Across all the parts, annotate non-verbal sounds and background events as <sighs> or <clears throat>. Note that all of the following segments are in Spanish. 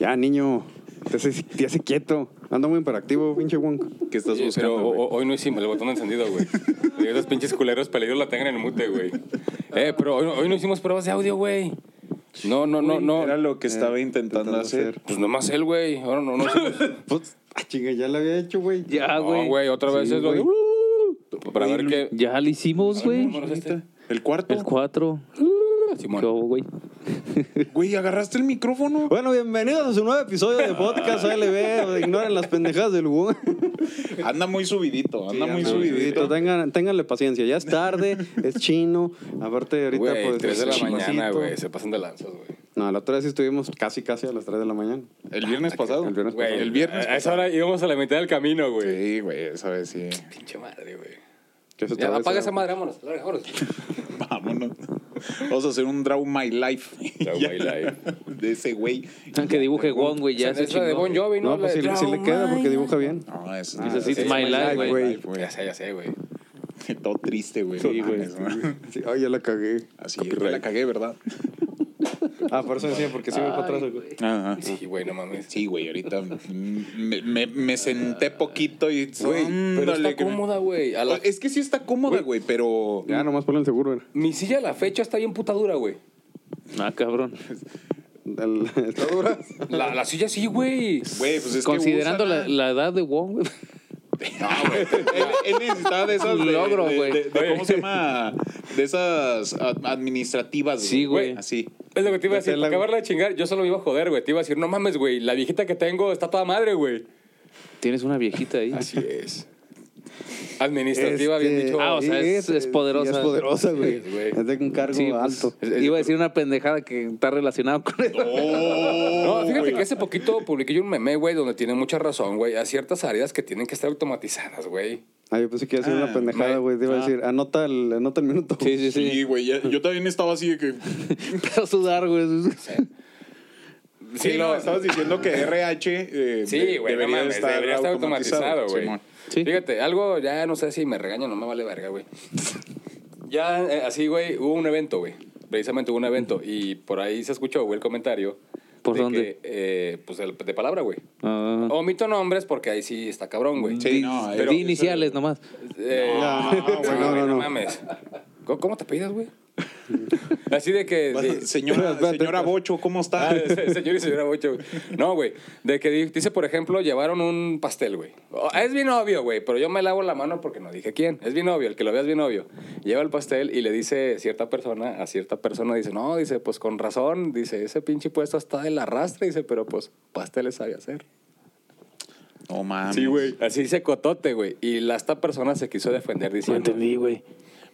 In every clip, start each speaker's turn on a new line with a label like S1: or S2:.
S1: Ya, niño, te haces, te haces quieto. Anda muy imperactivo, pinche Wonk.
S2: ¿Qué estás
S3: Oye,
S2: buscando?
S3: Pero
S2: güey?
S1: oh,
S3: ho- ho- hoy no hicimos el botón encendido, güey. Y esos pinches culeros peleados la tengan en mute, güey. Eh, pero hoy, no- hoy no hicimos pruebas de audio, güey. No, no, no, no.
S2: Era lo que estaba intentando hacer.
S3: Pues nomás él, güey. Ahora no, no. hicimos.
S1: Pues, ah, chinga, ya lo había hecho, güey.
S4: Ya,
S3: No,
S4: Ah, güey.
S3: güey, otra vez
S1: Sí,
S3: es lo de.
S1: güey.
S3: Para ver qué.
S4: ya lo hicimos, güey.
S3: ¿Cómo es este?
S2: ¿El cuarto?
S4: El 4.
S3: Simón.
S4: güey?
S2: Güey, agarraste el micrófono.
S1: Bueno, bienvenidos a su nuevo episodio de podcast ALB. o de <laughs> Ignoren las pendejadas del Wonk.
S2: Anda muy subidito, anda muy
S1: Anda
S2: subidito.
S1: Tengan, ténganle paciencia. Ya es tarde, es chino. Aparte, ahorita,
S3: Güey,
S1: pues.
S3: 3 de la
S1: chismecito.
S3: mañana, güey. Se pasan de lanzas, güey.
S1: No, la otra vez sí estuvimos casi, casi a las 3 de la mañana.
S2: El viernes pasado.
S1: El viernes
S3: Güey,
S1: pasado.
S3: el viernes. A esa hora íbamos a la mitad del camino, güey.
S2: Sí, güey, esa vez sí. <laughs>
S3: Pinche madre, güey.
S1: Que se
S3: Ya,
S1: atravesa-
S3: apaga esa madre, vámonos. vámonos.
S2: Vámonos. Vamos a hacer un Draw My Life.
S3: Draw My Life.
S2: De ese güey.
S4: Que dibuje Wong, güey. Ya
S3: Esa
S4: se
S3: es la de
S4: chingó.
S3: Bon Jovi, ¿no?
S1: No, pues
S3: La
S1: sí,
S3: de-
S1: sí le queda porque dibuja bien.
S2: No, es
S1: Dice,
S2: es-
S1: "It's
S2: es
S4: my life,
S1: güey".
S3: Ya sé, ya sé, güey.
S2: Todo triste, güey.
S1: <laughs>
S2: Sí, güey.
S1: Sí, ay, ya la cagué.
S2: Así es, la cagué, ¿verdad?
S1: Ah, por eso decía, porque sí me para atrás, güey.
S2: Ajá.
S3: Mm. Sí, güey, no mames.
S2: Ah, Sí, güey, ahorita me, me- me senté poquito y...
S3: Güey, pero
S2: Ándale,
S3: está
S2: que me-
S3: cómoda, güey. A la-
S2: Es que sí está cómoda, güey, pero...
S1: Ya, nomás ponle el seguro, güey.
S3: Mi silla a la fecha está bien puta dura, güey.
S4: Ah, cabrón. <laughs>
S1: El- Está dura.
S4: este,
S3: La, la silla sí, güey.
S2: Güey, pues es que
S4: Considerando
S2: usa-
S4: la, la edad de Wong, güey.
S2: <laughs> No, güey. Él, él necesitaba de esas.
S4: Un
S2: de-
S4: logro,
S2: de-
S4: güey.
S2: de- de- ¿Cómo se llama? De esas ad- administrativas, güey.
S4: Sí, güey.
S2: Así.
S3: Es lo que te iba a decir.
S1: Vete la-
S3: Para acabarla de chingar, yo solo me iba a joder, güey. Te iba a decir, no mames, güey. La viejita que tengo está toda madre, güey.
S4: Tienes una viejita ahí.
S3: Así es. Administrativa,
S1: Este,
S3: bien dicho.
S4: Ah, o sea, es- es
S1: sí,
S4: poderosa.
S1: Es poderosa, güey.
S3: Sí, güey.
S1: Es de un cargo
S4: Sí, pues,
S1: alto.
S4: Iba a decir una pendejada que está relacionada con eso.
S3: No,
S2: Oh,
S3: fíjate que hace poquito publiqué yo un meme, güey, donde tiene mucha razón, güey. Hay ciertas áreas que tienen que estar automatizadas, güey.
S1: Ah, yo pensé que iba a ser una pendejada,
S3: me-
S1: güey. Te iba a decir, anota el, anota el minuto.
S4: <laughs> ah. Sí, sí, sí.
S2: Sí, güey. ya- Yo también estaba así de que.
S4: <laughs> Pero sudar, güey.
S2: Sí, no,
S3: lo-
S2: estabas diciendo que RH. eh,
S3: Sí,
S2: de-
S3: güey, no mames, debería estar automatizado, güey.
S2: Simón.
S4: Sí.
S3: Fíjate, algo ya no sé si me regaña, no me vale verga, güey. Ya eh, así, güey, hubo un evento, güey. Precisamente hubo un evento y por ahí se escuchó, güey, el comentario.
S4: ¿Por
S3: de
S4: dónde?
S3: que, eh, pues el- de palabra, güey.
S4: Ah.
S3: Omito nombres porque ahí sí está cabrón, güey.
S2: Sí, no,
S4: Di-
S2: pero-
S4: di iniciales nomás.
S3: Eh,
S2: Ah,
S1: No,
S3: no,
S1: güey, no,
S3: güey,
S1: no, no.
S3: mames. ¿Cómo, cómo te pidas, güey? <laughs> Así de que...
S2: Vas-
S3: de-
S2: Señora,
S1: Espérate,
S2: señora
S1: espérate.
S2: Bocho, ¿cómo está?
S3: Ah, se- señor y señora Bocho, güey. No, güey. De que di- dice, por ejemplo, llevaron un pastel, güey. O- Es bien obvio, güey, pero yo me lavo la mano porque no dije quién. Es bien obvio, el que lo veas bien obvio. Lleva el pastel y le dice cierta persona, a cierta persona, dice, no, dice, pues con razón, dice, ese pinche puesto está del arrastre, dice, pero pues pasteles sabe hacer.
S2: No
S4: Ah,
S2: mames.
S3: Así dice Cotote, güey. Y la, esta persona se quiso defender diciendo.
S4: güey.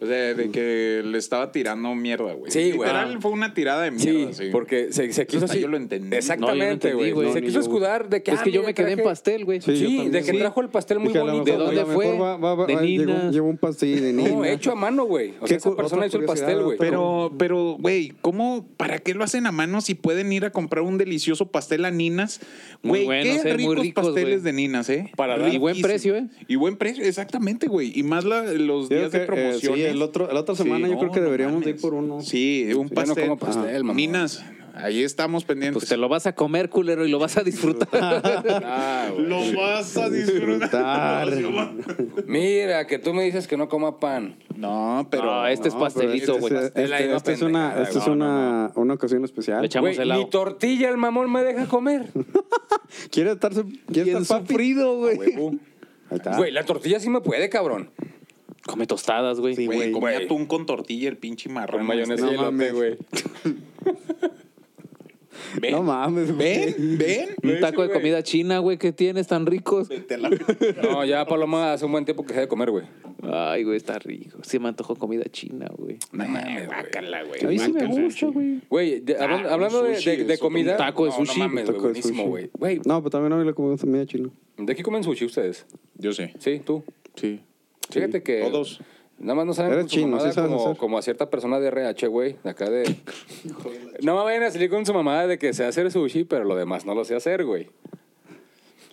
S2: O sea, de que le estaba tirando mierda, güey.
S3: Sí, güey.
S2: Literal fue una tirada de
S3: Sí,
S2: mierda, sí.
S3: porque se, se quiso
S2: hasta
S3: así-
S2: yo lo entendí.
S4: No, yo no
S3: Exactamente,
S4: entendí,
S3: güey.
S4: güey.
S3: se
S4: No,
S3: quiso
S1: ni yo,
S3: escudar de que.
S4: Es
S3: ah,
S4: que yo
S3: mira,
S4: me quedé en
S3: traje-
S4: pastel, güey.
S1: Sí, yo
S3: Sí,
S1: también,
S3: de que
S1: sí.
S3: trajo el pastel muy
S1: Dije, a lo
S3: bonito.
S1: mejor-
S4: ¿De dónde
S1: a lo
S4: fue?
S1: mejor va- va- va-
S4: ¿De
S1: ah, llegó-
S4: Nina?
S1: Llegó un pastel de Nina.
S3: No, hecho a mano, güey. O
S1: ¿Qué
S3: sea, esa
S1: cu- otra
S3: persona hizo el
S1: curiosidad,
S3: pastel, güey.
S2: Pero, pero, güey, ¿cómo, para qué lo hacen a mano si pueden ir a comprar un delicioso pastel a Ninas?
S4: Muy
S2: Güey,
S4: buenos,
S2: qué
S4: eh, muy
S2: ricos,
S4: ricos,
S2: pasteles
S4: güey.
S2: de Ninas, ¿eh?
S3: Para dar-
S4: Y buen precio, ¿eh?
S2: Y buen precio, exactamente, güey. Y más la- los
S1: Yo creo
S2: días de
S1: que, eh, sí,
S2: promociones.
S1: el otro- la otra semana yo creo que deberíamos de ir por uno. <laughs>
S2: Sí, un
S3: no
S2: pastel.
S3: como pastel,
S2: Ajá.
S3: mamón.
S2: Ninas, ahí estamos pendientes.
S4: Pues te lo vas a comer, culero, y lo vas a disfrutar.
S3: Ah, güey.
S2: Lo vas a disfrutar.
S1: <laughs>
S3: Mira, que tú me dices que no coma pan.
S2: no, pero...
S4: No, este es
S1: No, pero
S4: pastelito,
S1: este
S4: güey.
S1: es-
S3: Pastel ahí
S1: este-
S3: no
S1: Esta es
S3: pendejada,
S1: una, esta es
S3: no,
S1: una, una ocasión especial.
S4: Le echamos
S3: Güey,
S4: helado.
S3: ni tortilla el mamón me deja comer.
S1: Quiere estar, quiere
S4: Bien
S1: estar papi.
S4: sufrido, güey.
S1: Ahí está.
S3: Güey, la tortilla sí me puede, cabrón.
S4: Come tostadas, güey.
S1: Sí,
S2: Güey,
S1: güey.
S2: comía
S3: Güey.
S2: atún con tortilla, el pinche marrón.
S3: Con mayonesa
S1: no
S3: y elote,
S1: mames.
S3: güey.
S2: Ven,
S1: No mames, güey.
S2: ¿eh? ven, ven.
S4: Un taco de
S3: güey.
S4: comida china, güey, ¿qué tienes tan ricos?
S2: Vete
S4: <laughs>
S2: a la-
S3: No, ya Paloma hace un buen tiempo que dejé de comer, güey.
S4: Ay, güey, está rico. Se me antojó comida china, güey.
S2: No mames, guácala,
S4: A mí
S2: güey.
S4: sí me gusta, güey.
S3: Güey, de- hablan-
S2: Ah, un
S3: hablando de,
S2: sushi
S3: de- de
S2: es otro-
S3: comida.
S4: un taco de
S3: No,
S4: sushi,
S3: No, mames,
S1: Taco de
S3: güey, buenísimo,
S1: sushi.
S3: güey. Güey,
S1: No, pero también a mí le comí comida chino.
S3: ¿de qué comen sushi ustedes?
S2: Yo sé.
S3: Sí, tú.
S2: Sí.
S3: Fíjate que.
S2: Todos.
S3: Nada más no saben
S1: Eres
S3: por su
S1: chino,
S3: mamada
S1: sí sabes
S3: como,
S1: hacer.
S3: como a cierta persona de RH, güey, de acá de... no me vayan a salir con su mamada de que sé hacer sushi, pero lo demás no lo sé hacer, güey.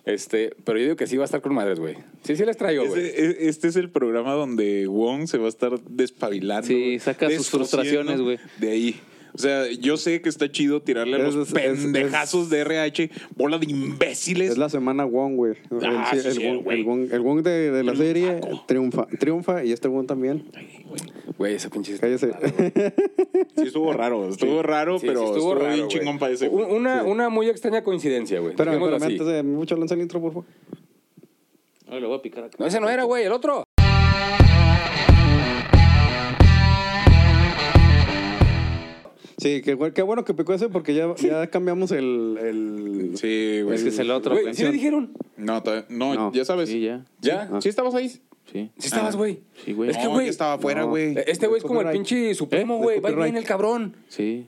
S3: Este, pero yo digo que sí va a estar con madres, güey. Sí, sí les traigo, güey.
S2: Este, e- este es el programa donde Wong se va a estar despabilando.
S4: Sí,
S2: güey,
S4: saca sus
S2: descosiendo
S4: frustraciones, güey.
S2: De ahí. O sea, yo sé que está chido tirarle a los
S1: Es- es- es-
S2: pendejazos de RH, bola de imbéciles.
S1: Es la semana Wong, güey. El-
S2: Ah,
S1: sí,
S2: sí, sí,
S1: el, Wong-
S2: güey.
S1: el Wong- el Wong de, de la
S2: El
S1: serie
S2: macaco.
S1: triunfa. Triunfa y este Wong también.
S3: Güey, esa pinche.
S1: Cállese. <laughs>
S2: Sí, estuvo raro. Estuvo raro,
S3: Sí,
S2: pero
S3: sí,
S2: estuvo,
S3: raro,
S2: bien
S3: güey.
S2: chingón para ese.
S3: Un-
S2: güey.
S3: Una, una muy extraña coincidencia, güey.
S1: Espérame,
S3: Dejémoslo
S1: espérame,
S3: así.
S1: antes de mucho lanzar el intro, por favor.
S4: Ahora lo voy a picar acá.
S3: No, ese no era, güey, el otro.
S1: Sí, qué, bu- qué bueno que picó ese porque ya, ya cambiamos el. el-
S2: Sí, güey.
S4: Es que es el otro.
S3: Güey,
S4: güey.
S3: ¿sí le dijeron?
S2: No, todavía- no,
S1: No.
S2: ya sabes.
S4: Sí, ya.
S3: ¿Ya?
S2: ¿Sí estabas ahí?
S4: Sí.
S3: Sí estabas,
S2: Ah.
S3: güey.
S4: Sí, güey.
S3: Es que,
S2: No,
S3: güey,
S2: yo estaba afuera,
S1: no.
S2: güey.
S3: Este güey es como el
S1: Copyright.
S3: pinche supremo,
S1: ¿Eh?
S3: güey. Va bien
S1: Copyright.
S3: el cabrón.
S4: Sí.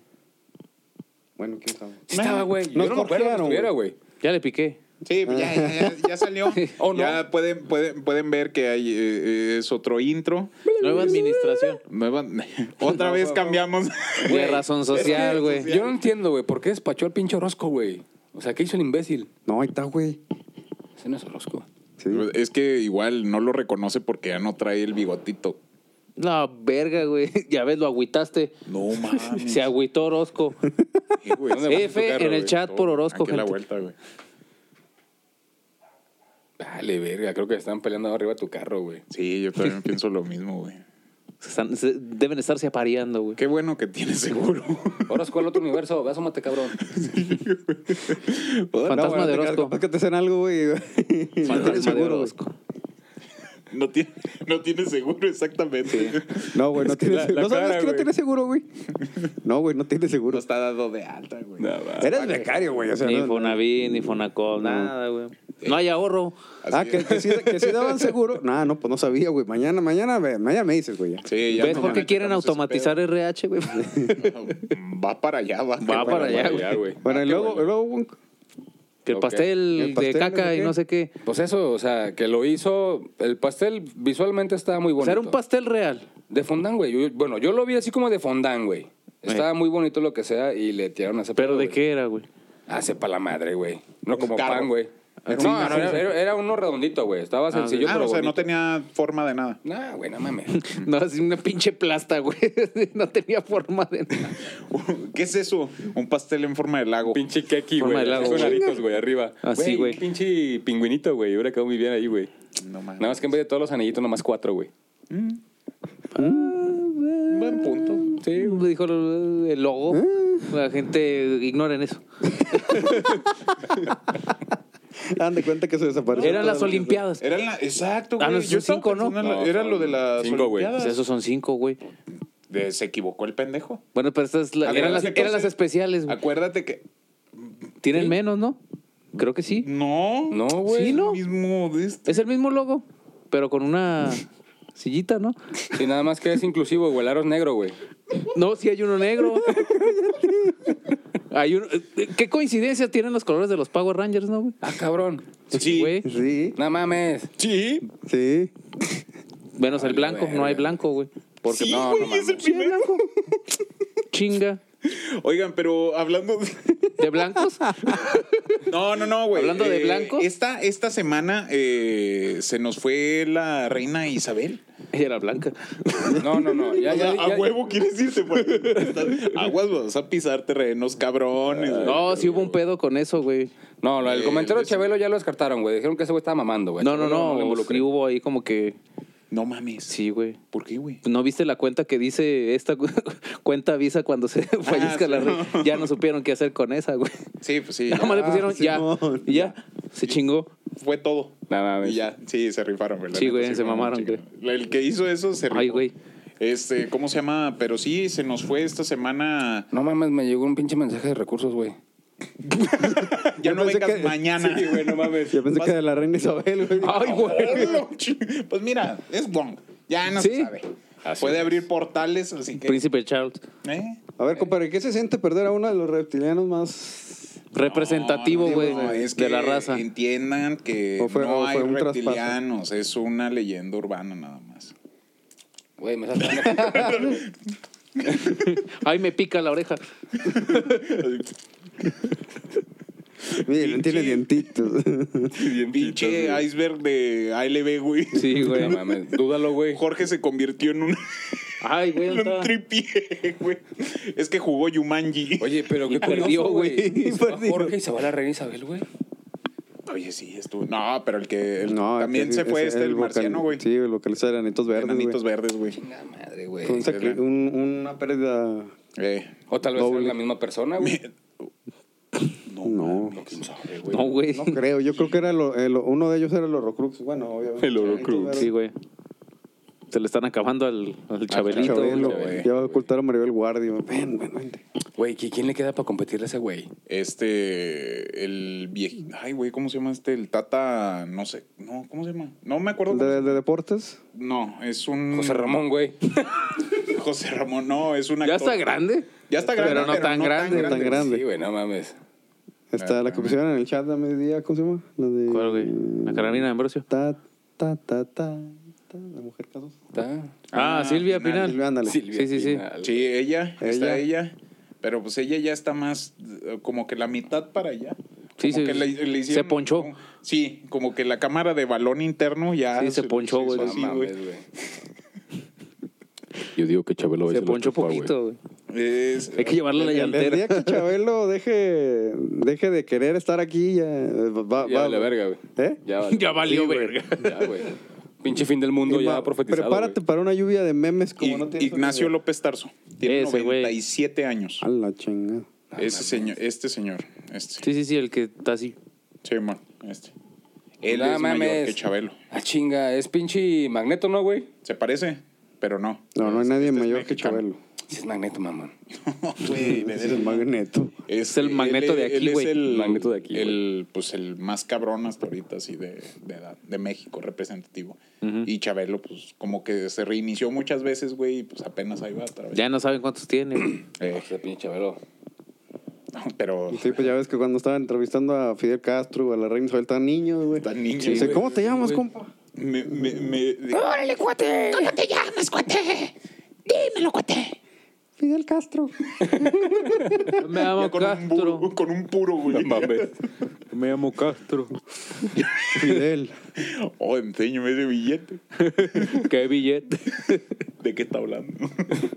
S1: Bueno, quién sabe.
S3: Sí estaba, güey.
S1: Nos
S3: Yo no me acuerdo que
S1: cortearon,
S3: estuviera, güey.
S4: Ya le piqué.
S2: Sí, pues ya, ya, ya- ya salió.
S3: ¿O no?
S2: Ya pueden, pueden, pueden ver que hay, eh, eh, es otro intro.
S4: Nueva administración.
S2: Nueva- <laughs> Otra
S1: No,
S2: vez
S1: no,
S2: cambiamos.
S4: De razón social, güey.
S3: Yo no entiendo, güey, por qué despachó al pinche Orozco, güey. O sea, ¿qué hizo el imbécil?
S1: No, ahí está, güey.
S3: Ese no es Orozco.
S1: Sí.
S2: <laughs> Es que igual no lo reconoce porque ya no trae el bigotito.
S4: La verga, güey. <laughs> Ya ves, lo agüitaste.
S2: No mames.
S4: Se agüitó Orozco.
S2: Sí, güey. ¿Dónde vas
S4: F
S2: a tu carro,
S4: en el
S2: güey?
S4: chat por Orozco,
S2: Aquí a la
S4: gente.
S2: vuelta, güey.
S3: Dale, verga, creo que están peleando arriba de tu carro, güey.
S2: Sí, yo también pienso lo mismo, güey.
S4: Se están- se- deben estarse apareando, güey.
S2: Qué bueno que tiene seguro. <laughs>
S3: Orozco, el otro universo, ve, asómate, <laughs> cabrón.
S1: No,
S4: Fantasma
S1: bueno,
S4: de
S1: te-
S4: Orozco.
S1: capaz que te hacen algo, güey. <laughs>
S4: Fantasma
S1: Seguro,
S4: de
S1: güey.
S4: Orozco.
S2: No tiene, no tiene seguro, exactamente.
S1: No, güey, no tiene
S3: la-
S1: seguro.
S3: la
S1: ¿No sabes
S3: cara,
S1: que no
S3: güey.
S1: tiene seguro, güey? No, güey, no tiene seguro.
S2: está dado de alta, güey.
S1: Eres becario, güey. O sea,
S4: Ni
S1: no-
S4: Fonavit, ni Fonacop, nada, güey. No hay ahorro.
S2: Así
S1: Ah, que,
S2: es.
S1: que sí, que sí daban seguro. <laughs> Nah, no, pues no sabía, güey. Mañana, mañana, ve- mañana me dices, güey. ya.
S2: Sí, ya
S4: ¿Ves
S2: no
S4: por qué
S2: mames,
S4: quieren
S2: checamos ese
S4: automatizar RH, güey?
S2: pedo. <laughs> Va para allá, va.
S4: Va para allá, güey.
S1: Bueno, y luego, y luego, güey, <laughs>
S4: Que el
S3: Ok.
S4: pastel,
S1: El pastel,
S4: de caca
S1: ¿de
S4: y
S1: qué?
S4: no sé qué.
S3: Pues eso, o sea, que lo hizo. El pastel visualmente estaba muy
S4: O
S3: bonito.
S4: sea, Pues era un pastel real.
S3: De fondant, güey. Yo- Bueno, yo lo vi así como de fondant, güey. Estaba muy bonito lo que sea y le tiraron a ese
S4: ¿Pero
S3: pedo,
S4: de
S3: güey.
S4: qué era, güey?
S3: Ah, sepa la madre, güey. No como
S2: Carro.
S3: pan, güey.
S2: Ah, sí,
S3: No, no,
S2: sí,
S3: era,
S2: sí.
S3: era- era uno redondito, güey. Estaba sencillo,
S2: Ah,
S3: pero
S2: o sea, no
S3: bonito.
S2: tenía forma de nada. <laughs>
S3: Nah, güey, no mames.
S4: No, así una pinche plasta, güey. <laughs> No tenía forma de nada.
S2: ¿Qué es eso? Un pastel en forma de lago.
S3: <laughs> Pinche keki,
S4: Forma
S3: güey.
S4: de lago,
S3: Con
S4: güey.
S3: aritos, güey, arriba.
S4: Así, güey.
S3: un Pinche pingüinito, güey. Hubiera quedado muy bien ahí, güey.
S2: No mames.
S3: Nada más que en vez de todos los anillitos, nomás cuatro, güey.
S2: Buen punto.
S4: Sí, Mm, dijo el el logo. La gente ignoren eso.
S1: hagan de cuenta que se desapareció.
S4: Eran las Olimpiadas.
S2: Era la... Exacto,
S4: Pues, Ah,
S2: güey.
S4: no, son
S2: Yo estaba
S4: cinco, ¿no?
S2: pensando en la-
S3: No,
S2: Era
S3: son
S2: lo de las
S3: cinco, güey.
S4: O
S2: olimpiadas.
S4: sea, Pues esos son cinco, güey.
S2: De- se equivocó el pendejo.
S4: Bueno, pero estas la-
S2: A ver,
S4: eran, las,
S2: entonces-
S4: eran las especiales, güey.
S2: Acuérdate que...
S4: Tienen menos, ¿no? Creo que sí.
S2: No.
S3: No,
S4: güey.
S3: güey.
S4: Sí, ¿no?
S2: mismo de este.
S4: Es el mismo logo, pero con una sillita, ¿no?
S3: Y nada más que es inclusivo, güey. El aro es negro, güey.
S4: No, sí hay uno negro. Hay uno. ¿Qué coincidencia tienen los colores de los Power Rangers, no, güey? Pues
S3: Ah, cabrón.
S2: Sí.
S4: güey.
S1: Sí,
S3: No mames.
S2: Sí.
S1: sí.
S4: Menos el blanco, no hay blanco, güey.
S3: Porque
S2: Sí,
S3: no,
S2: güey,
S3: no mames.
S2: es el primero.
S4: Chinga.
S2: Oigan, pero hablando de... <laughs>
S4: ¿De blancos?
S2: No, no, no, güey. Eh,
S4: Hablando de blancos.
S2: Esta, esta semana eh, se nos fue la reina Isabel.
S4: Ella <laughs> era blanca.
S3: No, no, no. Ya,
S2: O sea,
S3: ya,
S2: a
S3: ya-
S2: huevo quieres irte por Aguas, vas a pisar terrenos, cabrones. güey.
S4: No, sí hubo un pedo con eso, güey.
S3: No, lo- el
S2: Eh,
S3: comentario de
S2: ese-
S3: Chabelo ya lo descartaron, güey. Dijeron que ese güey estaba mamando, güey.
S4: No, no,
S3: Chabelo lo
S4: no.
S3: involucré.
S4: Sí hubo ahí como que.
S2: No mames.
S4: Sí, güey.
S2: ¿Por qué, güey?
S4: ¿No viste la cuenta que dice esta cu- <laughs> cuenta avisa cuando se <laughs> fallezca
S2: sí.
S4: la red? Ya Ah, no Ah, supieron qué hacer con esa, <laughs> güey.
S2: Sí, pues sí.
S4: Nada más le pusieron ya.
S1: Simón.
S4: Y ya. Se chingó.
S2: Fue todo.
S3: No mames.
S2: Y ya, sí, se rifaron, ¿verdad?
S4: Sí,
S2: Neta,
S4: güey, se
S2: fue una
S4: mamaron,
S2: chingada. El que hizo eso se rifó.
S4: Ay, güey.
S2: Este, ¿cómo se llama? Pero sí, se nos fue esta semana.
S3: <laughs> No mames, me llegó un pinche mensaje de recursos, güey.
S2: Ya
S1: Yo
S2: no
S1: pensé
S2: vengas
S1: que-
S2: mañana.
S3: Sí, güey, no mames.
S1: Yo pensé que
S2: <laughs>
S1: de la reina Isabel, güey.
S4: Ay, güey.
S2: Hola, chi- Pues mira, es Wong. Ya no
S4: Sí.
S2: se sabe. Puede abrir portales, así que.
S4: Príncipe Charles.
S2: ¿Eh?
S1: A ver, compadre, ¿qué se siente perder a uno de los reptilianos más.
S4: Representativo,
S2: No,
S4: güey,
S2: no, es
S4: de
S2: que
S4: la raza.
S2: Entiendan que
S1: O fue-
S2: no
S1: o
S2: hay
S1: fue un traspaso.
S2: reptilianos, es una leyenda urbana nada
S1: <laughs>
S2: más.
S3: Güey, me salta.
S4: Ay, me pica la oreja.
S1: Miren, tiene dientitos.
S2: Pinche iceberg de ALB, güey. <laughs>
S4: Sí, güey. <laughs>
S3: No mames. Dúdalo, güey.
S2: Jorge se convirtió en un
S4: Ay, güey, ¿dónde
S2: Lo
S4: está?
S2: tripié, güey. Es que jugó Yumanji.
S3: <laughs> Oye, pero qué
S4: Y perdió,
S3: curioso, güey.
S4: güey.
S3: Y
S4: <laughs>
S3: se va
S1: Perdió.
S3: Jorge y se va la reina Isabel, güey.
S2: Oye, sí, estuvo. No, pero el que. el-
S1: No,
S2: también
S1: es-
S2: se fue
S1: es
S2: este, el,
S1: vocal-
S2: marciano, güey.
S1: Sí, el vocalista de Enanitos Verdes.
S2: Enanitos
S1: güey.
S2: verdes, güey.
S3: Chinga madre, güey.
S1: Fue un sacri-
S2: verdes.
S1: un- una pérdida.
S2: Eh.
S3: O tal vez
S1: Doble.
S3: es la misma persona, güey.
S2: No,
S1: No.
S2: mames.
S3: ¿Quién sabe,
S4: No,
S3: güey?
S4: güey.
S1: No creo, yo creo que era lo- el- uno de ellos era el Horrocrux. Bueno, obviamente.
S3: El Horrocrux.
S4: Sí, güey. Se le están acabando al, al Chabelito.
S1: Chabelo,
S4: güey.
S1: güey. Ya va a ocultar a Maribel Guardia. Ven, ven, vente.
S3: Güey, ¿qui- ¿quién le queda para competirle a ese güey?
S2: Este. El viejito. Ay, güey, ¿cómo se llama este? El Tata. No sé. No, ¿cómo se llama? No me acuerdo.
S1: ¿El
S2: cómo se-
S1: de, de deportes?
S2: No, es
S1: Mm,
S2: un.
S3: José Ramón, güey.
S2: José Ramón, no, es un
S4: Ya
S2: actor.
S4: está grande.
S2: Ya está grande.
S4: Pero no tan grande,
S1: tan grande.
S3: Sí, güey, no mames.
S1: Está
S2: Ah.
S1: la que pusieron en el chat a mediodía, ¿cómo se llama? La de.
S4: ¿Cuál, güey? La Carolina de Ambrosio.
S1: Ta, ta, ta, ta, ta, La mujer casos.
S3: Está.
S4: Ah,
S2: Ah,
S4: Silvia
S2: Pinal.
S4: Pinal.
S1: Ándale.
S3: Silvia
S4: Sí, sí, sí.
S3: Pinal.
S2: Sí, ella,
S1: Ella.
S2: está ella. Pero pues ella ya está más eh, como que la mitad para allá.
S4: Sí,
S2: Como
S4: sí,
S2: que le- le
S4: se
S2: hicieron-
S4: ponchó.
S2: como- sí, como que la cámara de balón interno ya.
S4: Sí, se ponchó,
S2: hizo
S4: güey.
S2: así,
S3: No
S2: güey.
S3: mames, güey.
S5: Yo digo que Chabelo va a
S4: Se
S5: irse a la
S4: ponchó
S5: chupa, güey.
S4: poquito, güey.
S2: Es-
S4: Hay que llevarle la
S1: El, el día
S4: llantera.
S1: que Chabelo deje, deje de querer estar aquí, ya. eh, Va,
S3: Ya
S1: va-
S3: vale verga, güey.
S1: ¿Eh?
S3: Ya, vale.
S4: Ya valió verga.
S3: <laughs> Ya, güey. Pinche fin del mundo
S1: Y
S3: ya
S1: ma-
S3: profetizado.
S1: Prepárate
S3: güey.
S1: para una lluvia de memes como
S2: I-
S1: no tienes
S2: Ignacio
S1: una idea.
S2: López Tarso. Tiene
S4: Ese, güey.
S2: 97 años.
S1: A la chingada.
S2: Ese señor, este señor. Este.
S4: Sí, sí, sí, el que está así.
S2: Sí, man, este. Él
S3: No
S2: es mayor
S3: mames.
S2: que Chabelo.
S3: Ah, chinga, es pinche magneto, ¿no, güey?
S2: Se parece, pero no.
S1: No, no hay nadie
S2: Este es
S1: mayor que
S2: mexicano. <laughs>
S1: Chabelo.
S3: Sí, es magneto, mamón.
S2: Güey,
S1: Ese Es el magneto.
S2: Es
S4: el magneto de aquí, güey.
S2: El
S3: Magneto de aquí,
S2: El, pues el más cabrón hasta ahorita, así de, de edad, de México, representativo. Y Chabelo, pues como que se reinició muchas veces, güey, y pues apenas ahí va otra <laughs> vez.
S4: Ya no saben cuántos
S2: <laughs>
S4: tiene. güey.
S2: Eh,
S3: Ese pinche Chabelo.
S1: <laughs>
S2: pero
S1: Sí, pues ya ves que cuando estaba entrevistando a Fidel Castro o a la reina Isabel, estaban niños, güey.
S2: Tan niños,
S1: Dice,
S2: güey.
S1: ¿cómo te llamas, compa?
S2: me, me, me- de-
S1: Fidel Castro.
S4: Me
S2: ya
S4: llamo
S2: con, un
S4: Castro.
S2: puro, con un puro, güey.
S4: Me llamo Castro.
S1: Fidel.
S2: Oh, enséñame ese billete.
S4: <laughs> Qué billete.
S2: ¿De qué está hablando? <laughs>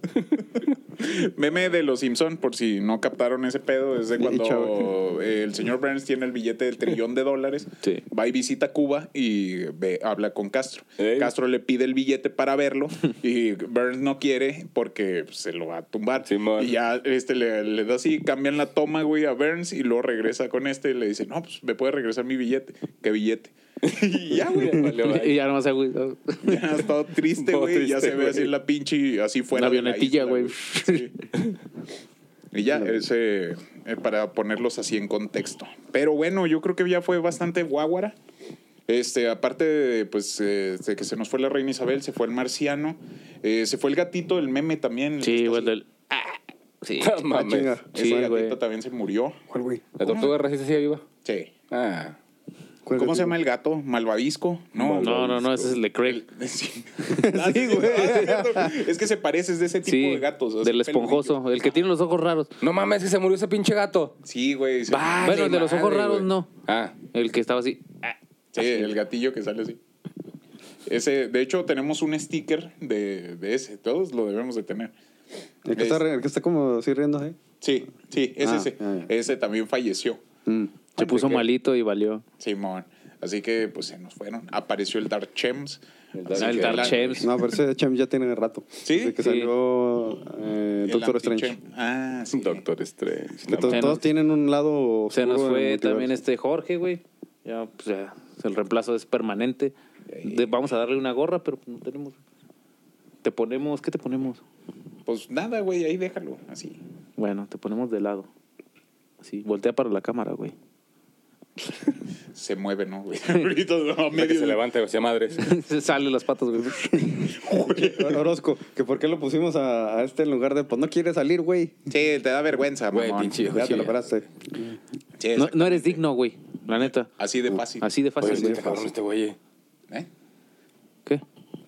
S2: Meme de los Simpson, por si no captaron ese pedo, es de cuando
S1: chavo.
S2: eh, el señor Burns tiene el billete del trillón de dólares,
S4: Sí.
S2: va y visita Cuba y ve- habla con Castro.
S3: Ey.
S2: Castro le pide el billete para verlo y Burns no quiere porque se lo va a tumbar.
S3: Simón.
S2: y ya este le, le da así, cambian la toma, güey, a Burns y luego regresa con este y le dice, no, pues me puede regresar mi billete. ¿Qué billete? <laughs> y ya, güey.
S3: Valió,
S4: Y
S3: vale.
S4: <laughs> ya nomás se güey.
S2: <laughs> Ya estado triste,
S3: Todo
S2: güey. Ya
S3: triste,
S2: se ve así
S3: güey.
S2: la pinche, así fuera.
S4: Una
S2: de la
S4: avionetilla,
S2: isla,
S4: güey.
S2: Sí. Y ya, ese, eh, para ponerlos así en contexto. Pero bueno, yo creo que ya fue bastante guáguara. Este, aparte de, pues, eh, de que se nos fue la reina Isabel, se fue el marciano, eh, se fue el gatito, el meme también. el que
S4: <laughs> Sí,
S2: está
S4: güey.
S2: así.
S4: del- Ah, sí.
S3: No mames.
S1: Ah, chinga.
S2: Ese
S4: Sí,
S2: gatito
S4: güey.
S2: también se murió.
S1: ¿Cuál, güey?
S3: ¿La tortuga racista sigue viva?
S2: Sí.
S3: Ah.
S1: ¿Cuál
S2: ¿Cómo
S1: es?
S2: se llama el gato? ¿Malvavisco? No.
S4: No, no, no, ese es el de Craig.
S2: <laughs> Sí.
S1: Sí,
S4: <laughs>
S1: güey.
S2: es que se parece, es de ese tipo
S4: Sí,
S2: de gatos. así
S4: del
S2: peludillo.
S4: esponjoso, el que tiene los ojos raros.
S3: No mames, que se murió ese pinche gato.
S2: Sí, güey. sí.
S3: Vale,
S4: Bueno, el de los
S3: madre,
S4: ojos raros
S3: güey.
S4: no.
S3: Ah.
S4: El que estaba así. Ah,
S2: Sí, el gatillo que sale así. Ese, de hecho, tenemos un sticker de, de ese. Todos lo debemos de tener.
S1: El que, está, re- el que está como así riendo, ¿eh?
S2: Sí, sí, es
S1: Ah,
S2: ese.
S1: ya, ya.
S2: Ese también falleció.
S4: se puso
S2: ¿qué?
S4: malito y valió.
S2: Simón. Así que, pues, se nos fueron. Apareció el Dark Chems.
S3: Dark-
S2: Así
S4: Ah, el
S2: que
S4: Dark
S2: la-
S4: Chems.
S1: No, pero ese Chem ya tiene rato.
S2: ¿Sí?
S1: Desde que
S4: Sí.
S1: salió eh,
S2: el
S1: Doctor
S2: anti-Chem.
S1: Strange.
S2: Ah, sí.
S5: Doctor Strange.
S1: Que to-
S4: Se nos-
S1: todos tienen un lado
S4: Se
S1: oscuro del
S4: nos fue
S1: multiverso.
S4: también este Jorge, güey. Ya, pues ya, el reemplazo es permanente. De- vamos a darle una gorra, pero pues, no tenemos. Te ponemos, ¿qué te ponemos?
S2: Pues nada, güey, ahí déjalo. Así.
S4: Bueno, te ponemos de lado. Así, voltea para la cámara, güey. <laughs>
S2: Se mueve, ¿no, güey? Ahorita, no,
S3: Para que
S2: medio.
S3: se levante, güey, sea madres.
S4: Se salen las patas, güey.
S1: <laughs> Orozco, que por qué lo pusimos a, a este en lugar de... Pues no quiere salir, güey.
S2: Sí, te da vergüenza,
S3: Güey,
S2: mamón.
S3: pinche
S1: Ya te
S3: Sí.
S1: lo paraste.
S2: Sí,
S4: No,
S2: exacto.
S4: no eres digno, güey. La neta.
S2: Así de fácil.
S4: Así de fácil,
S3: Oye,
S4: güey.
S3: está cabrón este güey. eh.
S2: ¿Eh?
S4: ¿Qué?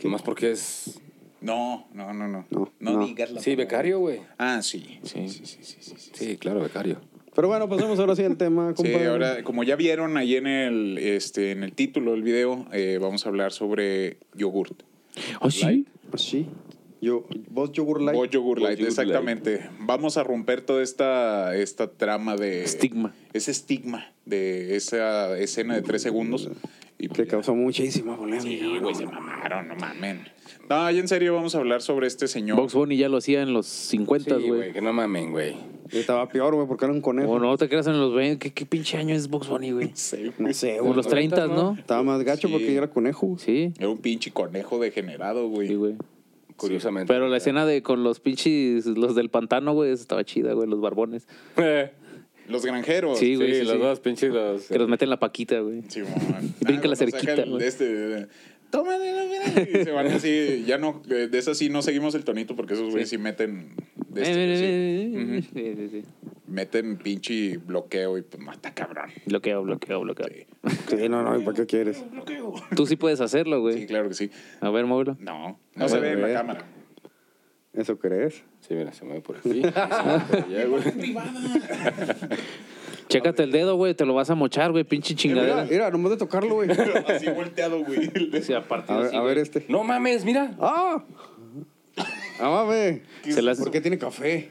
S3: Nomás porque es.
S2: No, no, no, no. No,
S1: No, no.
S2: digas la
S3: Sí,
S2: palabra.
S3: becario, güey.
S2: Ah, sí.
S3: Sí, sí, sí, sí, sí. Sí, claro, becario.
S1: Pero bueno, pasemos ahora sí al tema,
S2: Sí,
S1: compadre.
S2: ahora, como ya vieron ahí en el, este, en el
S4: ¿Oh,
S2: título del video, eh, vamos a hablar sobre yogurt.
S4: ¿Ah, sí?
S1: Sí. Yo, vos Yogur Light.
S2: Bo Yogur Light,
S4: Bo Yogur
S2: exactamente. Vamos a romper toda esta, esta trama de...
S4: Estigma.
S2: Ese estigma de esa escena de tres segundos. Y pues,
S1: Que causó muchísima polémica.
S2: Sí, güey, se mamaron, no mamen. No, y en serio vamos a hablar sobre este señor.
S4: Box Bunny ya lo hacía en los 50,
S3: Sí,
S4: güey.
S3: güey, que no mamen, güey.
S1: Y Estaba peor, güey, porque era un conejo.
S4: o Oh, no te creas en los 20. ¿Qué, qué pinche año es Box Bunny, güey?
S1: No sé,
S4: Como
S1: güey.
S4: los 30, ¿no?
S1: Estaba más gacho
S2: Sí.
S1: porque era conejo. güey.
S4: Sí,
S2: Era un pinche conejo degenerado, güey.
S4: sí, güey.
S3: Curiosamente.
S4: Pero
S3: <laughs>
S4: la escena de con los pinches, los del pantano, güey, esa estaba chida, güey, los barbones.
S3: Eh,
S2: Los granjeros.
S4: Sí,
S3: Sí,
S4: güey, sí,
S3: los
S4: sí.
S3: dos pinches los...
S4: Que los meten la paquita, güey.
S2: Sí, mamón.
S4: Y <laughs> brinca la
S2: Ah, cuando saca
S4: cerquita,
S2: el-
S4: güey.
S2: Este, tómale la mira", Y se van así. Ya no, de de esas sí no seguimos el tonito porque esos güeyes sí. meten. de este, sí.
S4: Eh,
S2: Ujú.
S4: sí, sí, sí.
S2: Meten pinche bloqueo y pues mata cabrón.
S4: Bloqueo, bloqueo, bloqueo.
S2: Sí.
S1: Sí, no, no, ¿y para qué quieres?
S2: Bloqueo.
S4: Tú sí puedes hacerlo, güey.
S2: Sí, claro que sí.
S4: A ver, móvelo.
S2: No,
S1: A
S2: no se
S1: ver,
S2: ve
S1: a
S2: en la
S1: ver.
S2: cámara.
S1: ¿Eso crees?
S3: Sí, mira, se mueve por <laughs> aquí. se mueve por allá, güey.
S4: Chécate el dedo, güey, te lo vas a mochar, güey, pinche
S1: Mira,
S4: chingadera.
S1: mira, nomás de tocarlo,
S2: <laughs>
S1: güey. A
S2: <laughs> Así volteado, güey.
S4: Sí, a partir
S1: ver,
S4: así,
S1: a
S4: güey.
S1: ver este.
S3: No mames, mira.
S1: ¡Ah! ¡Ah, mame!
S4: Se las- Ah.
S1: ¿Por qué tiene café?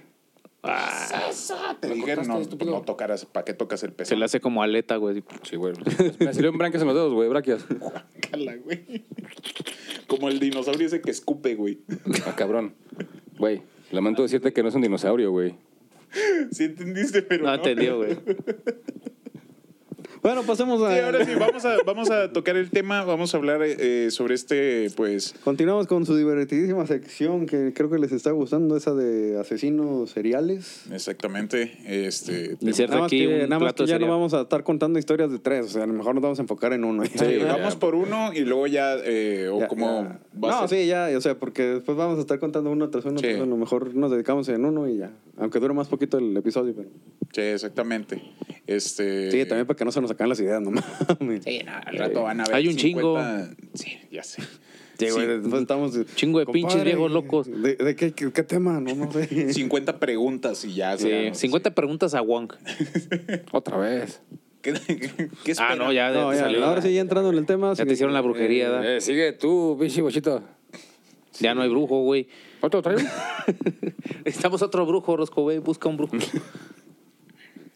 S2: Te dije, no, no tocaras. ¿Para qué tocas el <laughs>
S4: Se
S2: peso?
S4: le hace como aleta, güey.
S3: Sí, güey. Me salieron branquias en los dedos, güey, branquias.
S2: Guácala, güey. Como el dinosaurio ese que escupe, güey. <laughs>
S3: Ah, cabrón. Güey, lamento decirte que no es un dinosaurio, güey.
S2: Sí entendiste, pero
S4: No entendió, güey.
S1: Bueno, pasemos a.
S2: Sí,
S1: <laughs>
S2: ahora sí, vamos a, vamos a tocar el tema, vamos a hablar eh, sobre este, pues,
S1: Continuamos con su divertidísima sección que creo que les está gustando, esa de asesinos seriales.
S2: exactamente, este...
S4: Ni
S2: tema.
S4: Cierto,
S1: Nada más,
S4: aquí
S1: que,
S4: un
S1: nada más
S4: plato
S1: que ya
S4: sería-
S1: no vamos a estar contando historias de tres, o sea, a lo mejor nos vamos a enfocar en uno.
S2: Sí,
S1: Ya,
S2: vamos por uno y luego ya, eh, o
S1: ya.
S2: como... va a
S1: No,
S2: ser-
S1: sí, ya, o sea, porque después vamos a estar contando uno tras uno,
S2: Sí.
S1: entonces a lo mejor nos dedicamos en uno y ya. Aunque dure más poquito el episodio, pero.
S2: Sí, exactamente. Este...
S1: Sí, también para que no se nos acaben las ideas, no <laughs> mames.
S2: Sí, no, al rato van a ver
S4: Hay un
S2: 50 Sí, ya sé.
S1: Sí, güey, después estamos.
S4: Chingo de pinches
S1: Compadre,
S4: viejos locos.
S1: ¿De, de qué, qué- qué tema? No, no sé.
S2: 50 preguntas y ya.
S4: Sí,
S2: ya, no sé.
S4: 50 preguntas a Wong.
S3: Otra vez.
S2: ¿Qué, qué, qué
S4: Ah,
S2: esperan?
S4: no, <laughs> ya, ya
S1: No,
S4: te
S1: ya,
S4: salió.
S1: ahora sí, ya entrando en el tema.
S4: Ya
S1: sí.
S4: te hicieron la brujería, ¿da?
S3: Eh, sigue tú, pinche bochito.
S4: Ya no hay brujo, güey.
S3: ¿Otro traigo?
S4: <laughs> Necesitamos otro brujo, Rosco, güey. Busca un brujo.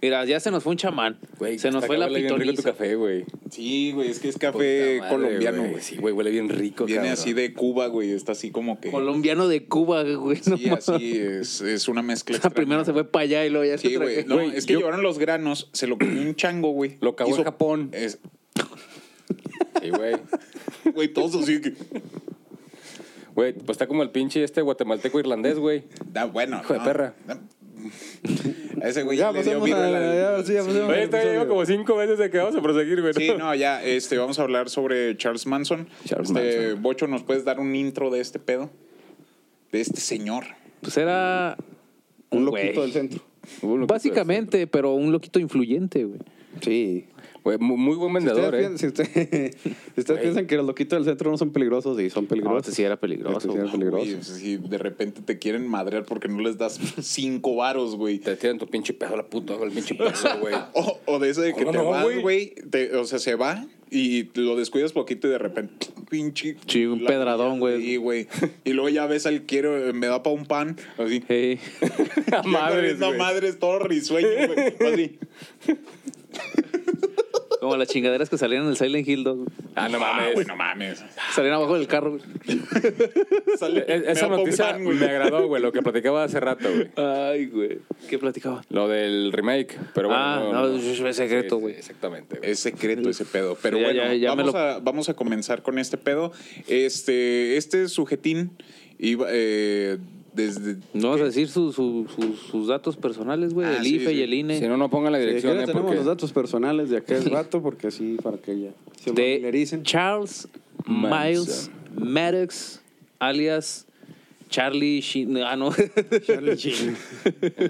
S4: Mira, ya se nos fue un chamán. se nos fue la
S3: Huele bien rico tu
S4: pitoniza.
S3: café, güey.
S2: Sí, güey, es que es
S3: Puta
S2: café
S3: madre,
S2: colombiano, güey.
S3: Sí, güey, huele bien rico,
S2: Viene
S3: cabrón.
S2: así de Cuba, güey, está así como que...
S4: Colombiano de Cuba, güey. <laughs> no
S2: Sí,
S4: mames.
S2: así es, es una mezcla. extraña.
S4: <laughs> Primero se fue para allá y luego ya se
S2: Sí, güey.
S4: trajo.
S2: No,
S3: Güey,
S2: es que
S3: yo-
S2: llevaron los granos, se lo comió un chango, güey.
S3: Lo cagó en Japón.
S2: es-
S3: Sí, güey.
S2: Güey, todos así que.
S3: Güey, pues está como el pinche este guatemalteco irlandés, <laughs> güey.
S2: Da, bueno.
S3: Hijo de
S2: no.
S3: perra.
S2: A ese güey
S1: Ya
S2: ya le dio
S1: pasemos a-
S2: viruela.
S1: ya, sí, ya pasemos
S3: Oye,
S1: al
S3: está llevo
S1: episodio.
S3: este como cinco veces de que vamos a proseguir, güey.
S2: Sí, no, ya, este, vamos a hablar sobre Charles Manson.
S3: Charles
S2: Este,
S3: Manson.
S2: Bocho, ¿nos puedes dar un intro de este pedo? De este señor.
S4: Pues era...
S1: Un
S4: güey.
S1: loquito del centro.
S3: Un loquito
S4: Básicamente, pero un loquito influyente, güey.
S1: Sí.
S3: Güey, mu- muy buen
S1: Si ustedes,
S3: vendedor,
S1: piensan,
S3: ¿eh?
S1: si usted- <laughs> si ustedes piensan que los loquitos del centro no son peligrosos, sí, son
S4: No,
S1: peligrosos.
S4: este sí era peligroso,
S1: Este sí era
S4: güey.
S1: peligroso.
S2: Güey, pues, si de repente te quieren madrear porque no les das cinco varos, güey.
S3: Te tiran tu pinche peso a la puta, el pinche peso, güey.
S2: O, o de ese de que
S3: ¿Cómo
S2: te
S3: no,
S2: vas,
S3: güey?
S2: güey. te- O sea, se va y lo descuidas poquito y de repente, pinche.
S4: Sí, un
S2: la-
S4: pedradón, güey.
S2: Sí, güey. Y luego ya ves al quiero, eh, me da pa' un pan.
S4: <laughs>
S2: Así.
S4: Hey. <laughs>
S3: A
S2: Ya
S3: madres,
S2: no,
S3: güey.
S2: madres, todo risueño, güey. Así.
S4: Como las chingaderas que salían en el Silent Hill, dog.
S3: <laughs> Ah, no
S2: Ah,
S3: mames.
S2: güey, no mames.
S4: Salían abajo del carro, güey.
S2: Sale,
S4: <laughs>
S3: E-
S2: me
S3: Esa
S2: da pa' un
S3: noticia
S2: pan, güey.
S3: me agradó, güey, lo que platicaba hace rato, güey.
S4: Ay, güey. ¿Qué platicaba?
S3: Lo del remake, pero bueno.
S4: Ah, no, es secreto,
S3: Sí,
S4: güey.
S3: sí, exactamente, güey.
S2: Es secreto ese pedo. Pero
S4: Ya,
S2: bueno,
S4: ya, ya me
S2: vamos,
S4: lo-
S2: a, vamos a comenzar con este pedo. Este, este sujetín iba eh, desde.
S4: No vas a decir su- su- su- sus datos personales, güey.
S2: Ah,
S4: el
S2: sí,
S4: IFE
S2: sí.
S4: y el E INE.
S3: Si no, no pongan la
S1: Sí, aquí
S3: dirección,
S1: les
S3: ¿eh?
S1: tenemos
S3: Porque...
S1: los datos personales de aquel rato, porque sí, para que ya se
S4: de
S1: familiaricen.
S4: Charles Miles Maddox, alias Charlie Sheen. Ah, no.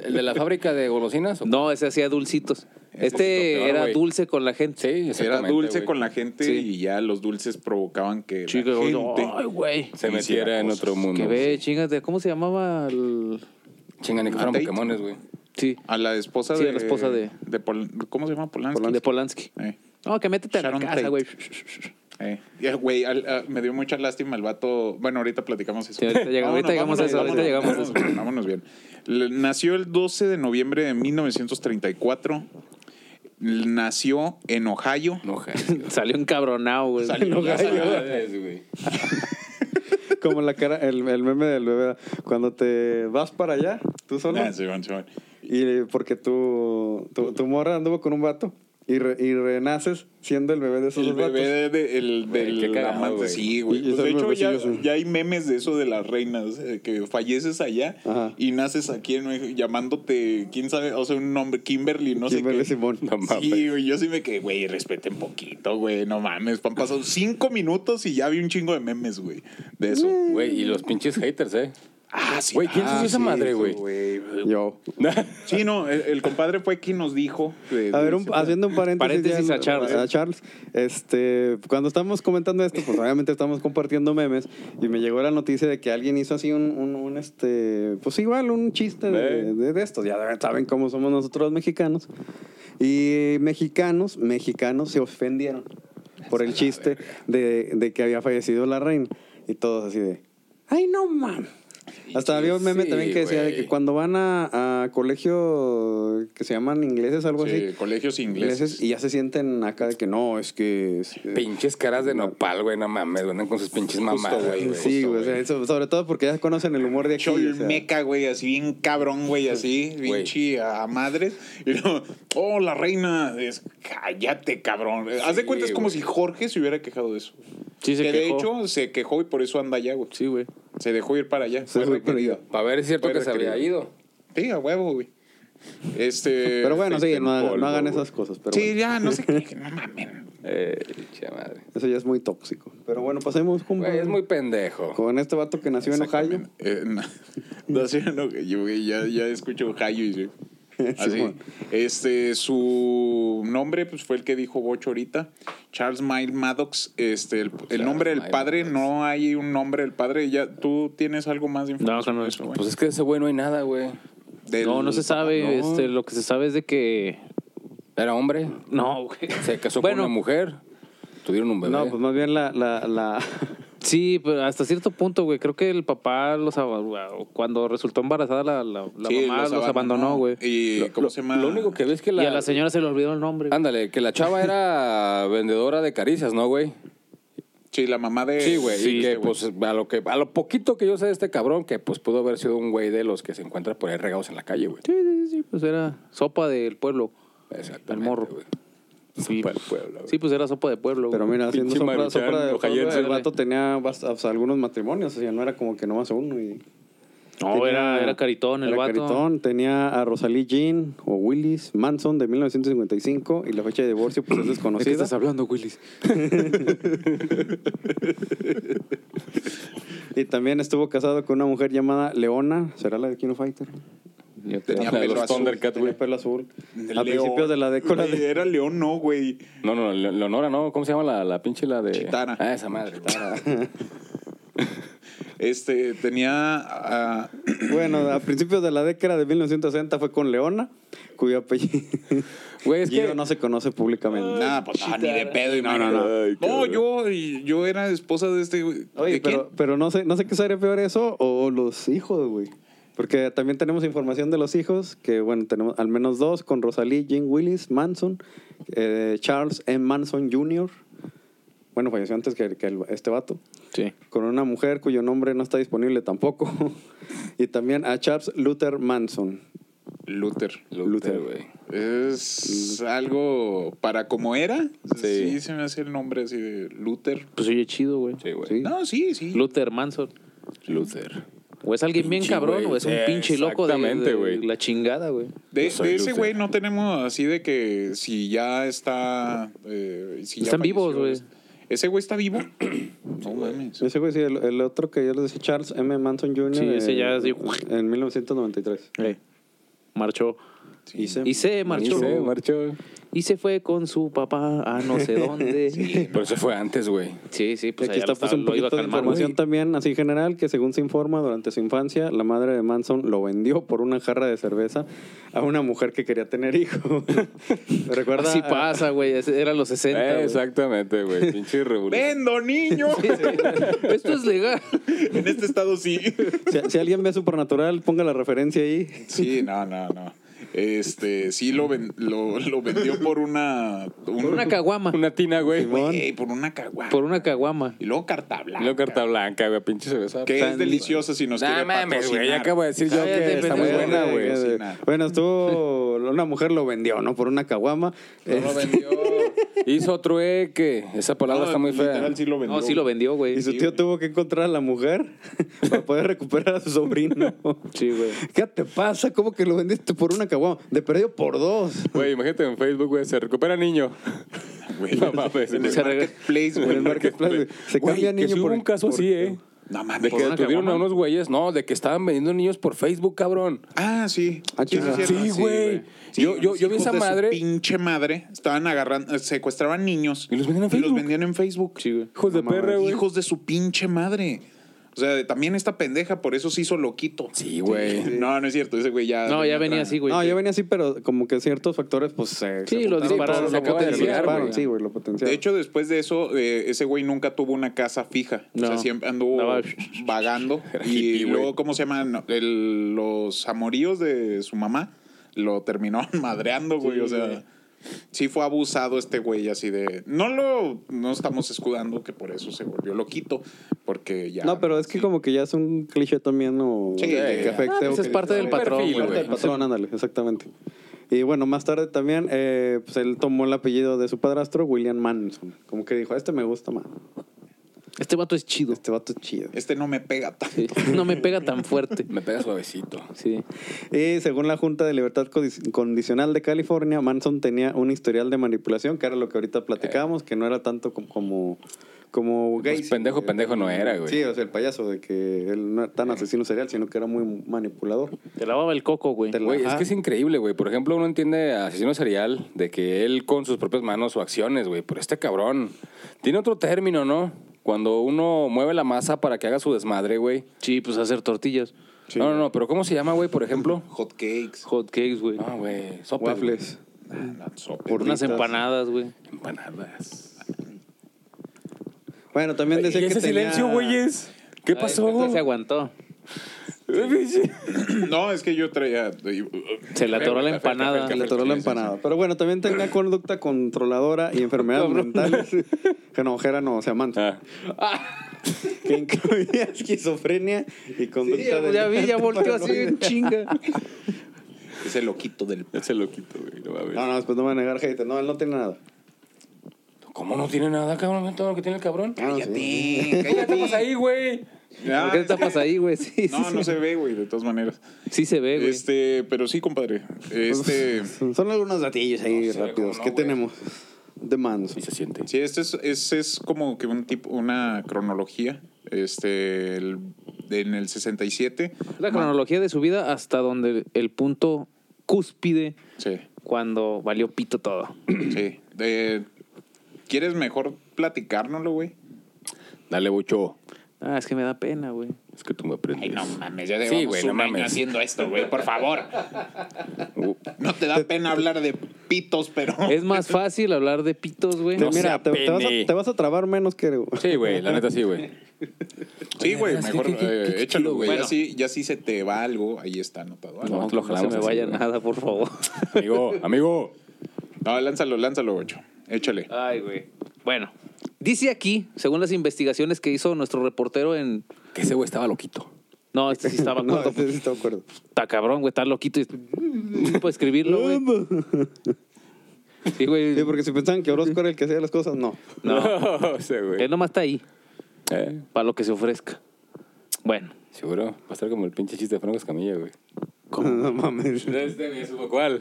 S3: ¿El de la fábrica de golosinas? o-
S4: no, ese hacía dulcitos.
S3: Dulcito,
S4: Este
S3: claro,
S4: era
S3: güey.
S4: dulce con la gente.
S3: Sí,
S2: Era
S3: exactamente,
S2: dulce
S3: güey.
S2: con la gente
S4: Sí.
S2: y ya los dulces provocaban que la
S4: Chica, güey,
S2: gente
S4: Ay, güey.
S3: Se
S2: Hiciera
S3: metiera en
S2: cosas.
S3: otro mundo.
S4: Que ve, chingate. ¿Cómo se llamaba el...?
S3: Chingan, ni que fueran
S2: Date.
S3: Pokémones, güey.
S4: Sí,
S2: a la esposa
S4: Sí,
S2: de
S4: a la esposa de-
S2: Pol- ¿Cómo se llama Polanski?
S4: de Polanski.
S2: Eh.
S4: No, que métete a la
S2: Sharon
S4: casa,
S2: Tate.
S4: güey. <laughs>
S2: Eh, ya, Güey, al- a- me dio mucha lástima el vato. Bueno, ahorita platicamos eso.
S4: Sí, ahorita llegamos- ahorita llegamos a eso, ahorita llegamos a
S2: vámonos, bien, vámonos bien. Le- Nació el 12 de noviembre de 1934. Nació en Ohio.
S3: No, <laughs> ja.
S4: Salió encabronado, güey.
S2: Salió
S1: No,
S4: <laughs>
S2: ya
S1: gallo.
S2: salió.
S3: Es, güey.
S1: <laughs> Como la cara, el, el meme del bebé. Cuando te vas para allá, tú solo.
S2: Ah, sí, bueno, sí, bueno.
S1: Y porque tu, tu, tu morra anduvo con un vato y, re- y renaces siendo el bebé de esos
S2: El
S1: dos vatos.
S2: bebé de, de- el,
S3: Güey,
S2: del
S3: qué cagado,
S2: amante,
S3: güey.
S2: sí, güey.
S1: Y- y
S2: Pues,
S1: son
S2: de hecho,
S1: los
S2: ya,
S1: besillos, sí.
S2: ya hay memes de eso de las reinas, eh, que falleces allá
S1: Ajá.
S2: y naces aquí en México llamándote, quién sabe, o sea, un nombre, Kimberly, no
S1: Kimberly
S2: sé qué.
S1: Simón.
S3: No mames.
S2: Sí, güey, yo sí me quedé, güey, respeten poquito, güey, no mames. Han pasado cinco minutos y ya vi un chingo de memes, güey, de eso.
S1: Eh.
S3: Güey, y los pinches haters, ¿eh?
S2: Ah, sí.
S3: Güey, ¿quién
S2: ah,
S3: subió esa
S2: sí,
S3: madre,
S2: eso,
S3: güey?
S1: Yo.
S2: Sí, no, el, el compadre fue quien nos dijo. de-
S1: A ver, un-
S2: de-
S1: haciendo un paréntesis,
S4: Paréntesis
S1: ya
S4: a Charles.
S1: a Charles, Este, cuando estábamos comentando esto, pues obviamente estamos compartiendo memes y me llegó la noticia de que alguien hizo así un, un- un, este, pues igual un chiste de,
S3: Ey.
S1: de- de estos. Ya saben cómo somos nosotros los mexicanos. Y mexicanos, mexicanos se ofendieron por el chiste de, de que había fallecido la reina y todos así de, ay no mames. Hasta había un meme
S3: Sí,
S1: también que decía de
S3: güey.
S1: que cuando van a, a colegio que se llaman ingleses, algo
S2: Sí,
S1: así,
S2: colegios ingleses.
S1: ingleses y ya se sienten acá de que no, es que... es-
S3: Pinches caras de nopal, güey, no mames, güey, andan con sus pinches mamadas,
S2: güey,
S3: güey.
S1: sí, güey, o sea, eso- sobre todo porque ya conocen el humor de aquí. o sea.
S2: Cholmeca, güey, así bien cabrón, güey, así,
S3: Güey.
S2: bien chi a, a madres. Y luego, oh, la reina, es, cállate, cabrón. Haz de cuenta, es como
S3: güey.
S2: si Jorge se hubiera quejado de eso.
S4: Sí, se
S2: que
S4: quejó.
S2: de hecho se quejó y por eso anda allá, güey.
S4: Sí, güey.
S2: Se dejó ir para allá.
S1: fue
S2: Fue
S1: para
S2: requerido.
S1: allá.
S3: Para ver si es cierto
S2: Fue
S3: que se había
S2: requerido.
S3: ido.
S2: Sí, a huevo, güey. Este.
S1: Pero bueno, sí,
S2: este,
S1: no, hagan-
S2: polvo,
S1: no hagan
S2: güey.
S1: esas cosas. Pero
S2: sí,
S1: bueno,
S2: ya, no sé qué, no mamen.
S3: Eh, che madre.
S1: eso ya es muy tóxico. Pero bueno, pasemos con,
S3: Güey, es muy pendejo.
S1: con este vato que nació en Ohio.
S2: Exactamente. Eh, no, <laughs> no, sí, no, yo, güey, ya, ya escucho Ohio y
S3: <laughs>
S2: sí. Así.
S1: Simón.
S2: Este, su nombre pues, fue el que dijo Bocho ahorita, Charles Miles Maddox. Este, el, el nombre del
S3: Miles
S2: padre,
S3: Maddox.
S2: no hay un nombre del padre. Ya, ¿Tú tienes algo más de
S4: No,
S2: información?
S4: no,
S2: de eso, güey?
S3: Pues es que de ese güey no hay nada, güey.
S2: Del-
S4: no, no se sabe.
S2: No.
S4: Este, lo que se sabe es de que.
S3: Era hombre,
S4: No, güey. <laughs>
S3: se casó
S4: Bueno.
S3: con una mujer, tuvieron un bebé.
S1: No, pues más bien la... la,
S3: <laughs>
S1: la-
S4: Sí, pero hasta cierto punto, güey. Creo que el papá los ab- cuando resultó embarazada la, la, la
S2: Sí,
S4: mamá los, abandonó, güey. Y,
S2: Y,
S3: Lo-
S2: ¿cómo
S3: lo-
S2: se llama?
S3: Lo único que ves que la...
S4: a la Ah. señora se le olvidó el nombre. güey.
S3: Ándale, que la chava era vendedora de caricias, ¿no, güey?
S2: Sí, la mamá de...
S3: Sí, güey.
S4: sí,
S3: y
S4: este
S3: que, pues, a lo, que, a lo poquito que yo sé de este cabrón, que pues pudo haber sido un güey de los que se encuentra por ahí regados en la calle, güey.
S4: Sí, sí, sí, pues era sopa del pueblo.
S3: Exactamente.
S4: El morro.
S3: güey.
S4: Sí,
S3: Sopa del pueblo, güey.
S4: Sí, pues era sopa de pueblo.
S1: Pero
S4: güey.
S1: mira, haciendo
S3: Pinche
S1: sombra,
S3: Maruchan,
S1: sombra de
S3: ojallense,
S1: pueblo, el
S3: güey.
S1: vato tenía bast- o sea, algunos matrimonios, o sea, no era como que nomás uno. Y
S4: no,
S1: tenía-
S4: era, era caritón el
S1: era
S4: vato.
S1: caritón, tenía a Rosalie Jean o Willis Manson de 1955 y la fecha de divorcio pues es
S4: ¿De
S1: desconocida.
S4: qué estás hablando, Willis?
S1: Y también estuvo casado con una mujer llamada Leona, ¿será la de Kino Fighter?
S4: Yo
S2: <laughs>
S4: te-
S2: Tenía
S3: La <laughs> de
S2: pelo
S3: los
S2: azul.
S3: Thundercat,
S1: Tenía
S3: güey.
S1: pelo azul.
S2: León.
S1: A principios de la década
S2: Güey,
S1: de...
S2: Era León, no, güey.
S3: No, no, Le- Leonora, ¿no? ¿Cómo se llama la, la pinche la de...?
S2: Chitara.
S3: Ah, esa madre. güey.
S4: <laughs>
S2: Este, tenía... ah,
S1: <laughs> Bueno, a principios de la década de 1960 fue con Leona, cuyo apellido
S3: Güey,
S1: <laughs>
S3: es que... Ah,
S1: no se conoce públicamente.
S2: Nah, pues no, ni de pedo. No, no,
S3: no. Ay,
S2: no,
S3: cabrón.
S2: yo, yo era esposa de este güey.
S1: Oye,
S2: ¿De
S1: pero,
S2: quién?
S1: pero no sé, no sé qué sería peor eso o los hijos, güey. Porque también tenemos información de los hijos, que bueno, tenemos al menos dos, con Rosalie Jean Willis Manson, eh, Charles M. Manson Jr., bueno, falleció antes que, que el- este vato,
S4: Sí.
S1: con una mujer cuyo nombre no está disponible tampoco, <laughs> y también a Charles Luther Manson.
S2: Luther.
S3: Luther,
S1: Luther.
S3: güey.
S2: Es algo para como era. Sí.
S3: Sí.
S2: se me hace el nombre así de Luther.
S4: Pues oye, chido, güey.
S3: Sí, güey.
S1: Sí.
S2: No, sí, sí.
S4: Luther Manson.
S3: Luther.
S4: O es alguien bien
S3: Pinche
S4: cabrón,
S3: güey.
S4: o es un
S3: Eh,
S4: pinche loco de,
S3: exactamente,
S4: de
S3: güey.
S4: la chingada, güey.
S2: De,
S3: Yo soy
S2: de ese
S3: Luther.
S2: güey no tenemos así de que si ya está. eh, si ya
S4: Están
S2: falleció.
S4: vivos, güey.
S2: Ese güey está vivo. <clears throat> no mames.
S1: Ese güey, sí, el, el otro que yo les decía, Charles M. Manson Jr.
S4: Sí, ese ya
S1: eh,
S4: sí.
S1: En 1993.
S4: Marchó.
S1: Y se,
S4: Y se marchó.
S3: Sí, marchó.
S4: Y se fue con su papá a no sé dónde. sí.
S3: Pero eso fue antes, güey.
S4: sí,
S1: Y
S4: pues
S1: aquí está
S4: allá lo
S1: pues,
S4: estaba-
S1: un
S4: lo iba a
S1: poquito de
S4: calmar,
S1: información
S4: güey.
S1: también, así general, que según se informa, durante su infancia, la madre de Manson lo vendió por una jarra de cerveza a una mujer que quería tener
S4: <laughs>
S1: hijo. ¿Te recuerda?
S4: Así pasa, güey. ese- Eran los 60.
S3: Eh,
S4: güey.
S3: exactamente,
S4: <laughs>
S3: güey. Pinche revolución.
S2: ¡Vendo, niño!
S4: Esto es legal.
S2: <laughs> en este estado sí.
S1: Si, si alguien ve Supernatural, ponga la referencia ahí.
S3: <laughs>
S2: Sí, no, no, no. Este, sí lo, ven- lo, lo vendió por una... un-
S4: Por una caguama.
S3: Una tina, güey.
S2: Güey, por una caguama.
S4: Por una caguama.
S2: Y luego carta blanca.
S3: Luego carta blanca, güey. Pinche cerveza.
S2: Que
S1: Tan-
S2: es deliciosa si nos
S3: Nah,
S2: quiere
S3: mames,
S2: patrocinar.
S3: güey, ya acabo de decir yo
S4: Cállate,
S3: que está muy
S4: pendejo.
S3: buena,
S1: Sí,
S3: güey.
S1: sí,
S2: nada.
S1: eh, Bueno, estuvo. Una mujer lo vendió, ¿no? Por una caguama. eh,
S3: No lo vendió. Hizo trueque. Esa palabra
S2: No,
S3: está muy fea.
S2: literal, sí lo vendió.
S4: No, sí lo vendió,
S1: Y
S4: güey.
S1: su tío tuvo que encontrar a la mujer para poder recuperar a su sobrino.
S4: Sí, güey.
S1: ¿Qué te pasa? ¿Cómo que lo vendiste por una caguama? De perdido por dos.
S3: Güey, imagínate en Facebook, güey, se
S1: <laughs>
S3: recupera niño.
S2: Güey,
S3: No mames.
S2: en el
S4: Se rega-
S2: marketplace,
S1: En
S2: <laughs> güey.
S1: el marketplace. Se
S3: Güey,
S1: cambia
S3: que
S1: niño
S3: sí
S1: por
S3: hubo un caso
S1: por-
S3: así, ¿eh?
S2: No
S3: De
S2: mames.
S3: que
S4: una
S3: detuvieron a
S4: caguama?
S3: unos güeyes, no, de que estaban vendiendo niños por Facebook, cabrón.
S2: Ah, sí.
S1: Ah,
S2: Sí,
S1: chingada.
S2: es cierto.
S3: Sí, güey.
S2: Sí,
S3: yo, yo,
S2: unos
S3: yo vi
S2: hijos
S3: esa
S2: de su
S3: madre.
S2: pinche madre. Estaban agarrando, eh, secuestraban niños.
S3: Y los vendían en
S2: Y
S3: Facebook.
S2: los vendían en Facebook.
S4: Sí, güey.
S3: Hijos de
S1: No mames.
S3: perra, güey.
S2: Hijos de su pinche madre. O sea, también esta pendeja, por eso se hizo loquito.
S3: Sí, güey.
S2: No, no es cierto. Ese güey ya.
S4: No, ya venía
S2: atrás.
S4: así, güey.
S1: No, yo venía así, pero como que ciertos factores, pues se.
S4: Sí,
S1: se
S4: lo
S1: juntaron.
S4: dispararon.
S1: Sí,
S4: Se
S1: lo
S4: acaba
S3: de
S1: potenciaron,
S3: desviar,
S1: dispararon,
S3: güey.
S1: Sí, güey, lo potenciaron.
S2: De hecho, después de eso, eh, ese güey nunca tuvo una casa fija. O sea,
S4: No.
S2: siempre anduvo
S4: Andaba-
S2: vagando.
S3: Era
S2: y
S3: hippie, güey.
S2: luego, ¿cómo se llaman? No, el- los amoríos de su mamá lo terminó <laughs> madreando, güey. o sea, sí fue abusado este güey así de... No lo... No estamos escudando que por eso se volvió loquito. Porque ya...
S1: no, pero es que
S2: sí.
S1: como que ya es un cliché también, o
S2: Sí,
S1: que
S2: ya.
S1: afecte.
S4: Ah, pues
S1: o
S4: es
S1: que-
S4: parte del
S1: Sí,
S4: patrón,
S1: parte
S3: güey.
S1: del patrón, ándale, exactamente. Y bueno, más tarde también, eh, pues él tomó el apellido de su padrastro, William Manson. Como que dijo, este me gusta más.
S4: Este vato es chido.
S1: Este vato es chido.
S2: Este no me pega tanto.
S4: Sí. No me pega tan fuerte.
S3: Me pega suavecito.
S4: Sí.
S1: Y según la Junta de Libertad Codis- Condicional de California, Manson tenía un historial de manipulación, que era lo que ahorita platicábamos, que no era tanto como, como, como gay.
S3: Pues pendejo, pendejo no era, güey.
S1: eh, Sí, o sea, el payaso de que él no era tan asesino serial, sino que era muy manipulador.
S4: Te lavaba el coco, güey.
S1: Te la-
S3: Güey, es
S1: Ajá.
S3: que es increíble, güey. Por ejemplo, uno entiende a asesino serial de que él con sus propias manos o acciones, güey. Pero este cabrón tiene otro término, ¿no? Cuando uno mueve la masa para que haga su desmadre, güey.
S4: Sí, pues hacer tortillas.
S3: No, no, no. Pero ¿cómo se llama, güey, por ejemplo?
S2: Hot cakes.
S4: Hot cakes, güey.
S3: Ah, güey. Sopas.
S1: Waffles.
S4: Unas empanadas, güey.
S3: güey. Empanadas.
S1: Bueno, también decía
S3: ¿Y
S1: que
S3: ese
S1: tenía...
S3: silencio, güeyes? ¿Qué
S4: Ay,
S3: pasó?
S4: esta Se aguantó.
S2: <clears throat> No, es que yo traía...
S4: Se le atoró la
S3: Café, café,
S4: empanada.
S3: café,
S1: Le atoró la
S2: Sí, sí,
S1: empanada. Pero bueno, también tenía conducta controladora y enfermedades mentales. <laughs> Que no, Jera no, o sea, Manson.
S3: Ah.
S1: Que incluía <laughs> esquizofrenia y conducta
S4: Ya, ya
S1: <laughs>
S4: vi, ya volteó así en chinga.
S2: Ese loquito del...
S3: Ese loquito, güey. No, mames.
S1: No, no, después no me va a negar, gente. No, él no tiene nada.
S3: ¿Cómo no tiene nada, cabrón? Todo lo que tiene el cabrón.
S1: Ah, no, sí.
S2: Cállate,
S3: ¿Qué te
S2: cállate.
S3: pasa ahí, güey?
S2: Ah,
S4: ¿Por qué te
S2: es que-
S4: tapas ahí, güey? Sí,
S2: No,
S4: sí,
S2: no
S4: sí.
S2: se ve, güey, de todas maneras.
S4: Sí se ve, güey.
S2: Este, pero sí, compadre.
S4: <laughs>
S2: Este,
S1: Son algunos datillos ahí
S3: No sé,
S1: rápidos.
S3: cómo no,
S1: ¿Qué
S3: güey.
S1: tenemos? De Manson.
S3: Y se siente.
S2: sí, este es, este es como que un tipo, una cronología. Este, el- en el 67.
S4: La cronología de su vida hasta donde el punto cúspide
S2: Sí,
S4: cuando valió pito todo.
S2: sí. Eh, ¿Quieres mejor platicárnoslo, güey?
S3: Dale, bucho.
S4: Ah, es que me da pena, güey.
S3: Es que tú me aprendes.
S2: mames, ya
S3: llevamos un año haciendo
S2: esto, güey, por favor.
S3: Uh,
S2: <laughs> No te da pena hablar de pitos, pero...
S4: Es más fácil hablar de pitos, güey.
S3: No
S1: Mira,
S3: sea
S1: te, te vas a,
S3: pene.
S1: te vas a trabar menos que...
S3: Sí, güey, la neta sí, güey.
S2: Sí, güey,
S3: Oye,
S2: mejor
S3: qué- qué-
S2: eh,
S3: qué- qué
S2: échalo,
S3: chido,
S2: güey.
S3: güey.
S2: Ya, sí, ya sí se te va algo, ahí está anotado. algo.
S4: No,
S3: Nomás lo
S4: no se
S3: jalamos
S4: me
S3: así,
S4: vaya
S3: güey.
S4: nada, por favor.
S3: Amigo, amigo.
S2: No, lánzalo, lánzalo, ocho. Échale.
S4: Ay, güey. Bueno, dice aquí, según las investigaciones que hizo nuestro reportero en...
S3: Que ese güey estaba loquito.
S4: No, este sí
S1: <laughs>
S4: estaba
S1: No,
S4: corto. pues,
S1: sí, sí, estoy de acuerdo.
S4: Está cabrón, güey, está loquito. Y... Puedo escribirlo, güey. Sí, güey.
S1: Sí, porque si pensaban que Orozco era el que hacía las cosas, no.
S4: No,
S3: <laughs> ese güey.
S4: <laughs> él nomás está ahí,
S3: ¿Eh?
S4: para lo que se ofrezca. Bueno, <laughs>
S3: Seguro. Va a estar como el pinche chiste de Franco Escamilla, güey.
S1: <laughs> No mames.
S3: Este es cuál.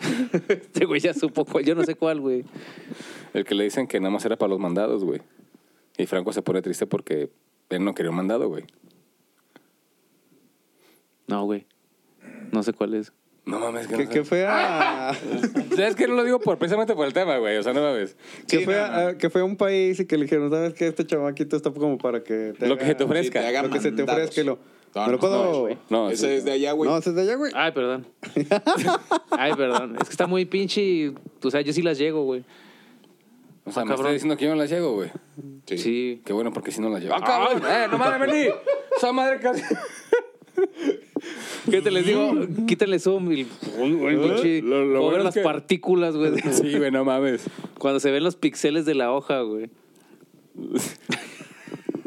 S4: este güey ya supo cuál, yo no sé cuál, güey.
S3: El que le dicen que nada más era para los mandados, güey. Y Franco se pone triste porque él no quería un mandado, güey.
S4: No, güey. No sé cuál es.
S3: No mames, que
S1: Que,
S3: no
S1: que
S3: sé.
S1: fue a.
S3: ¿Sabes que No lo digo por, precisamente por el tema, güey. O sea, no mames.
S1: que,
S2: Sí,
S1: fue
S2: no,
S1: a-
S2: no.
S1: a- que fue a un país y que le dijeron, ¿sabes qué? Este chamaquito está como para que.
S3: Lo que se te ofrezca.
S2: Sí, te haga
S1: Lo que se te
S2: mandados.
S1: ofrezca y lo. ¿Me
S2: No,
S1: lo
S2: no,
S1: puedo-
S2: no, güey.
S3: No,
S2: Ese
S3: sí.
S2: es de allá, güey.
S1: No, ¿se es de allá, güey.
S4: Ay, <laughs> perdón. Ay, perdón. Es que está muy pinche y, o sea, yo sí las llego, güey.
S3: O sea,
S4: Ah,
S3: me
S4: cabrón.
S3: está diciendo que yo no la llego, güey.
S2: Sí.
S4: Sí.
S3: Qué bueno, porque si no la llevo. ¡Ah, cabrón! ¡Eh, no mames, vení! Esa madre casi.
S4: ¿Qué te les digo? Quítale zoom y ¿Eh? un, un pinche-
S3: Lo- lo
S4: o
S3: bueno
S4: ver
S3: es
S4: las
S3: que-
S4: partículas, güey.
S3: <laughs>
S4: de-
S3: Sí, güey, no mames.
S4: <laughs> Cuando se ven los pixeles de la hoja, <laughs> güey.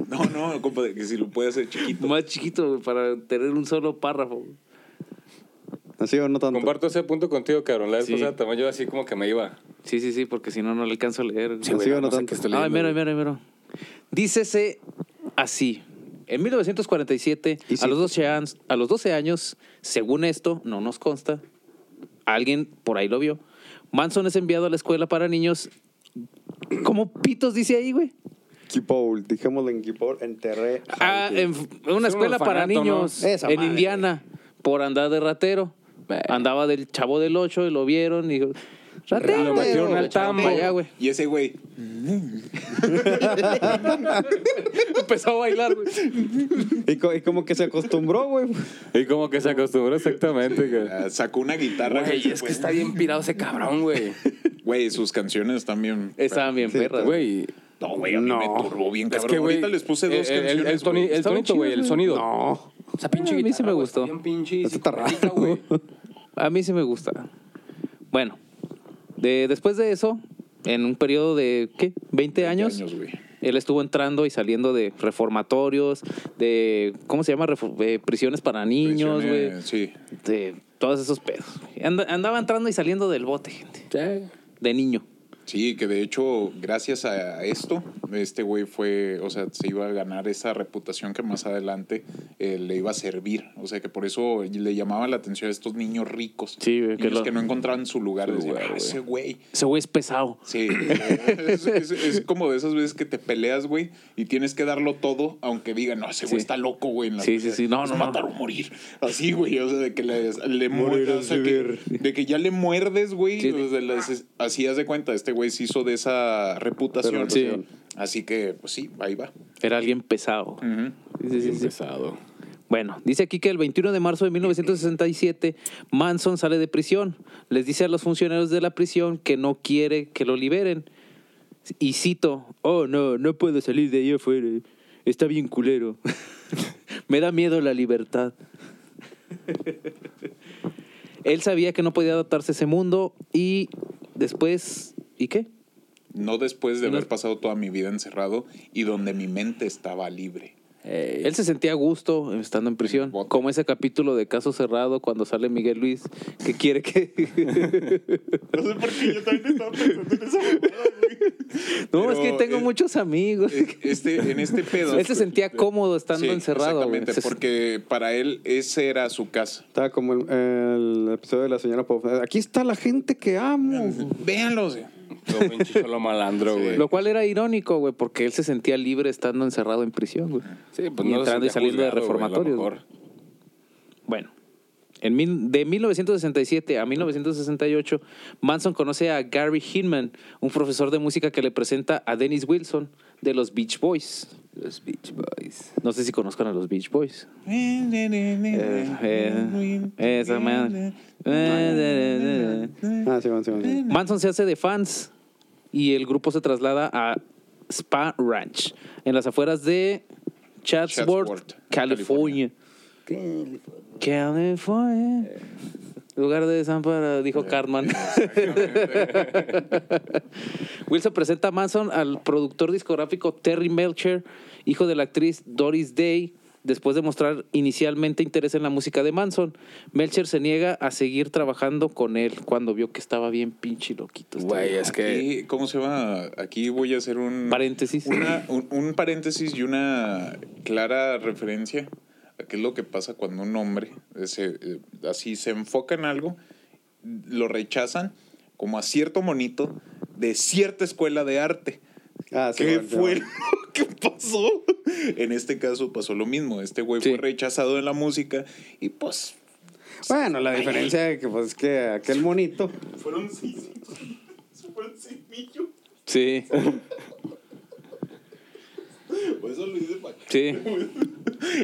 S2: No, no, compadre, que si lo puede hacer chiquito.
S4: Más chiquito, güey, para tener un solo párrafo. güey.
S1: Así o no tanto.
S3: Comparto ese punto contigo, cabrón. La vez
S4: Sí.
S3: pasada también yo así como que me iba.
S4: Sí, sí, sí, porque si no, no le alcanzo a leer. güey.
S1: Sí, güey, no
S3: sé
S1: tanto.
S3: qué estoy leyendo,
S4: Ay, mero,
S3: güey.
S4: mero, mero. Dícese así. En 1947,
S1: Y sí.
S4: a, los 12 años, a los 12 años, según esto, no nos consta, alguien por ahí lo vio, Manson es enviado a la escuela para niños. ¿Cómo pitos dice ahí, güey?
S1: Kipoul, dijémoslo en Kipoul, enterré.
S4: Ah, en una escuela para
S3: orfanato,
S4: niños
S1: ¿no? Esa
S4: en
S1: madre.
S4: Indiana por andar de ratero. Andaba del chavo del 8 y lo vieron y dijo, ratero,
S3: Lo metieron al
S4: lo echaron
S3: tambo.
S4: para allá, güey.
S2: Y ese güey,
S4: Empezó a bailar, güey.
S1: Y, co- y como que se acostumbró, güey.
S3: Y como que se acostumbró exactamente, güey.
S2: ah, sacó una guitarra.
S3: Güey, es que
S2: güey.
S3: está bien pirado ese cabrón, güey.
S2: Güey, sus canciones también.
S4: Estaban bien
S1: Sí,
S4: perras.
S3: Güey.
S2: No, güey, a mí me turbó bien, cabrón.
S3: güey, eh,
S2: Ahorita les puse dos
S3: el- el- El,
S2: canciones,
S3: toni-
S2: güey.
S3: el
S4: Estaban
S3: tonito, güey, el
S4: chidas,
S3: sonido.
S1: No.
S3: Esa pinche
S4: Ah, A mí sí
S3: guitarra,
S4: me
S3: güey,
S4: gustó.
S3: está Bien pinche y
S1: Esto está raro.
S3: psicodélica, güey.
S4: A mí sí me gusta. Bueno, de- después de eso, en un periodo de, ¿qué? ¿20 años?
S2: años, güey.
S4: él estuvo entrando y saliendo de reformatorios, de, ¿cómo se llama? Refor- eh, prisiones para niños, güey.
S2: Prisiones, Sí.
S4: De todos esos pedos. Anda- andaba entrando y saliendo del bote, gente.
S3: Sí.
S4: De niño.
S2: Sí, que de hecho, gracias a esto, este güey fue, o sea, se iba a ganar esa reputación que más adelante eh, le iba a servir. O sea, que por eso le llamaba la atención a estos niños ricos.
S4: Sí, güey, que
S2: niños
S4: lo-
S2: que no encontraban su lugar.
S3: Su
S2: Decían,
S3: lugar,
S2: "Ah,
S3: güey".
S2: ese güey.
S4: Ese güey es pesado.
S2: Sí, es, es- es como de esas veces que te peleas, güey, y tienes que darlo todo, aunque digan, no, ese güey
S4: Sí.
S2: está loco, güey. en la
S4: Sí,
S2: pelea.
S4: sí, sí, no,
S2: Es
S4: no, no.
S2: matar o morir. Así, güey, o sea, de que le, le
S1: Morir
S2: muer- o sea,
S1: es
S2: que-
S1: vivir.
S2: de que ya le muerdes, güey.
S4: Sí.
S2: o sea, las- así haz de cuenta, este güey se hizo de esa reputación.
S4: Sí.
S2: Así que, pues sí, ahí va.
S4: Era alguien pesado.
S2: Ujú.
S4: Sí, sí, sí,
S3: Bien
S4: sí.
S3: pesado.
S4: Bueno, dice aquí que el 21 de marzo de 1967 Manson sale de prisión. Les dice a los funcionarios de la prisión que no quiere que lo liberen. Y cito, oh no, no puedo salir de ahí afuera. Está bien culero. <laughs> Me da miedo la libertad. <laughs> Él sabía que no podía adaptarse a ese mundo y después... ¿Y qué?
S2: No después de
S4: No.
S2: haber pasado toda mi vida encerrado y donde mi mente estaba libre. Eh,
S4: Él se sentía a gusto estando en prisión,
S2: Bote.
S4: como ese capítulo de Caso Cerrado cuando sale Miguel Luis que quiere que...
S2: <laughs> No sé por qué yo también estaba pensando en esa güey.
S4: No,
S2: Pero,
S4: es que tengo
S2: eh,
S4: muchos amigos.
S2: Eh, este, en este pedo.
S4: <laughs> Él se sentía cómodo estando
S2: Sí,
S4: encerrado. güey.
S2: Exactamente,
S4: Se-
S2: porque para él ese era su casa.
S1: Estaba como el, el episodio de la señora Pop. Aquí está la gente que amo.
S2: Véanlos.
S3: Lo pinche cholo malandro, güey.
S4: Lo cual era irónico, güey, porque él se sentía libre estando encerrado en prisión, güey.
S3: Sí, pues
S4: Y
S3: no se
S4: entrando y
S3: sentía
S4: saliendo
S3: juzgado, güey,
S4: de
S3: a lo
S4: reformatorios.
S3: mejor.
S4: Bueno, en mil- de 1967 a 1968, Manson conoce a Gary Hinman, un profesor de música que le presenta a Dennis Wilson de los Beach Boys.
S3: Los Beach Boys.
S4: No sé si conozcan a los Beach Boys. Eh, eh, esa madre.
S1: Ah, sí, van, sí, van, sí.
S4: Manson se hace de fans y el grupo se traslada a Spa Ranch, en las afueras de Chatsworth,
S2: Chatsworth,
S4: California. California. Lugar de desamparo,
S1: Eh,
S4: dijo Cartman. <laughs> Wilson presenta a Manson al productor discográfico Terry Melcher, hijo de la actriz Doris Day, después de mostrar inicialmente interés en la música de Manson. Melcher se niega a seguir trabajando con él cuando vio que estaba bien pinche loquito. este
S3: Güey,
S4: güey.
S3: es que.
S2: Aquí, ¿Cómo se llama? Aquí voy a hacer un
S4: Paréntesis.
S2: una- un, un paréntesis y una clara referencia a qué es lo que pasa cuando un hombre se, eh, así se enfoca en algo, lo rechazan como a cierto monito de cierta escuela de arte.
S1: Ah, sí,
S2: ¿Qué
S1: van, sí,
S2: fue
S1: van.
S2: <laughs> lo que pasó? En este caso pasó lo mismo. Este güey
S4: Sí.
S2: fue rechazado en la música y pues
S1: Bueno, la diferencia es que, pues, que aquel monito.
S5: Fueron seis. Fueron seis millones.
S4: Sí,
S5: Por eso lo hice para acá.
S4: sí.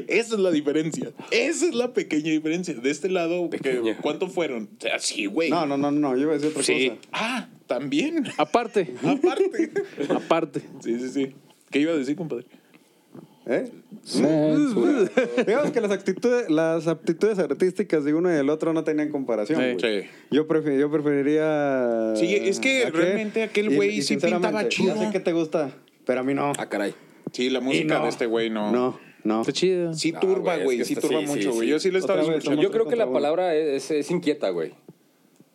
S2: Esa es la diferencia. Esa es la pequeña diferencia. De este lado, que-
S3: Pequeña.
S2: ¿cuánto fueron? O sea, sí, güey.
S1: No, no, no, no, yo iba a decir otra
S4: Sí.
S1: cosa.
S2: Ah, también. <laughs>
S4: Aparte,
S2: Aparte.
S4: aparte.
S2: Sí, sí, sí. ¿Qué iba a decir, compadre?
S1: ¿Eh? Digamos que las actitudes, las aptitudes artísticas de uno y del otro no tenían comparación.
S4: Sí.
S1: güey.
S2: Sí.
S1: Yo, prefi- yo preferiría.
S2: Sí, es que realmente aquel güey sí
S1: sinceramente,
S2: pintaba chido.
S1: Ya sé que te gusta, pero a mí no.
S3: Ah, caray.
S2: Sí, la
S1: Y
S2: música
S1: no.
S2: de este güey no.
S1: No, no.
S4: Está chido.
S2: Sí
S3: No, güey,
S2: turba,
S3: es
S2: güey.
S3: que
S2: sí
S3: está-
S2: turba
S3: sí,
S2: mucho,
S3: sí,
S2: güey.
S3: sí.
S2: Yo sí lo estaba
S1: Otra vez,
S2: escuchando.
S1: Somos
S3: Yo creo que
S1: contra
S3: la
S1: uno.
S3: palabra e, es, es inquieta, güey.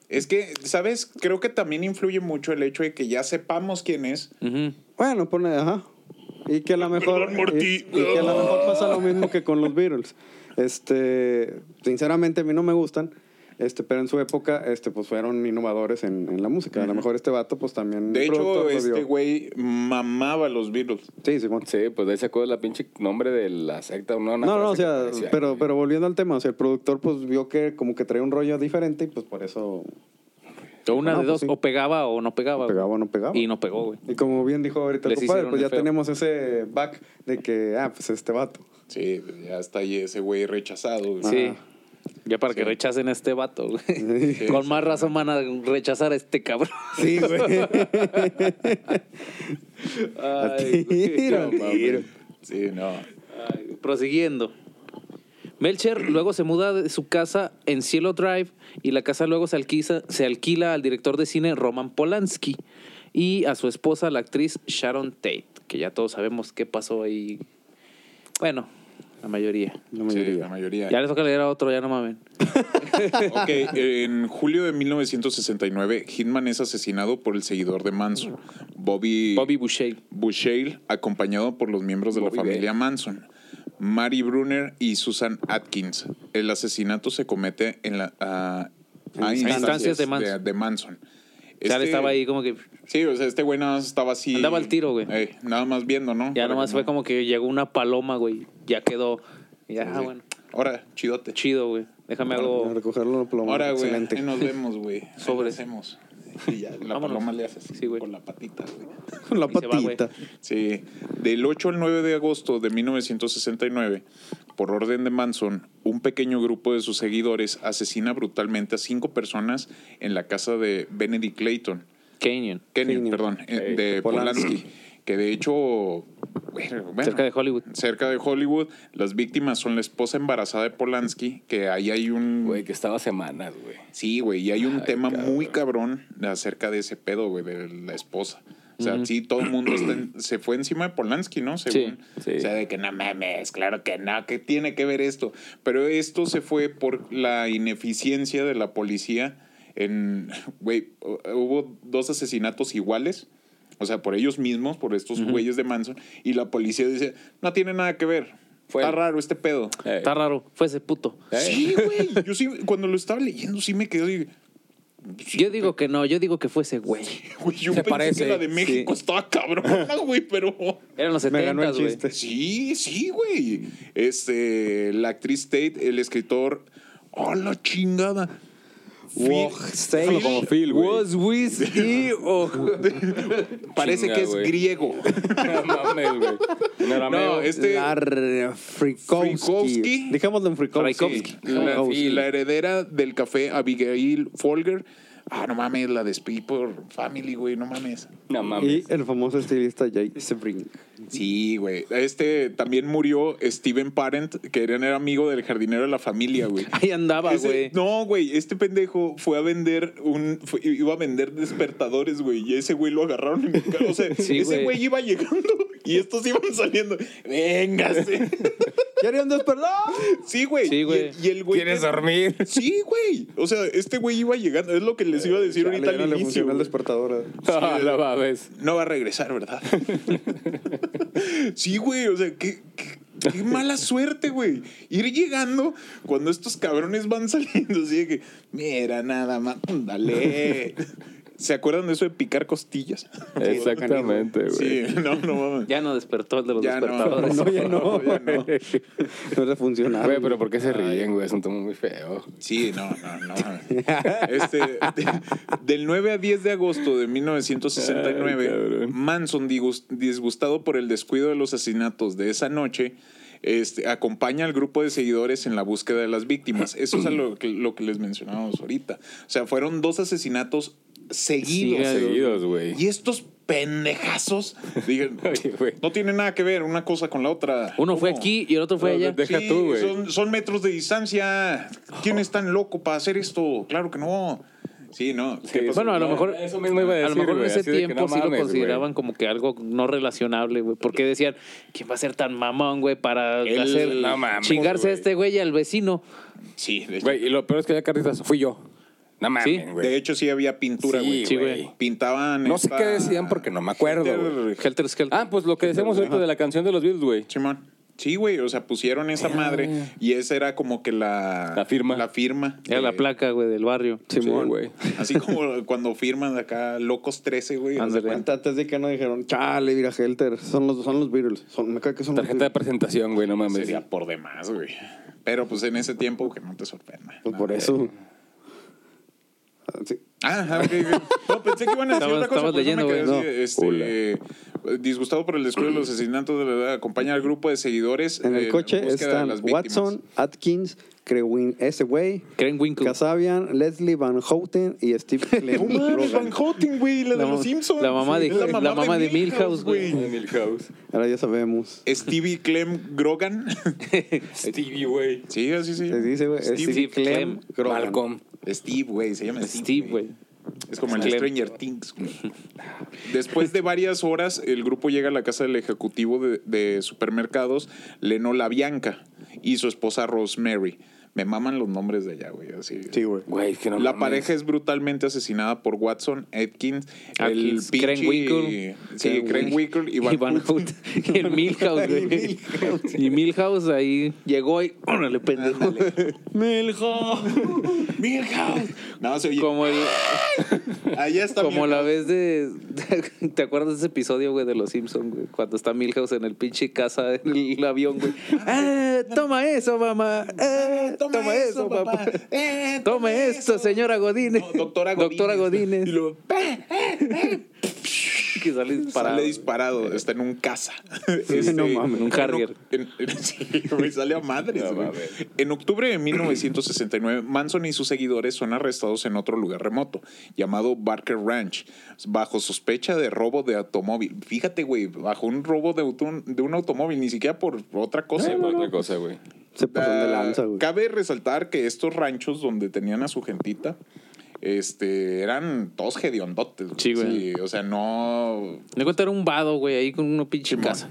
S2: Es que, ¿sabes? Creo que también influye mucho el hecho de que ya sepamos quién es.
S4: Ujú.
S1: Bueno, pone, ajá. Y que a lo mejor.
S5: <laughs> Perdón, Morty.
S1: y- y que a lo mejor pasa lo mismo que con los Beatles. Este, sinceramente, a mí no me gustan. Este, pero en su época, este, pues fueron innovadores en, en la música. A lo mejor este vato, pues también.
S2: De hecho,
S1: productor lo
S2: este
S1: vio.
S2: güey mamaba a los Beatles.
S1: Sí, Simón.
S3: Sí, pues de ahí sacó la pinche nombre de la secta. No, una
S1: No, no, o
S3: frase que
S1: sea,
S3: parecía,
S1: pero,
S3: güey.
S1: pero volviendo al tema, o sea, el productor pues vio que como que traía un rollo diferente y pues por eso
S4: O una
S1: No,
S4: de
S1: pues
S4: dos,
S1: sí.
S4: o pegaba o no pegaba. güey.
S1: pegaba o no pegaba.
S4: Y no pegó, güey.
S1: Y como bien dijo ahorita el
S4: Les
S1: compadre,
S4: hicieron
S1: pues
S4: el
S1: ya
S4: feo.
S1: tenemos ese back de que, ah, pues este vato.
S2: Sí, ya está ahí ese güey rechazado.
S1: Ah,
S2: güey.
S4: Sí. Ya para que
S2: Sí.
S4: rechacen a este vato, güey. Con más razón van a rechazar a este cabrón.
S1: Sí, güey. A
S4: Ay, güey.
S1: tiro,
S4: No,
S1: a tiro.
S2: Sí, no.
S4: Prosiguiendo. Melcher luego se muda de su casa en Cielo Drive y la casa luego se, alquiza- se alquila al director de cine Roman Polanski y a su esposa, la actriz Sharon Tate, que ya todos sabemos qué pasó ahí. Bueno, la mayoría.
S1: <laughs> La
S2: Sí,
S1: mayoría.
S2: la mayoría.
S4: Ya les toca leer a otro, ya no mamen.
S2: Ok, en julio de 1969, Hitman es asesinado por el seguidor de Manson, Bobby,
S4: Bobby Boucher.
S2: Bushale, acompañado por los miembros de
S3: Bobby
S2: la
S3: B.
S2: familia Manson, Mary Brunner y Susan Atkins. El asesinato se comete en la, a,
S1: En
S2: a
S1: instancias
S4: de Manson.
S2: de Manson.
S4: O sea,
S2: Este-
S4: él estaba ahí como que...
S2: Sí, o sea, este güey nada más estaba así.
S4: Andaba al tiro, güey.
S2: Eh, nada más viendo, ¿no?
S4: Ya
S2: Para
S4: nomás
S2: que
S4: fue
S2: no-
S4: como que llegó una paloma, güey. Ya quedó. Ya, ah,
S2: Sí.
S4: bueno.
S2: Ahora, chidote.
S4: Chido, güey. Déjame
S1: A
S4: algo...
S1: recogerlo lo plomo.
S2: Ahora, güey,
S1: Excelente.
S2: ahí nos vemos, güey. Ahí
S4: Sobre.
S2: nos hacemos. Y ya, la
S4: Vámonos.
S2: paloma le haces
S4: Sí, güey.
S2: con la patita, güey.
S1: Con la
S4: Y se va, güey.
S1: patita.
S2: Sí, del 8 al 9 de agosto de 1969, por orden de Manson, un pequeño grupo de sus seguidores asesina brutalmente a cinco personas en la casa de Benedict Clayton,
S4: Canyon.
S2: Kenyon,
S1: Kenyon.
S2: perdón, eh,
S1: Ey,
S2: de
S1: Polanski.
S2: Polanski, que de hecho, bueno, bueno, Eh.
S4: Cerca de Hollywood.
S2: cerca de Hollywood, las víctimas son la esposa embarazada de Polanski, que ahí hay un...
S3: Güey, que estaba semanas, güey.
S2: Sí, güey, y hay un
S3: Ay,
S2: tema
S3: cabrón.
S2: muy cabrón acerca de ese pedo, güey, de la esposa. O sea, sí, todo el mundo está en- se fue encima de Polanski, ¿no? Según.
S3: sí.
S2: O sea, de que no mames, claro que no, ¿qué tiene que ver esto? Pero esto se fue por la ineficiencia de la policía en. Güey, hu- hubo dos asesinatos iguales. O sea, por ellos mismos, por estos güeyes de Manson. Y la policía dice, no tiene nada que ver.
S3: Fue
S2: Está
S3: él.
S2: raro este pedo.
S3: Eh,
S4: Está raro. Fue ese puto.
S3: eh.
S2: Sí, güey. Yo sí, cuando lo estaba leyendo, sí me quedé.
S4: Yo digo que no, yo digo que fue ese güey.
S2: Güey, yo
S3: Se
S2: pensé
S3: parece.
S2: que la de México estaba cabrona, <laughs> güey, pero.
S4: Eran los
S1: Me ganó el
S4: 70, güey.
S1: chiste.
S2: Sí, sí, güey. Este, la actriz Tate, el escritor. ¡Oh, la chingada!
S1: Woj,
S2: Phil-
S1: Sage.
S2: Phil-
S1: Como
S3: Phil, güey.
S4: Was with y o-
S2: Parece
S3: Chinga,
S2: que es
S3: güey.
S2: griego.
S3: <laughs> No mames, güey. No era
S2: No,
S3: meo.
S2: este.
S1: Lar- Frikowski.
S2: Frikowski.
S1: Dejémoslo en Frikowski.
S4: Frikowski.
S2: La,
S1: Frikowski.
S2: y la heredera del café, Abigail Folger. Ah, no mames, la de People Family, güey, no mames.
S3: No mames.
S1: Y el famoso estilista Jay Sebring.
S2: Sí, güey. Este también murió Steven Parent, que era, era amigo del jardinero de la familia, güey.
S4: Ahí andaba,
S2: Ese-
S4: güey.
S2: No, güey, este pendejo fue a vender un. fue- iba a vender despertadores, güey. Y ese güey lo agarraron en mi O sea,
S4: Sí,
S2: ese
S4: güey.
S2: güey iba llegando y estos iban saliendo. Véngase.
S1: ¡Ya haría un desperdón!
S2: Sí, güey.
S4: Sí, güey.
S2: Y, y el güey.
S3: ¿Quieres dormir?
S2: Sí, güey. O sea, este güey iba llegando. Es lo que les iba a decir ahorita
S1: Chale, ya no
S2: al
S1: le
S2: inicio.
S1: funcionó el
S2: güey.
S1: despertador.
S3: <laughs>
S1: eh.
S3: No, no mames.
S2: No va a regresar, ¿verdad? sí, güey, o sea, qué, qué- qué mala suerte, güey. Ir llegando <laughs> cuando estos cabrones van saliendo, así de que, mira, nada más, dale. ¿Se acuerdan de eso de picar costillas?
S3: Exactamente, güey.
S2: Sí, no, no mames.
S4: Ya no despertó el de los
S2: Ya no.
S4: despertadores.
S1: No, ya <laughs> no.
S2: Ya no.
S1: No le funciona.
S3: Güey, pero ¿por qué se ríen, güey? Es un tema muy feo.
S2: Sí, no, no, no. Este, de- del 9 a 10 de agosto de 1969, Manson, digus- disgustado por el descuido de los asesinatos de esa noche, este, acompaña al grupo de seguidores en la búsqueda de las víctimas. Eso es a lo que, lo que les mencionábamos ahorita. O sea, fueron dos asesinatos seguidos.
S4: Seguidos.
S3: Seguidos, güey.
S2: Y estos pendejazos, dije,
S3: Oye, güey.
S2: no tiene nada que ver una cosa con la otra.
S4: Uno fue
S2: ¿Cómo?
S4: aquí y el otro fue
S3: No,
S4: allá.
S3: de- Deja
S2: Sí,
S3: tú, güey.
S2: Son, son metros de distancia. ¿Quién es tan loco para hacer esto? Claro que no. Sí, no. ¿Qué pasó?
S4: Bueno, a lo
S3: No,
S4: mejor.
S3: eso mismo iba a
S4: lo
S3: decir,
S4: mejor en
S3: güey,
S4: ese
S3: así de que
S4: tiempo
S3: no
S4: sí lo
S3: mames,
S4: consideraban
S3: güey.
S4: como que algo no relacionable, güey. Porque decían, ¿quién va a ser tan mamón, güey, para
S2: Él-
S4: hacer.
S2: no
S3: mames,
S4: chingarse
S3: güey.
S4: a este güey y al vecino?
S2: Sí, de hecho,
S3: Güey, y lo peor es que ya carritas fui yo. No mames,
S4: Sí,
S3: güey.
S2: de hecho, sí había pintura,
S3: Sí,
S2: güey.
S4: Sí, güey.
S2: Pintaban.
S3: No sé
S2: esta-
S3: qué decían porque no me acuerdo,
S2: Hitler-
S4: Helter Skelter.
S3: Ah, pues lo que decíamos ahorita de la canción de los Beatles, güey.
S2: Simón. Sí, güey. O sea, pusieron esa madre y esa era como que la.
S3: La firma.
S2: La firma.
S4: Era la
S2: de-
S4: placa, güey, del barrio.
S3: Sí, güey.
S2: Así como <laughs> cuando firman acá Locos 13, güey.
S1: Haz de cuenta, antes de que no dijeron, chale, mira, Helter, son los, son los Beatles. Son, me cae que son los
S3: Tarjeta de presentación, güey, no mames.
S2: Sería por demás, güey. Pero pues en ese tiempo que no te sorprenda.
S1: Pues por eso. Ah, sí.
S2: Ah, ok, ok. No, pensé que iban a decir
S4: Estabas-
S2: otra cosa.
S4: estabas
S2: por eso me
S4: leyendo,
S2: quedé
S4: güey.
S2: así,
S4: No.
S2: este, eh, disgustado por el descuido de los asesinatos de la edad, acompaña al grupo de seguidores.
S1: En
S2: eh,
S1: el coche
S2: búsqueda de
S1: están
S2: las víctimas.
S1: Watson, Atkins, Krewin, ese güey,
S4: Creen Winkle.
S1: Kasabian, Leslie Van Houten y
S2: <laughs>
S1: Steve
S2: No
S1: Clem.
S2: mames,
S1: Rogan.
S2: Van Houten, güey, la, de
S4: La-
S2: los Simpsons.
S4: la mamá de-
S2: Es
S4: la mamá de Milhouse, güey.
S3: Milhouse.
S1: Ahora ya sabemos.
S2: Stevie Clem Grogan. <laughs> pues
S3: Stevie, güey.
S2: Sí, así se
S1: Se
S2: llama.
S1: dice, güey,
S2: Steve,
S1: Steve Clem,
S4: Clem,
S1: Grogan.
S3: Malcolm.
S2: Steve, güey, se llama Steve.
S4: Steve, Pues güey.
S2: Es como el
S4: Clem.
S2: Stranger Things, güey. Después de varias horas, el grupo llega a la casa del ejecutivo de, de supermercados, Leno La Bianca, y su esposa Rosemary. Me maman los nombres de allá, güey. Así.
S1: Sí, güey.
S3: Güey, es que no
S2: la
S3: mames.
S2: pareja es brutalmente asesinada por Watson, Atkins, el
S4: Atkins,
S2: pinche...
S4: Krenwinkel.
S2: Sí, Krenwinkel y Van Houten.
S4: Houten. Y el Milhouse, güey. Y Milhouse ahí llegó y. ¡Órale, pendejo! ¡Milhouse! <laughs>
S2: Milhouse. No, se oye.
S4: Como, el,
S2: Allá está
S4: como la
S2: Milhouse.
S4: vez de. <laughs> ¿Te acuerdas de ese episodio, güey, de Los Simpsons, güey? Cuando está Milhouse en el pinche casa en el avión, güey. ¡Ah, toma eso, mamá! ¡Ah, toma, eso, papá!
S2: Eh,
S4: ¡Toma esto,
S2: eso.
S4: señora Godínez!
S2: No, doctora Godínez.
S4: Doctora Godínez.
S2: Y luego,
S4: que sale disparado.
S2: Sale disparado, está en un casa. Este,
S1: no mames,
S4: un
S2: en
S4: Harrier.
S2: oc- en- <laughs> en- sí, güey, sale a madres.
S3: No
S2: güey.
S3: mames.
S2: en octubre de 1969, Manson y sus seguidores son arrestados en otro lugar remoto, llamado Barker Ranch, bajo sospecha de robo de automóvil. Fíjate, güey, bajo un robo de, auto- de un automóvil, ni siquiera por otra cosa.
S3: Sí, por otra cosa, güey.
S1: Se pasó de
S2: Ah,
S1: lanza, güey.
S2: Cabe resaltar que estos ranchos donde tenían a su gentita, este, eran todos hediondotes. güey.
S4: Sí, güey.
S2: o sea, no.
S4: Me cuenta era un vado, güey, ahí con una pinche
S2: Simón.
S4: casa.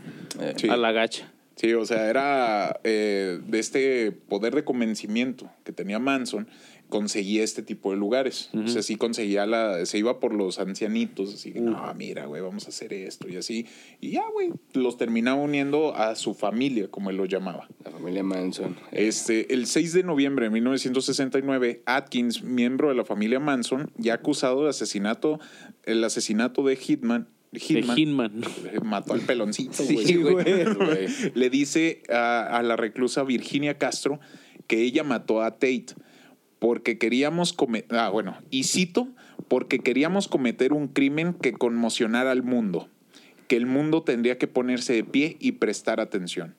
S2: Sí.
S4: A la gacha.
S2: Sí, o sea, era eh, de este poder de convencimiento que tenía Manson, conseguía este tipo de lugares. O sea, sí conseguía la. Se iba por los ancianitos, así que, no, mira, güey, vamos a hacer esto y así. Y ya, güey, los terminaba uniendo a su familia, como él lo llamaba.
S3: La familia Manson.
S2: Este, el 6 de noviembre de 1969, Atkins, miembro de la familia Manson, ya acusado de asesinato, el asesinato de Hitman,
S4: De
S2: Hitman,
S4: Hinman.
S2: mató al peloncito, güey.
S4: Sí, güey.
S3: Güey.
S2: Le dice a, a la reclusa Virginia Castro que ella mató a Tate porque queríamos cometer, ah, bueno, y cito, porque queríamos cometer un crimen que conmocionara al mundo, que el mundo tendría que ponerse de pie y prestar atención.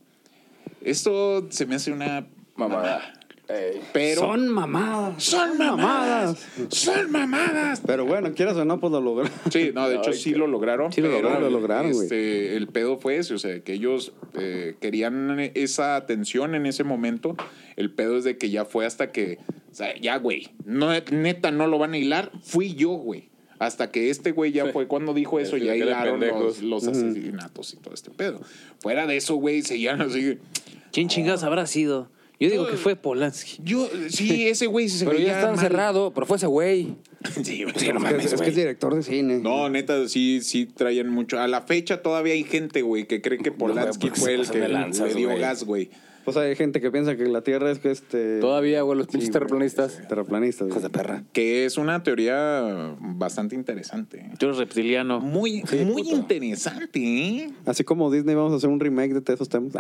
S2: Esto se me hace una
S3: Mamada. Ey.
S2: pero
S1: son mamadas.
S2: son mamadas. Son mamadas.
S1: Pero bueno, quieras o no, pues lo logró.
S2: Sí,
S3: <laughs>
S2: no, de hecho
S3: Ay,
S2: sí
S3: qué-
S2: lo lograron.
S1: Sí lo
S2: pero,
S1: lograron, lo lograron, güey.
S2: este, El pedo fue ese, o sea, que ellos eh, querían esa atención en ese momento. El pedo es de que ya fue hasta que, o sea, ya, güey, no, neta no lo van a hilar, fui yo, güey. Hasta que este güey ya fue cuando dijo eso,
S3: Sí,
S2: ya
S3: que eran
S2: hilaron los,
S3: pendejos.
S2: los asesinatos y todo este pedo. Fuera de eso, güey, seguían así.
S4: ¿Quién chingados habrá sido? Yo digo que fue Polanski.
S2: Yo, sí, ese güey se
S3: Pero
S2: veía
S3: ya está
S2: mal.
S3: encerrado, pero fue ese güey.
S2: Sí, sí, no
S1: Es que-
S2: mames,
S1: es, que
S2: güey.
S1: es director de cine.
S2: No, neta, sí, sí traían mucho. A la fecha todavía hay gente, güey, que cree que Polanski
S3: güey, porque
S2: fue
S3: se
S2: el
S3: pasan
S2: que
S3: de lanzas,
S2: le dio
S3: güey.
S2: gas, güey.
S1: O sea, Pues hay gente que piensa que la Tierra es que este...
S3: Todavía, güey, los pinches
S1: güey,
S3: terraplanistas.
S1: Terraplanista. güey.
S3: Hijos de perra.
S2: Que es una teoría bastante interesante.
S4: Yo eres reptiliano. <laughs>
S2: Muy,
S3: Sí,
S2: muy
S3: puto. <laughs>
S2: interesante, ¿eh?
S1: Así como Disney, vamos a hacer un remake de esos
S2: <laughs>
S1: temas.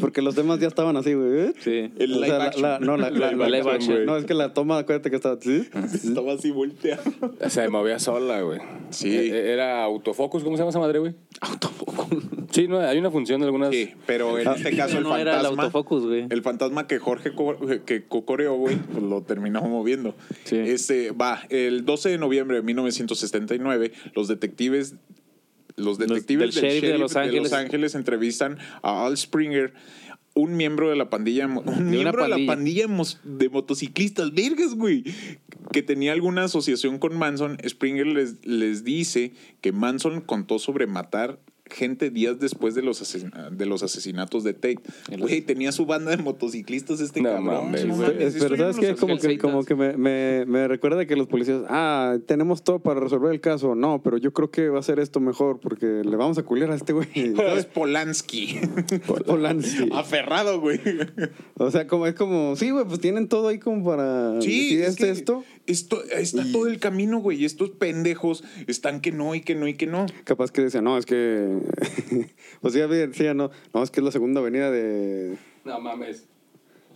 S1: Porque los temas ya estaban así, güey. ¿eh?
S4: Sí.
S2: El
S1: O
S2: live
S1: sea, la-
S2: action.
S1: la- no, la, la-
S4: Live
S1: la-
S4: action,
S1: action.
S4: güey.
S1: No, es que la toma, acuérdate que estaba.
S2: Estaba así volteado.
S3: Se movía sola, güey.
S2: Sí.
S3: E- Era autofocus, ¿cómo se llama esa madre, güey? Autofocus. Sí, no, hay una función de algunas.
S2: Sí, pero
S3: Ah,
S2: en este caso el
S4: no
S2: fantasma.
S4: era el autofocus, güey.
S2: El fantasma que Jorge co- que cocoreó, güey, pues lo terminamos moviendo.
S4: Sí.
S2: Este, va, el 12 de noviembre de 1979, los detectives los detectives
S4: del sheriff de Los Ángeles.
S2: Ángeles entrevistan a Al Springer, un miembro de la pandilla, mo- un
S4: una
S2: miembro de la
S4: pandilla.
S2: pandilla mos- de motociclistas, vergas, güey, que tenía alguna asociación con Manson. Springer les, les dice que Manson contó sobre matar gente días después de los, asesina- de los asesinatos de Tate. Güey, tenía su banda de motociclistas este
S3: No
S2: cabrón.
S3: mames,
S2: no
S3: güey.
S2: mames,
S1: Es, pero
S2: Springer
S1: sabes
S2: los
S1: que como que,
S4: Angelcitas.
S1: como que me, me, me recuerda que los policías, ah, tenemos todo para resolver el caso. No, pero yo creo que va a ser esto mejor porque le vamos a culiar a este
S2: <laughs>
S1: güey.
S2: Es Polanski.
S1: Polanski.
S2: <laughs> Ah. Aferrado, güey.
S1: O sea, como es como, sí, güey, pues tienen todo ahí como para
S2: Sí,
S1: decir
S2: es
S1: este,
S2: que
S1: esto.
S2: Esto, está todo el camino, güey. Y estos pendejos están que no y que no y que no.
S1: Capaz que decía, no, es que. <laughs> pues, o sea, bien, decía, no, no, es que es la segunda avenida de.
S3: No mames.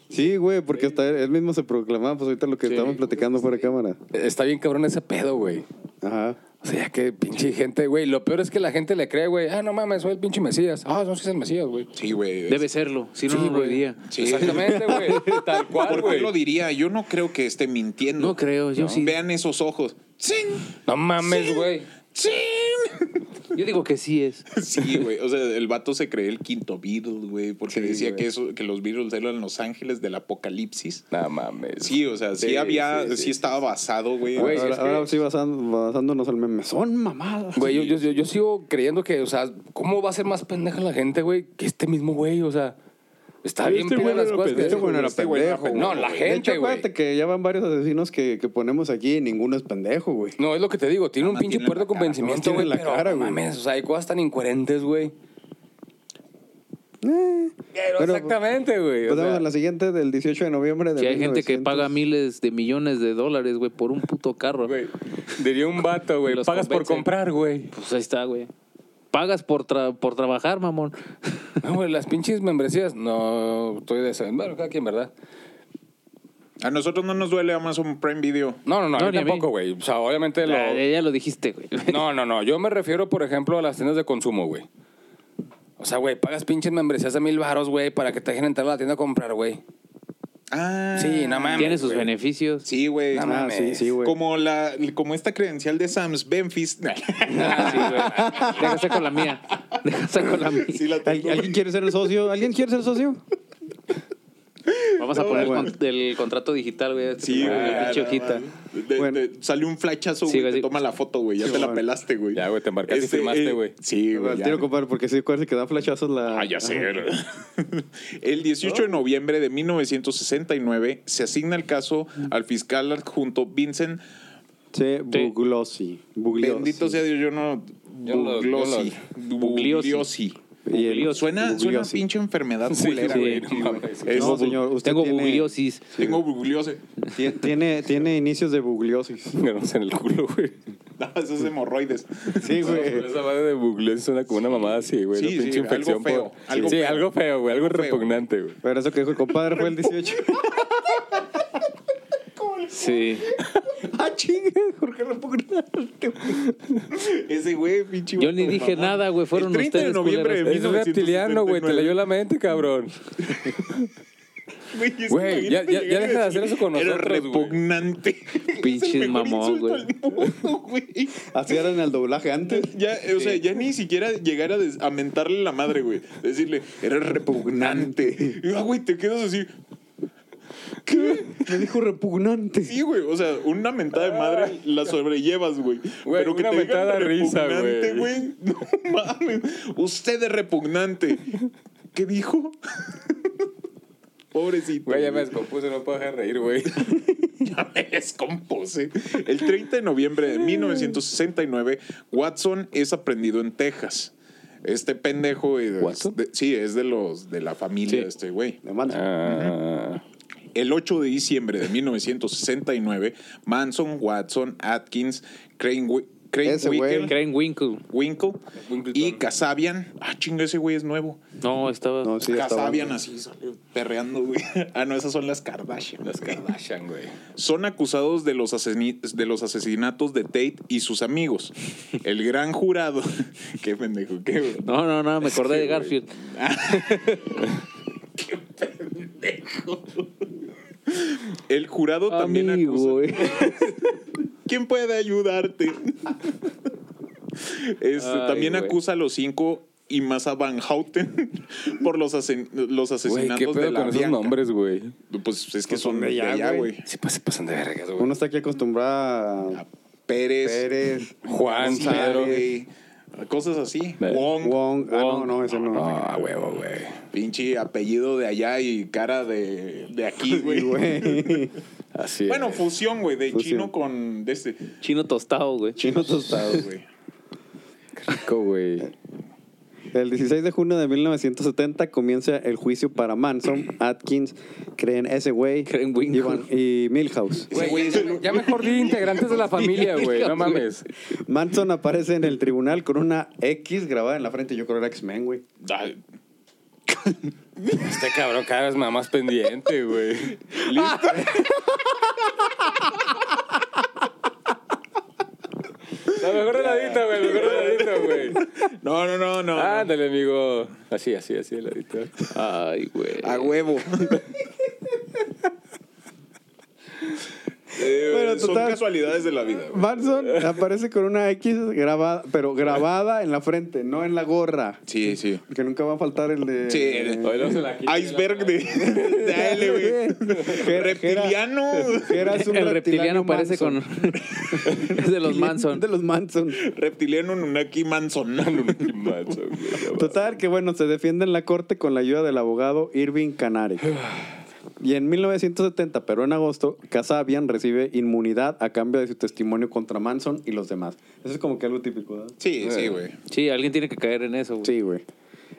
S1: Sí, güey, porque hasta él, él mismo se proclamaba, pues ahorita lo que
S3: Sí.
S1: estábamos platicando fuera de cámara.
S3: Está bien cabrón ese pedo, güey.
S1: Ajá.
S3: O sea, que pinche gente, güey. Lo peor es que la gente le cree, güey. Ah, no mames, soy el pinche Mesías. Ah, no, sí es el Mesías, güey.
S2: Sí, güey.
S4: Debe serlo, si no,
S3: Sí,
S4: no lo
S3: güey.
S4: diría.
S2: Sí.
S3: Exactamente, güey. <laughs> Tal cual,
S2: ¿Por qué
S3: güey.
S2: lo diría? Yo no creo que esté mintiendo.
S4: No creo, yo sí.
S2: Vean esos ojos. ¡Chin!
S3: No mames, güey.
S2: ¡Chin! <laughs>
S4: Yo digo que sí es.
S2: Sí, güey. O sea, el vato se cree el quinto Beatles, güey. Porque decía que, eso, que los Beatles eran los ángeles del apocalipsis.
S3: No mames.
S2: Sí, o sea, sí, había, sí, estaba basado, güey.
S3: Güey,
S1: ahora
S3: es que-
S1: ahora sí basando- basándonos al meme. Son mamadas.
S3: Güey, yo, yo, yo, yo sigo creyendo que, o sea, ¿cómo va a ser más pendeja la gente, güey, que este mismo güey? O sea, está bien
S1: Este
S3: pena
S1: güey
S3: las
S1: era
S3: cosas que
S1: pendejo,
S3: hacen,
S1: güey, era
S3: este güey era
S1: pendejo,
S3: pendejo.
S1: güey.
S3: No, la
S1: De hecho,
S3: gente, güey.
S1: acuérdate que ya van varios asesinos que, que ponemos aquí y ninguno es pendejo, güey.
S3: No, es lo que te digo, tiene un
S2: Nomás
S3: pinche
S2: tiene
S3: puerto
S2: la cara,
S1: nomás
S3: convencimiento,
S1: tiene
S3: güey,
S1: la
S3: pero
S1: cara,
S3: no
S1: güey.
S3: mames, o sea, hay cosas tan incoherentes, güey.
S1: Eh,
S3: Pero,
S1: Pero,
S3: exactamente, güey. o
S1: Pues vamos
S3: sea,
S1: a la siguiente del 18 de noviembre de
S4: Si hay gente que
S1: 1900.
S4: paga miles de millones de dólares, güey, por un puto carro.
S3: güey, diría un vato, güey,
S4: Los
S3: pagas por
S4: convence.
S3: comprar, güey.
S4: Pues ahí está, güey. Pagas por, tra- por trabajar, mamón.
S3: No, güey, las pinches membresías, no, estoy de esa. Bueno, cada quien, ¿verdad?
S2: A nosotros no nos duele Amazon Prime Video.
S3: No, no, no,
S4: No,
S3: a mí
S4: ni a mí.
S3: tampoco, güey. O sea, obviamente lo...
S4: Ah, ya lo dijiste, güey.
S3: No, no, no. Yo me refiero, por ejemplo, a las tiendas de consumo, güey. O sea, güey, pagas pinches membresías de mil baros, güey, para que te dejen entrar a la tienda a comprar, güey.
S2: Ah.
S3: Sí, no mames.
S4: Tiene sus
S3: güey.
S4: beneficios.
S2: Sí, güey.
S3: No
S1: Ah,
S3: mames.
S1: sí, sí, güey.
S2: como, la, como esta credencial de Sam's <laughs> Benfis.
S4: <laughs> Ah, sí, güey. Déjase con la mía. Déjase con la mía.
S2: sí, la
S1: ¿Al-
S2: tengo.
S1: ¿Alguien quiere ser el socio? ¿Alguien quiere ser socio?
S4: Vamos a poner
S1: bueno.
S4: con- el contrato digital, güey.
S2: Sí,
S4: Ah,
S2: güey.
S4: pinche
S2: no
S4: hojita.
S2: mames. De-
S1: Bueno.
S2: de- salió un flachazo,
S4: Sí,
S2: güey.
S4: güey,
S2: te
S4: sí.
S2: toma la foto, güey. Ya te la
S1: bueno.
S2: pelaste, güey.
S3: Ya, güey, te embarcaste y firmaste,
S2: eh,
S3: güey.
S2: Sí, güey.
S1: Al
S2: ya.
S1: tiro, compadre, porque sí, acuérdate que da flachazos la.
S2: Ah, ya sé. <laughs> El 18 de noviembre de 1969 se asigna el caso al fiscal adjunto Vincent.
S1: Sí, Buglossi. Bugliosi.
S2: Bendito sea Dios, yo no.
S3: Yo no- yo no-
S2: Bugliosi.
S4: Bugliosi.
S2: Bugliosi.
S1: Y el-
S4: Bugliosi.
S2: Suena, suena
S1: Bugliosi.
S2: pinche enfermedad
S3: Sí,
S2: culera,
S3: sí,
S2: güey.
S3: no mames.
S2: Es-
S1: No, pues, señor, usted
S4: Tengo
S1: tiene- <laughs>
S4: bugliosis.
S2: Tengo <laughs> bugliosis.
S1: Tie- Tiene, tiene inicios de bugliosis. <laughs>
S3: Me en el culo, güey.
S2: No, Ah, esos hemorroides.
S1: Sí, güey.
S3: Esa madre de buglés suena como una mamada así, güey.
S2: Sí,
S3: una
S2: sí,
S3: pinche
S2: algo
S3: infección
S2: feo,
S3: por-
S2: algo
S3: sí,
S2: feo.
S3: algo feo, güey. Algo
S2: Feo.
S3: repugnante, güey.
S1: Pero eso que dijo el compadre fue el 18.
S4: Sí.
S1: ah, chingue, Jorge repugnante.
S2: Ese güey, pinche.
S4: Yo ni
S2: vato,
S4: dije
S2: mamón.
S4: nada, güey, fueron
S2: El 30 de
S4: ustedes,
S2: noviembre de
S3: Es
S4: culeros.
S3: un reptiliano, güey. Te leyó la mente, cabrón.
S2: Güey, es que
S3: Güey, ya-
S2: imagínate
S3: ya- ya
S2: llegar
S3: deja
S2: y
S3: de hacer
S2: decir,
S3: eso con
S2: Era
S3: nosotros, güey".
S2: repugnante. <laughs>
S4: Pinches
S2: Es el mejor
S4: mamón,
S2: insulto
S4: güey.
S2: al mundo, güey.
S1: <laughs> Así era en el doblaje antes.
S3: <laughs>
S2: Ya, o sea, ya ni siquiera llegar a, des- a mentarle la madre, güey. Decirle, era repugnante. Y, ah, güey, te quedas así. ¿Qué?
S1: Me dijo repugnante.
S2: Sí, güey. O sea, una mentada de madre la sobrellevas, güey.
S3: Güey,
S2: Pero que
S3: una
S2: te digan
S3: mentada de risa,
S2: repugnante,
S3: güey.
S2: güey. <laughs> No mames. Usted es repugnante. ¿Qué dijo? <laughs> Pobrecito.
S3: Güey, ya me descompuse, no puedo dejar de reír, güey.
S2: Ya me descompuse. El 30 de noviembre de 1969, Watson es aprendido en Texas. Este pendejo. y-
S1: ¿Watson?
S2: de- sí, es de los de la familia
S1: Sí.
S2: de este güey.
S1: De Manson.
S3: Ah,
S2: El 8 de diciembre de 1969, Manson, Watson, Atkins, Crane, Wi- Crane
S1: Ese
S2: Winkle,
S1: güey.
S4: Crane Winkle.
S2: Winkle
S3: Winkleton.
S2: y Casabian. Ah, chinga, ese güey es nuevo.
S4: No, estaba.
S1: No, sí, estaba-
S2: Casabian así, salió perreando, güey. <laughs> Ah, no, esas son las Kardashian.
S3: las Kardashian, güey.
S2: Son acusados de los, asesini- de los asesinatos de Tate y sus amigos. El gran jurado. <laughs> qué pendejo, qué. güey.
S4: No, no, no, me acordé de
S2: güey.
S4: Garfield.
S2: El jurado también acusa.
S4: Amigo, güey.
S2: ¿Quién puede ayudarte? <laughs> Este,
S4: Ay,
S2: también
S4: güey.
S2: acusa a los cinco y más a Van Houten <laughs> por los, asen- los
S3: Güey,
S2: asesinatos
S3: ¿qué
S2: de
S3: pedo
S2: la
S3: con esos
S2: Bianca.
S3: nombres, güey?
S2: Pues es que
S1: Pues
S2: son de allá, güey.
S3: Sí, pues se pasan de vergas, güey.
S1: Uno está aquí acostumbrado a
S2: Pérez,
S1: Pérez,
S3: Juan, Pedro.
S2: González, cosas así.
S3: Ve.
S2: Wong,
S1: Wong. Ah, no,
S3: Wong.
S1: no, ese no.
S3: Ah, huevo, güey.
S2: pinche apellido de allá y cara de, de aquí,
S1: Sí, <laughs>
S2: güey.
S1: güey.
S3: Así
S2: bueno,
S3: es.
S2: fusión, güey, de
S1: Fusión.
S2: chino con de este.
S4: Chino tostado, güey.
S1: <laughs> Chino tostado, güey.
S2: güey.
S3: Rico, güey.
S1: El 16 de junio de 1970 comienza el juicio para Manson, Atkins, creen ese güey
S4: Crane Winkle.
S1: y Van- y Milhouse.
S2: Ese güey es el-
S3: Ya mejor di integrantes de la <laughs> familia, güey. No mames.
S1: Manson aparece en el tribunal con una X grabada en la frente. Yo creo que era X-Men, güey.
S2: Ah,
S3: Este cabrón cada vez más, más pendiente, güey. Listo. La mejor heladita, güey. La mejor heladita, güey.
S2: No, no, no, no.
S1: Ah,
S3: Ándale, amigo. Así, así, así, heladita.
S4: Ay, güey.
S2: A
S1: <laughs>
S2: huevo. Eh,
S1: Bueno,
S2: son
S1: total.
S2: casualidades de la vida. güey.
S1: Manson aparece con una X grabada, pero grabada en la frente, no en la gorra.
S2: Sí, sí.
S1: Porque nunca va a faltar el de.
S2: Sí,
S1: eh,
S3: Hoy no se la quita.
S1: <laughs>
S2: Iceberg de, <laughs> de AL, güey.
S1: Que-
S2: Reptiliano.
S1: que
S4: <laughs>
S1: era- que eras un
S4: El reptiliano parece con.
S1: Manson.
S4: es <laughs> de los Manson.
S1: De los Manson.
S2: Reptiliano Nunaki
S1: <laughs>
S2: Manson.
S3: Qué macho, güey, no mames.
S1: Total, que bueno, se defiende en la corte con la ayuda del abogado Irving
S4: <sighs>
S1: Canare. Y en 1970, pero en agosto, Casabian recibe inmunidad a cambio de su testimonio contra Manson y los demás. Eso es como que algo típico, ¿verdad?
S2: Sí, sí, güey.
S4: Sí, alguien tiene que caer en eso, güey.
S1: Sí, güey.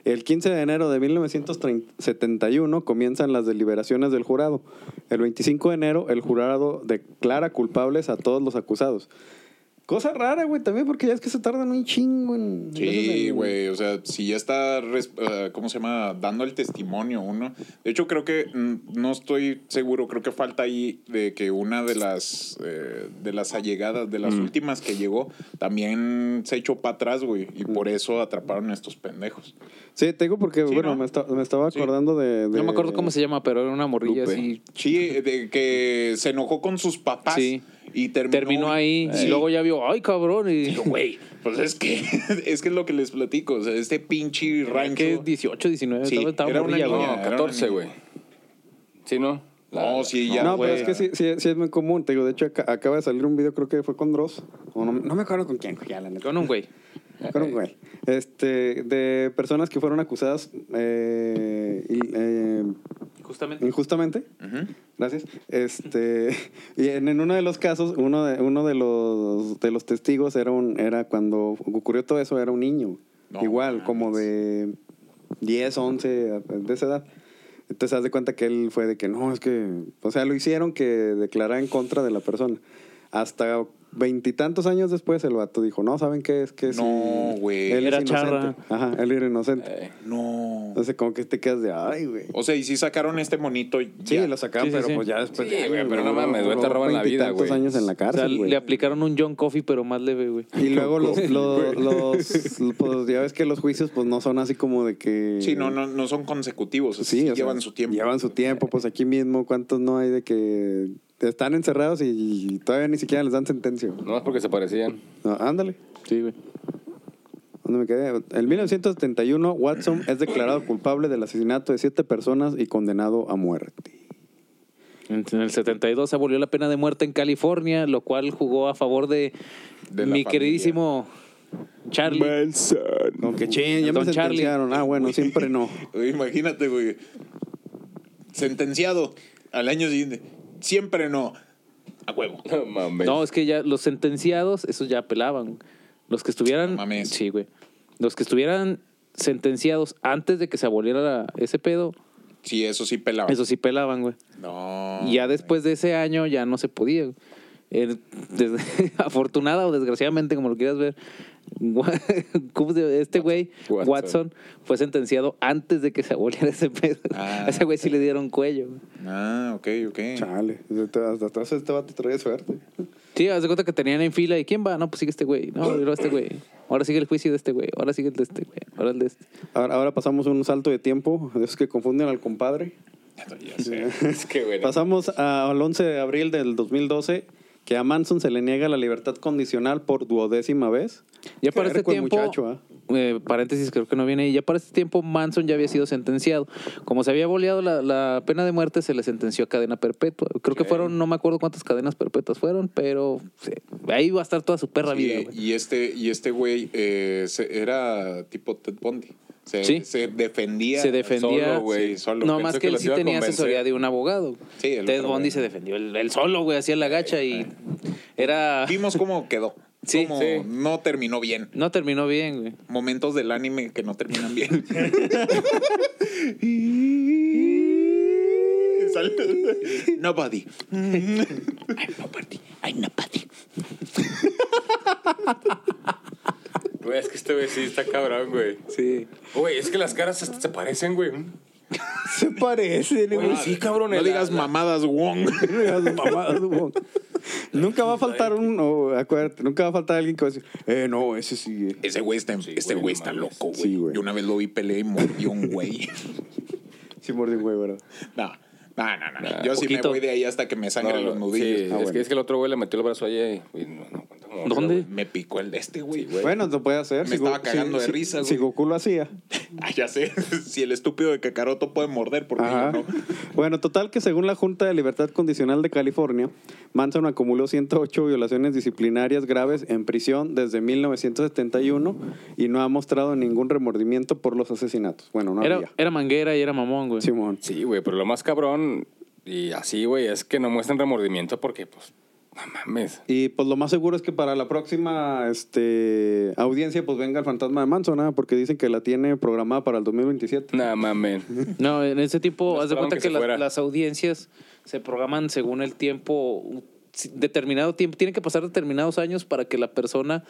S1: El 15 de enero de 1971 comienzan las deliberaciones del jurado. El 25 de enero el jurado declara culpables a todos los acusados. Cosa rara, güey, también porque ya es que se tardan un chingo en...
S2: Sí, güey. O sea, si ya está, res- ah, ¿cómo se llama? Dando el testimonio uno. De hecho, creo que, mm, no estoy seguro, creo que falta ahí de que una de las, eh, de las allegadas, de las últimas que llegó, también se echó para atrás, güey. Y por eso atraparon a estos pendejos.
S1: Sí, te digo porque,
S2: Sí,
S1: bueno,
S2: ¿no?
S1: me, esta- me estaba
S2: Sí.
S1: acordando de, de-
S4: No me acuerdo cómo se llama, pero era una morrilla
S3: Lupe.
S4: así.
S2: Sí, de que se enojó con sus papás.
S4: Sí.
S2: Y terminó,
S4: Terminó ahí
S2: Sí.
S4: y luego ya vio, ay, cabrón. Y dijo, güey,
S2: Pues es que, <laughs> es que es lo que les platico. O sea, este pinche rancho.
S4: que es 18, 19,
S2: Sí,
S4: estaba, estaba
S2: era una
S4: morrilla,
S2: niña.
S4: güey.
S3: No, 14, güey. ¿Sí, no?
S2: No, sí, ya.
S1: No,
S2: güey.
S1: pero es que sí, sí, sí es muy común. Te digo, de hecho, aca- acaba de salir un video, creo que fue con Dross. O no, no me acuerdo con quién, güey, ya, la neta.
S4: Con un güey.
S1: Con un güey. Este, de personas que fueron acusadas eh, y, eh,
S4: Justamente.
S1: injustamente.
S2: Ujú.
S1: Gracias. Este, <laughs> y en, en uno de los casos, uno de, uno de los de los testigos era un, era cuando ocurrió todo eso, era un niño.
S2: No
S1: Igual,
S2: mames.
S1: como de 10, 11, de esa edad. Entonces haz de cuenta que él fue de que no, es que. O sea, lo hicieron que declarara en contra de la persona. Hasta veintitantos años después el vato dijo, no, ¿saben qué? Es que sí,
S2: No, güey.
S1: Él
S4: Era
S1: es
S4: charra.
S1: inocente. Ajá, él era inocente.
S3: Eh,
S2: No.
S4: Pues,
S1: Entonces, como que te quedas de ay, güey.
S2: O sea, y si sacaron este monito.
S1: Sí,
S2: ya.
S1: lo sacaron,
S4: Sí, sí,
S1: pero
S4: sí.
S1: pues ya después.
S3: Sí,
S1: de
S3: güey,
S1: años,
S3: pero no mames, güey, te roban la vida,
S1: Veintitantos
S3: güey.
S1: años en la
S4: O sea,
S1: cárcel, güey.
S4: le aplicaron un John Coffee, pero más leve, güey.
S1: <laughs> Y luego los, los, los- pues ya ves que los juicios pues no son así como de que...
S2: Sí, no, no, no son consecutivos. o sea,
S1: Sí,
S2: sí
S1: o sea,
S2: llevan su tiempo.
S1: Llevan su tiempo, pues aquí mismo cuántos no hay de que están encerrados y todavía ni siquiera les dan sentencia. güey.
S3: nomás porque se parecían.
S1: No, ándale.
S4: Sí, güey.
S1: ¿Dónde me quedé? En 1971, Watson es declarado culpable del asesinato de siete personas y condenado a muerte.
S4: En en el 72 abolió la pena de muerte en California, lo cual jugó a favor de,
S2: De la
S4: mi
S2: familia.
S4: queridísimo Charlie.
S1: Como que ching, ya
S4: Don
S1: me
S4: Charlie.
S1: sentenciaron. Ah, bueno, siempre no.
S2: Oye, Eh, Imagínate, güey. Sentenciado al año siguiente. Siempre no. A huevo.
S3: No mames.
S4: No, es que ya los sentenciados, esos ya apelaban. Los que estuvieran.
S2: No mames.
S4: Sí, güey. Los que estuvieran sentenciados antes de que se aboliera la- ese pedo,
S2: Sí, eso sí pelaba.
S4: eso sí pelaban, güey.
S2: No.
S4: Y ya después de ese año ya no se podía. güey. El- desde- <laughs> afortunada o desgraciadamente, como lo quieras ver, gua- <laughs> ¿cómo se llama? este güey,
S3: Watson.
S4: Watson. fue sentenciado antes de que se aboliera ese pedo. <laughs>
S2: Ah,
S4: a ese güey sí le dieron cuello. güey.
S2: Ah, ok, ok.
S1: Chale, hasta hasta atrás este vato trae suerte.
S4: Sí, haz de cuenta que tenían en fila. ¿Y quién va? No, pues sigue este güey. No, y luego este güey. Ahora sigue el juicio de este güey. Ahora sigue el de este güey. Ahora el de este.
S1: Ahora, ahora pasamos un salto de tiempo, de esos que confunden al compadre.
S2: Ya sé.
S3: <laughs> Es que, güey. no.
S1: <laughs> Pasamos a- al 11 de abril del 2012, que a Manson se le niega la libertad condicional por duodécima
S2: <laughs>
S1: vez.
S4: Ya
S1: Qué
S4: para este
S1: arco el
S4: tiempo,
S1: muchacho, ¿ah?
S4: eh, paréntesis, creo que no viene ahí. Ya para este tiempo, Manson ya había sido sentenciado. Como se había boleado la, la pena de muerte, se le sentenció a cadena perpetua. Creo que
S3: Ok.
S4: fueron, no me acuerdo cuántas cadenas perpetuas fueron, pero sí, ahí va a estar toda su perra
S2: Sí,
S4: vida. güey.
S2: y este, y este güey eh, se- era tipo Ted Bundy. Se,
S4: Sí.
S2: se defendía.
S4: Se defendía.
S2: Solo, güey, solo.
S4: No,
S2: Pensó
S4: más que él
S2: los
S4: sí
S2: iba a
S4: tenía
S2: convencer.
S4: asesoría de un abogado.
S2: Sí, el
S4: Ted
S2: otro,
S4: Bundy
S2: güey.
S4: se defendió. Él, él solo, güey, hacía la gacha y era.
S2: Vimos cómo quedó.
S4: Sí,
S2: Cómo
S3: sí.
S2: No terminó bien.
S4: No terminó bien, güey.
S2: Momentos del anime que no terminan bien.
S1: <laughs>
S2: Saludos. Nobody.
S3: Güey, es que este güey sí está cabrón, güey.
S4: Sí.
S3: Güey, es que las caras hasta se parecen, güey.
S1: Se parece, <laughs>
S3: Güey, sí, cabrón.
S2: No
S3: el-
S2: digas
S3: la-
S2: mamadas, Wong.
S1: Nunca va a faltar un, o, acuérdate, nunca va a faltar alguien que va a decir, eh, no, ese sí. eh".
S2: Ese güey está, este
S3: güey,
S2: güey
S3: no
S2: está
S3: mames.
S2: loco, güey.
S1: Sí, güey.
S2: Yo una vez lo vi pelear y mordió un
S1: <laughs>
S2: güey.
S1: Sí, mordió un güey, ¿verdad?
S2: No, no, no. no. Yo sí me
S4: poquito.
S2: voy de ahí hasta que me sangre
S3: no,
S2: los
S3: sí,
S2: nudillos.
S3: es,
S1: Ah, bueno.
S3: que, es que el otro güey le metió el brazo allá y. y no, no, cuenta como-
S4: ¿Dónde?
S2: Me picó el de este, güey.
S1: Bueno, lo puede hacer.
S2: Me
S1: si Go-
S2: estaba cagando
S1: si-
S2: de
S1: si-
S2: risa, güey.
S1: Si Goku lo hacía.
S2: <laughs> Ah, ya sé. <laughs> si el estúpido de Kakaroto puede morder, porque
S1: Ajá.
S2: yo no.
S1: Bueno, total que según la Junta de Libertad Condicional de California, Manson acumuló 108 violaciones disciplinarias graves en prisión desde 1971 y no ha mostrado ningún remordimiento por los asesinatos. Bueno, no
S4: Era,
S1: había.
S4: era manguera y era mamón, güey.
S1: Simón.
S3: Sí, güey, pero lo más cabrón y así, güey, es que no muestran remordimiento porque, pues, no mames.
S1: Y pues lo más seguro es que para la próxima este, audiencia pues venga el fantasma de Manson, ¿ah? porque dicen que la tiene programada para el 2027.
S3: No mames.
S4: No, en ese
S3: No
S4: tiempo, haz de
S3: esperaban
S4: cuenta
S3: que
S4: que,
S3: se
S4: las-
S3: fuera.
S4: las audiencias se programan según el tiempo, un si- determinado tiempo. Tienen que pasar determinados años para que la persona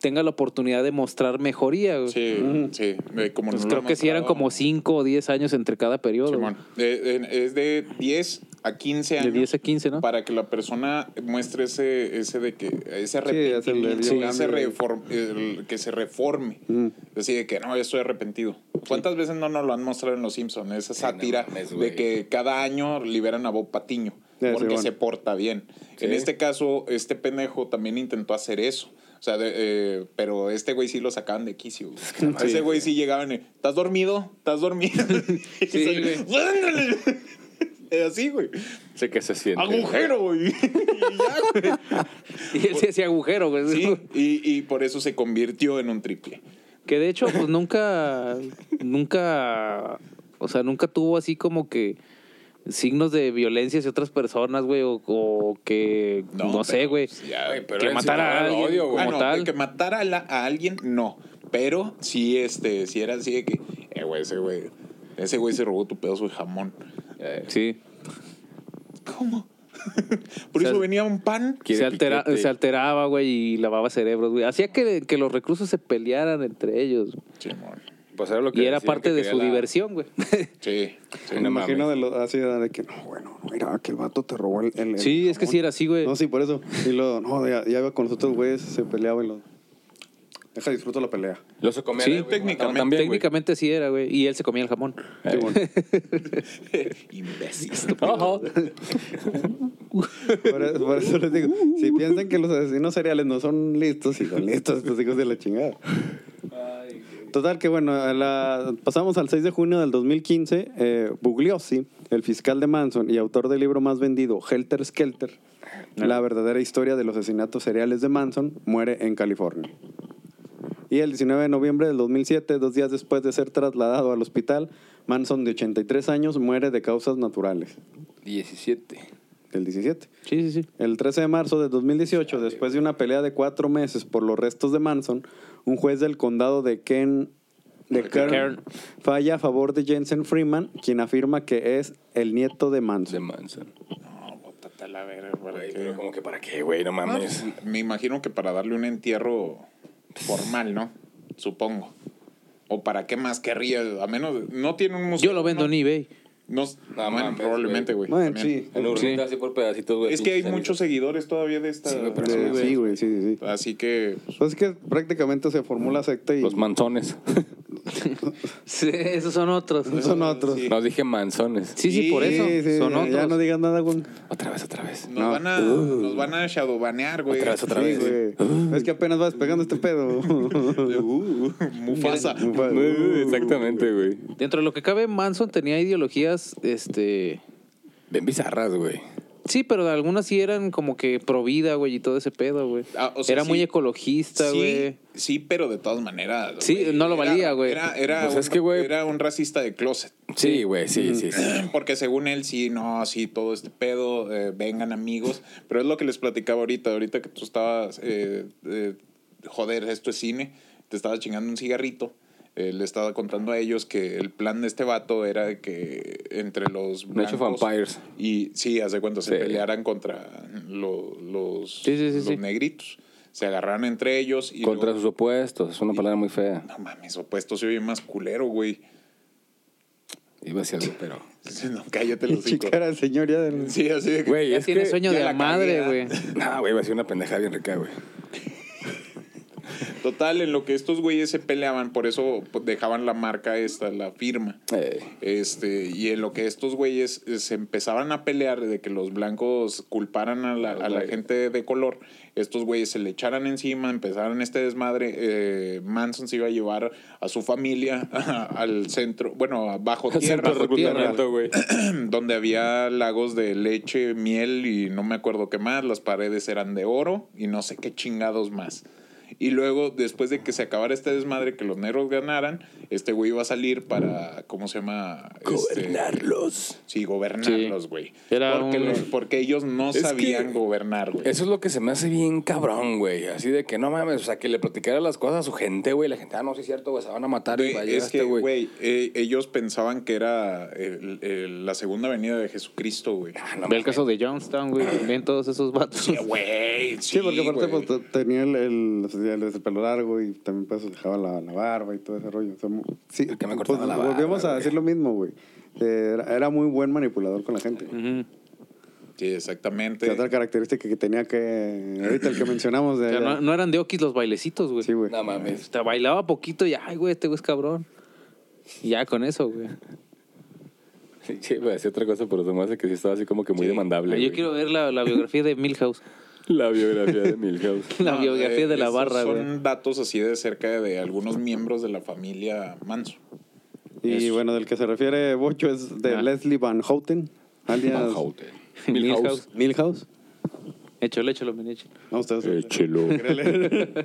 S4: tenga la oportunidad de mostrar mejoría. güey.
S2: Sí,
S1: Mm.
S2: sí. Eh, Como
S4: Pues
S2: no lo
S4: creo
S2: ha
S4: que sí eran
S2: mostrado.
S4: como 5 o 10 años entre cada periodo.
S2: Simón. Eh, eh, es de 10 a 15
S4: De
S2: años.
S4: 10 a 15, ¿no?
S2: Para que la persona muestre ese, ese de que ese
S1: es el
S2: arrepentimiento,
S1: del
S2: ese
S1: cambio.
S2: reform- el que se reforme.
S4: Mm.
S2: Así de que no, yo estoy arrepentido. ¿Cuántas veces no nos lo han mostrado en Los Simpsons? Esa sátira
S3: no mames, güey.
S2: de que cada año liberan a Bob Patiño
S1: Ya,
S2: porque
S1: Simón.
S2: se porta bien. En este caso, este pendejo también intentó hacer eso. O sea, de- eh, pero este güey sí lo sacaban de quicio. güey. Ese güey sí llegaban, y, ¿estás dormido? ¿Estás
S4: <laughs>
S2: dormido? <laughs> Y
S4: Sí,
S2: se-
S4: güey.
S2: <laughs> ¡Ándale! Eh, Así, güey.
S3: Sé que se siente.
S2: Agujero, güey.
S4: <laughs> Y él se hacía agujero, güey.
S2: <laughs> Sí, y, y por eso se convirtió en un triple.
S4: <laughs> Que de hecho, pues nunca, nunca, o sea, nunca tuvo así como que signos de violencia hacia otras personas, güey, o, o que,
S2: No,
S4: no, sé,
S2: pero, pues
S4: güey.
S2: Ya, güey, pero
S4: Que
S3: él sí
S4: matara
S3: estaba
S4: a
S3: al
S4: alguien,
S3: odio, güey.
S4: como
S2: ah, no,
S4: tal.
S2: de que matara a, la- a alguien, no. Pero sí, este, sí era así de que, eh, güey, ese güey, ese güey se robó tu pedazo de jamón.
S3: Eh,
S4: Sí.
S2: ¿Cómo? <laughs> por
S4: O sea,
S2: eso venía un pan.
S3: quiere
S4: Se, altera-
S3: piquete.
S4: se alteraba, güey, y lavaba cerebros, güey. Hacía que, que los reclusos se pelearan entre ellos.
S2: Simón.
S3: Pues era lo que
S4: Y era
S3: decían que
S4: parte de
S3: quería
S4: su
S3: la-
S4: diversión, güey.
S2: Sí, sí.
S1: Me
S3: no mames.
S1: imagino de lo, así de que, no, bueno, mira, que el vato te robó el... el- el
S4: Sí, es que
S1: jamón".
S4: sí era así, güey.
S1: No, sí, por eso. Y luego, no, ya, ya iba con los otros güeyes, se peleaba y lo. Deja, disfruto la pelea.
S3: Los comían,
S4: Sí,
S3: güey,
S2: técnicamente.
S3: mataban también, güey.
S4: Técnicamente sí era, güey. Y él se comía el jamón.
S1: Sí, bueno.
S2: Imbécil.
S3: Ojo.
S1: por, eso, por eso les digo, si piensan que los asesinos seriales no son listos, y son listos estos hijos de la chingada. Total que bueno, a la- pasamos al 6 de junio del 2015, eh, Bugliosi, el fiscal de Manson y autor del libro más vendido, Helter Skelter, la verdadera historia de los asesinatos seriales de Manson, muere en California. Y el 19 de noviembre del 2007, dos días después de ser trasladado al hospital, Manson de 83 años muere de causas naturales,
S3: 17.
S1: el 17.
S4: Sí, sí, sí.
S1: El 13 de marzo de 2018, después de una pelea de cuatro meses por los restos de Manson, un juez del condado de Ken de Kern,
S4: Kern.
S1: falla a favor de Jensen Freeman, quien afirma que es el nieto de Manson.
S3: De Manson.
S2: No, bótate a la verga, ¿para
S3: Güey,
S2: qué?
S3: pero como que para qué, güey, no
S2: No,
S3: mames.
S2: pues, me imagino que para darle un entierro formal, ¿no? Supongo. ¿O para qué más querría? A menos, no tiene un museo.
S4: Yo lo vendo
S2: ¿no?
S4: en eBay.
S2: No, bueno,
S3: mames,
S2: probablemente, güey.
S1: Bueno,
S2: también.
S1: sí.
S3: En urnitas así por pedacitos, güey.
S2: Es que hay
S3: pinches cenizas.
S2: muchos seguidores todavía de esta.
S3: Sí, güey, pero
S1: De-
S3: sí, güey.
S1: sí, güey, sí, sí. sí.
S2: Así que. pues,
S1: Pues es que prácticamente se formó la secta y
S3: Los manzones.
S4: Sí, esos son otros.
S1: son otros.
S2: Sí.
S3: Nos dije manzones.
S4: Sí, sí, por
S1: Sí,
S4: eso.
S1: sí,
S4: son
S1: ya,
S4: otros.
S1: ya no digas nada, güey.
S3: Otra vez, otra vez.
S2: Nos,
S1: No.
S2: van a, nos van a shadowbanear, güey.
S3: Otra vez, otra
S1: Sí,
S3: vez.
S1: güey. Es que apenas vas pegando este pedo. <laughs>
S2: Uh, Mufasa.
S1: Mufasa.
S3: Uh, Exactamente, güey.
S4: Dentro de lo que cabe, Manson tenía ideologías, este...
S3: Bien bizarras, güey.
S4: Sí, pero algunas sí eran como que pro vida, güey, y todo ese pedo, güey.
S2: Ah, o sea,
S4: Era
S2: sí.
S4: muy ecologista, güey.
S2: Sí, sí, pero de todas maneras.
S4: Sí,
S2: güey,
S4: no lo
S2: era-
S4: valía, güey.
S2: Era, era,
S3: Pues
S2: un,
S3: es que, güey-
S2: era un racista de closet.
S3: Sí, güey, sí, sí, sí.
S2: <clears throat> Porque según él, sí, no, sí, todo este pedo, eh, vengan amigos. Pero es lo que les platicaba ahorita, ahorita que tú estabas, eh, eh, joder, esto es cine, te estabas chingando un cigarrito. eh, le estaba contando a ellos que el plan de este vato era que entre los
S3: Night of
S2: blancos
S3: Vampires.
S2: y sí, hace cuenta se
S3: Sí.
S2: pelearan contra lo- los,
S4: Sí, sí, sí,
S2: los
S4: sí.
S2: negritos. Se agarraron entre ellos y
S3: Contra
S2: luego-
S3: sus opuestos. Es una palabra muy fea.
S2: No mames, opuesto se oye más culero, güey. <laughs>
S3: Iba a decir algo, pero.
S2: No,
S1: <laughs>
S2: cállate los
S1: Chica era el señor ya del...
S2: Sí, así de que.
S3: Güey,
S4: Ya
S3: es
S4: tiene
S3: que-
S4: sueño
S2: ya
S4: de
S2: la
S4: la madre,
S2: cagué,
S4: güey.
S2: ¿eh?
S3: No, güey, iba a ser una pendejada bien rica, güey.
S2: Total, en lo que estos güeyes se peleaban, por eso pues, dejaban la marca esta, la firma.
S3: Eh,
S2: Este, y en lo que estos güeyes eh, se empezaban a pelear de que los blancos culparan a la, a la gente de color, estos güeyes se le echaran encima, empezaron este desmadre. eh, Manson se iba a llevar a su familia <laughs> al centro, bueno, abajo tierra,
S3: centro de reclutamiento, güey.
S2: <clears throat> donde había lagos de leche, miel y no me acuerdo qué más, las paredes eran de oro y no sé qué chingados más. Y luego, después de que se acabara este desmadre, que los negros ganaran, este güey iba a salir para, ¿cómo se llama? Este,
S3: Gobernarlos.
S2: sí, gobernarlos,
S4: Sí.
S2: güey.
S4: Era
S2: Porque,
S4: un-
S2: los- porque ellos no
S3: Es que-
S2: sabían gobernar, güey.
S3: Este, Eso es lo que se me hace bien cabrón, güey. Así de que no mames, o sea, que le platicara las cosas a su gente, güey. La gente, ah, no, sí es cierto, güey, se van a matar
S2: Güey,
S3: y vaya
S2: es
S3: este,
S2: que,
S3: güey.
S2: güey, eh, ellos pensaban que era el- el- la segunda venida de Jesucristo, güey.
S3: Ah, no
S4: Ve el
S3: mames.
S4: caso de Johnstown, güey. Ven todos esos vatos.
S2: Sí, güey.
S1: Sí,
S2: Sí,
S1: porque aparte
S2: güey.
S1: pues, t- tenía el, el, el, pelo largo y también pues dejaba la, la barba y todo ese rollo. O sea, mu- sí,
S3: El que me
S1: pues,
S3: cortaba la barba,
S1: volvemos a
S3: güey.
S1: decir lo mismo, güey. Eh, Era, era muy buen manipulador con la gente. güey.
S4: Ujú.
S2: Sí, exactamente.
S1: Y Otra característica que tenía que... Ahorita el que mencionamos de...
S4: <laughs> O sea, no, no eran de Okis los bailecitos, güey.
S1: Sí, güey.
S3: No mames.
S4: Te bailaba poquito y, ay, güey, este güey es cabrón. Y ya con eso, güey.
S3: Sí, iba a decir otra cosa, pero se me hace que sí estaba así como que muy
S2: Sí.
S3: demandable.
S4: Ah, Yo
S3: güey.
S4: quiero ver la, la biografía de Milhouse.
S3: La biografía de Milhouse.
S4: <laughs> La
S2: No,
S4: biografía
S2: eh,
S4: de la
S2: esos
S4: barra,
S2: Son
S4: güey.
S2: datos así de cerca de algunos miembros de la familia Manso.
S1: Y bueno, del que se refiere Bocho es de
S4: Ah.
S1: Leslie Van Houten, alias
S3: Milhouse.
S4: Milhouse.
S1: Milhouse.
S4: Échalo, échalo, mi échalo.
S1: No, ustedes.
S3: Échelo.
S1: <laughs>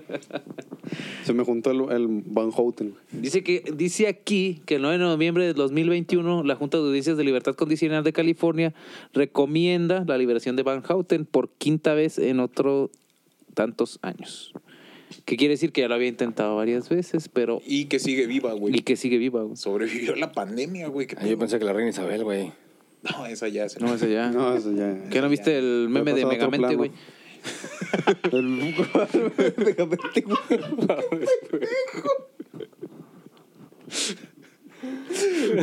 S1: Se me juntó el, el Van Houten. güey.
S4: Dice, que, dice aquí que el 9 de noviembre de 2021 la Junta de Audiencias de Libertad Condicional de California recomienda la liberación de Van Houten por quinta vez en otro tantos años. Que quiere decir que ya lo había intentado varias veces, pero...
S2: Y que sigue viva,
S4: Y
S2: güey.
S4: que sigue viva, güey.
S2: Sobrevivió la pandemia, güey. ¿qué
S3: Ah, yo
S2: pedo?
S3: pensé que la reina Isabel, güey.
S2: No, esa ya se...
S4: No, eso ya.
S1: No, eso ya.
S4: ¿Qué no viste el meme de
S1: pasó a otro plano.
S4: Megamente, güey? <laughs>
S1: El- Megamente, güey.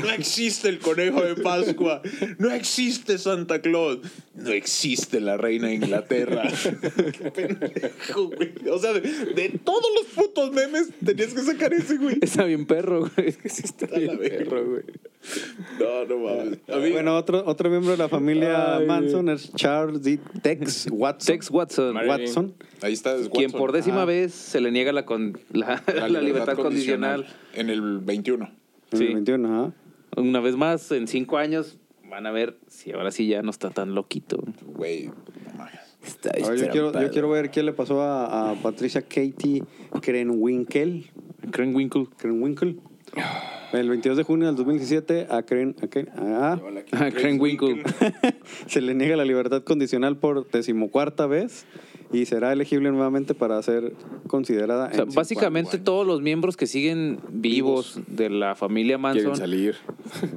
S2: No existe el conejo de Pascua. No existe Santa Claus. No existe la reina de
S4: <laughs>
S2: Inglaterra. Qué pendejo, güey. O sea, de, de todos los putos memes tenías que sacar ese, güey.
S4: Está bien perro, güey. Es que sí está
S2: A la
S4: bien
S2: verga.
S4: perro, güey.
S2: No, no mames. A mí-
S1: Bueno, otro, otro miembro de la familia
S3: Ay,
S1: Manson es Charles D. Tex Watson.
S4: Tex Watson.
S3: Mar-
S1: Watson.
S2: Ahí está. es
S4: Quien
S2: Watson.
S4: por décima
S1: Ah.
S4: vez se le niega la, con- la, <laughs> la libertad condicional.
S2: En el 21.
S1: en
S4: Sí.
S1: el 21, ajá.
S4: Una vez más, en cinco años, van a ver si ahora sí ya no está tan loquito.
S2: Güey, no mames.
S3: Está
S1: Ahora yo, quiero, yo quiero ver qué le pasó a, a Patricia Katie Krenwinkel.
S4: Krenwinkle.
S1: Krenwinkel. El 22 de junio del 2017 a Kren, a Kren- a- ah,
S4: Ah, Krenwinkle.
S1: se le niega la libertad condicional por decimocuarta vez y será elegible nuevamente para ser considerada.
S4: O sea,
S1: en cinco
S4: básicamente
S1: años.
S4: todos los miembros que siguen vivos, de la familia
S3: Quieren
S4: Manson
S3: salir.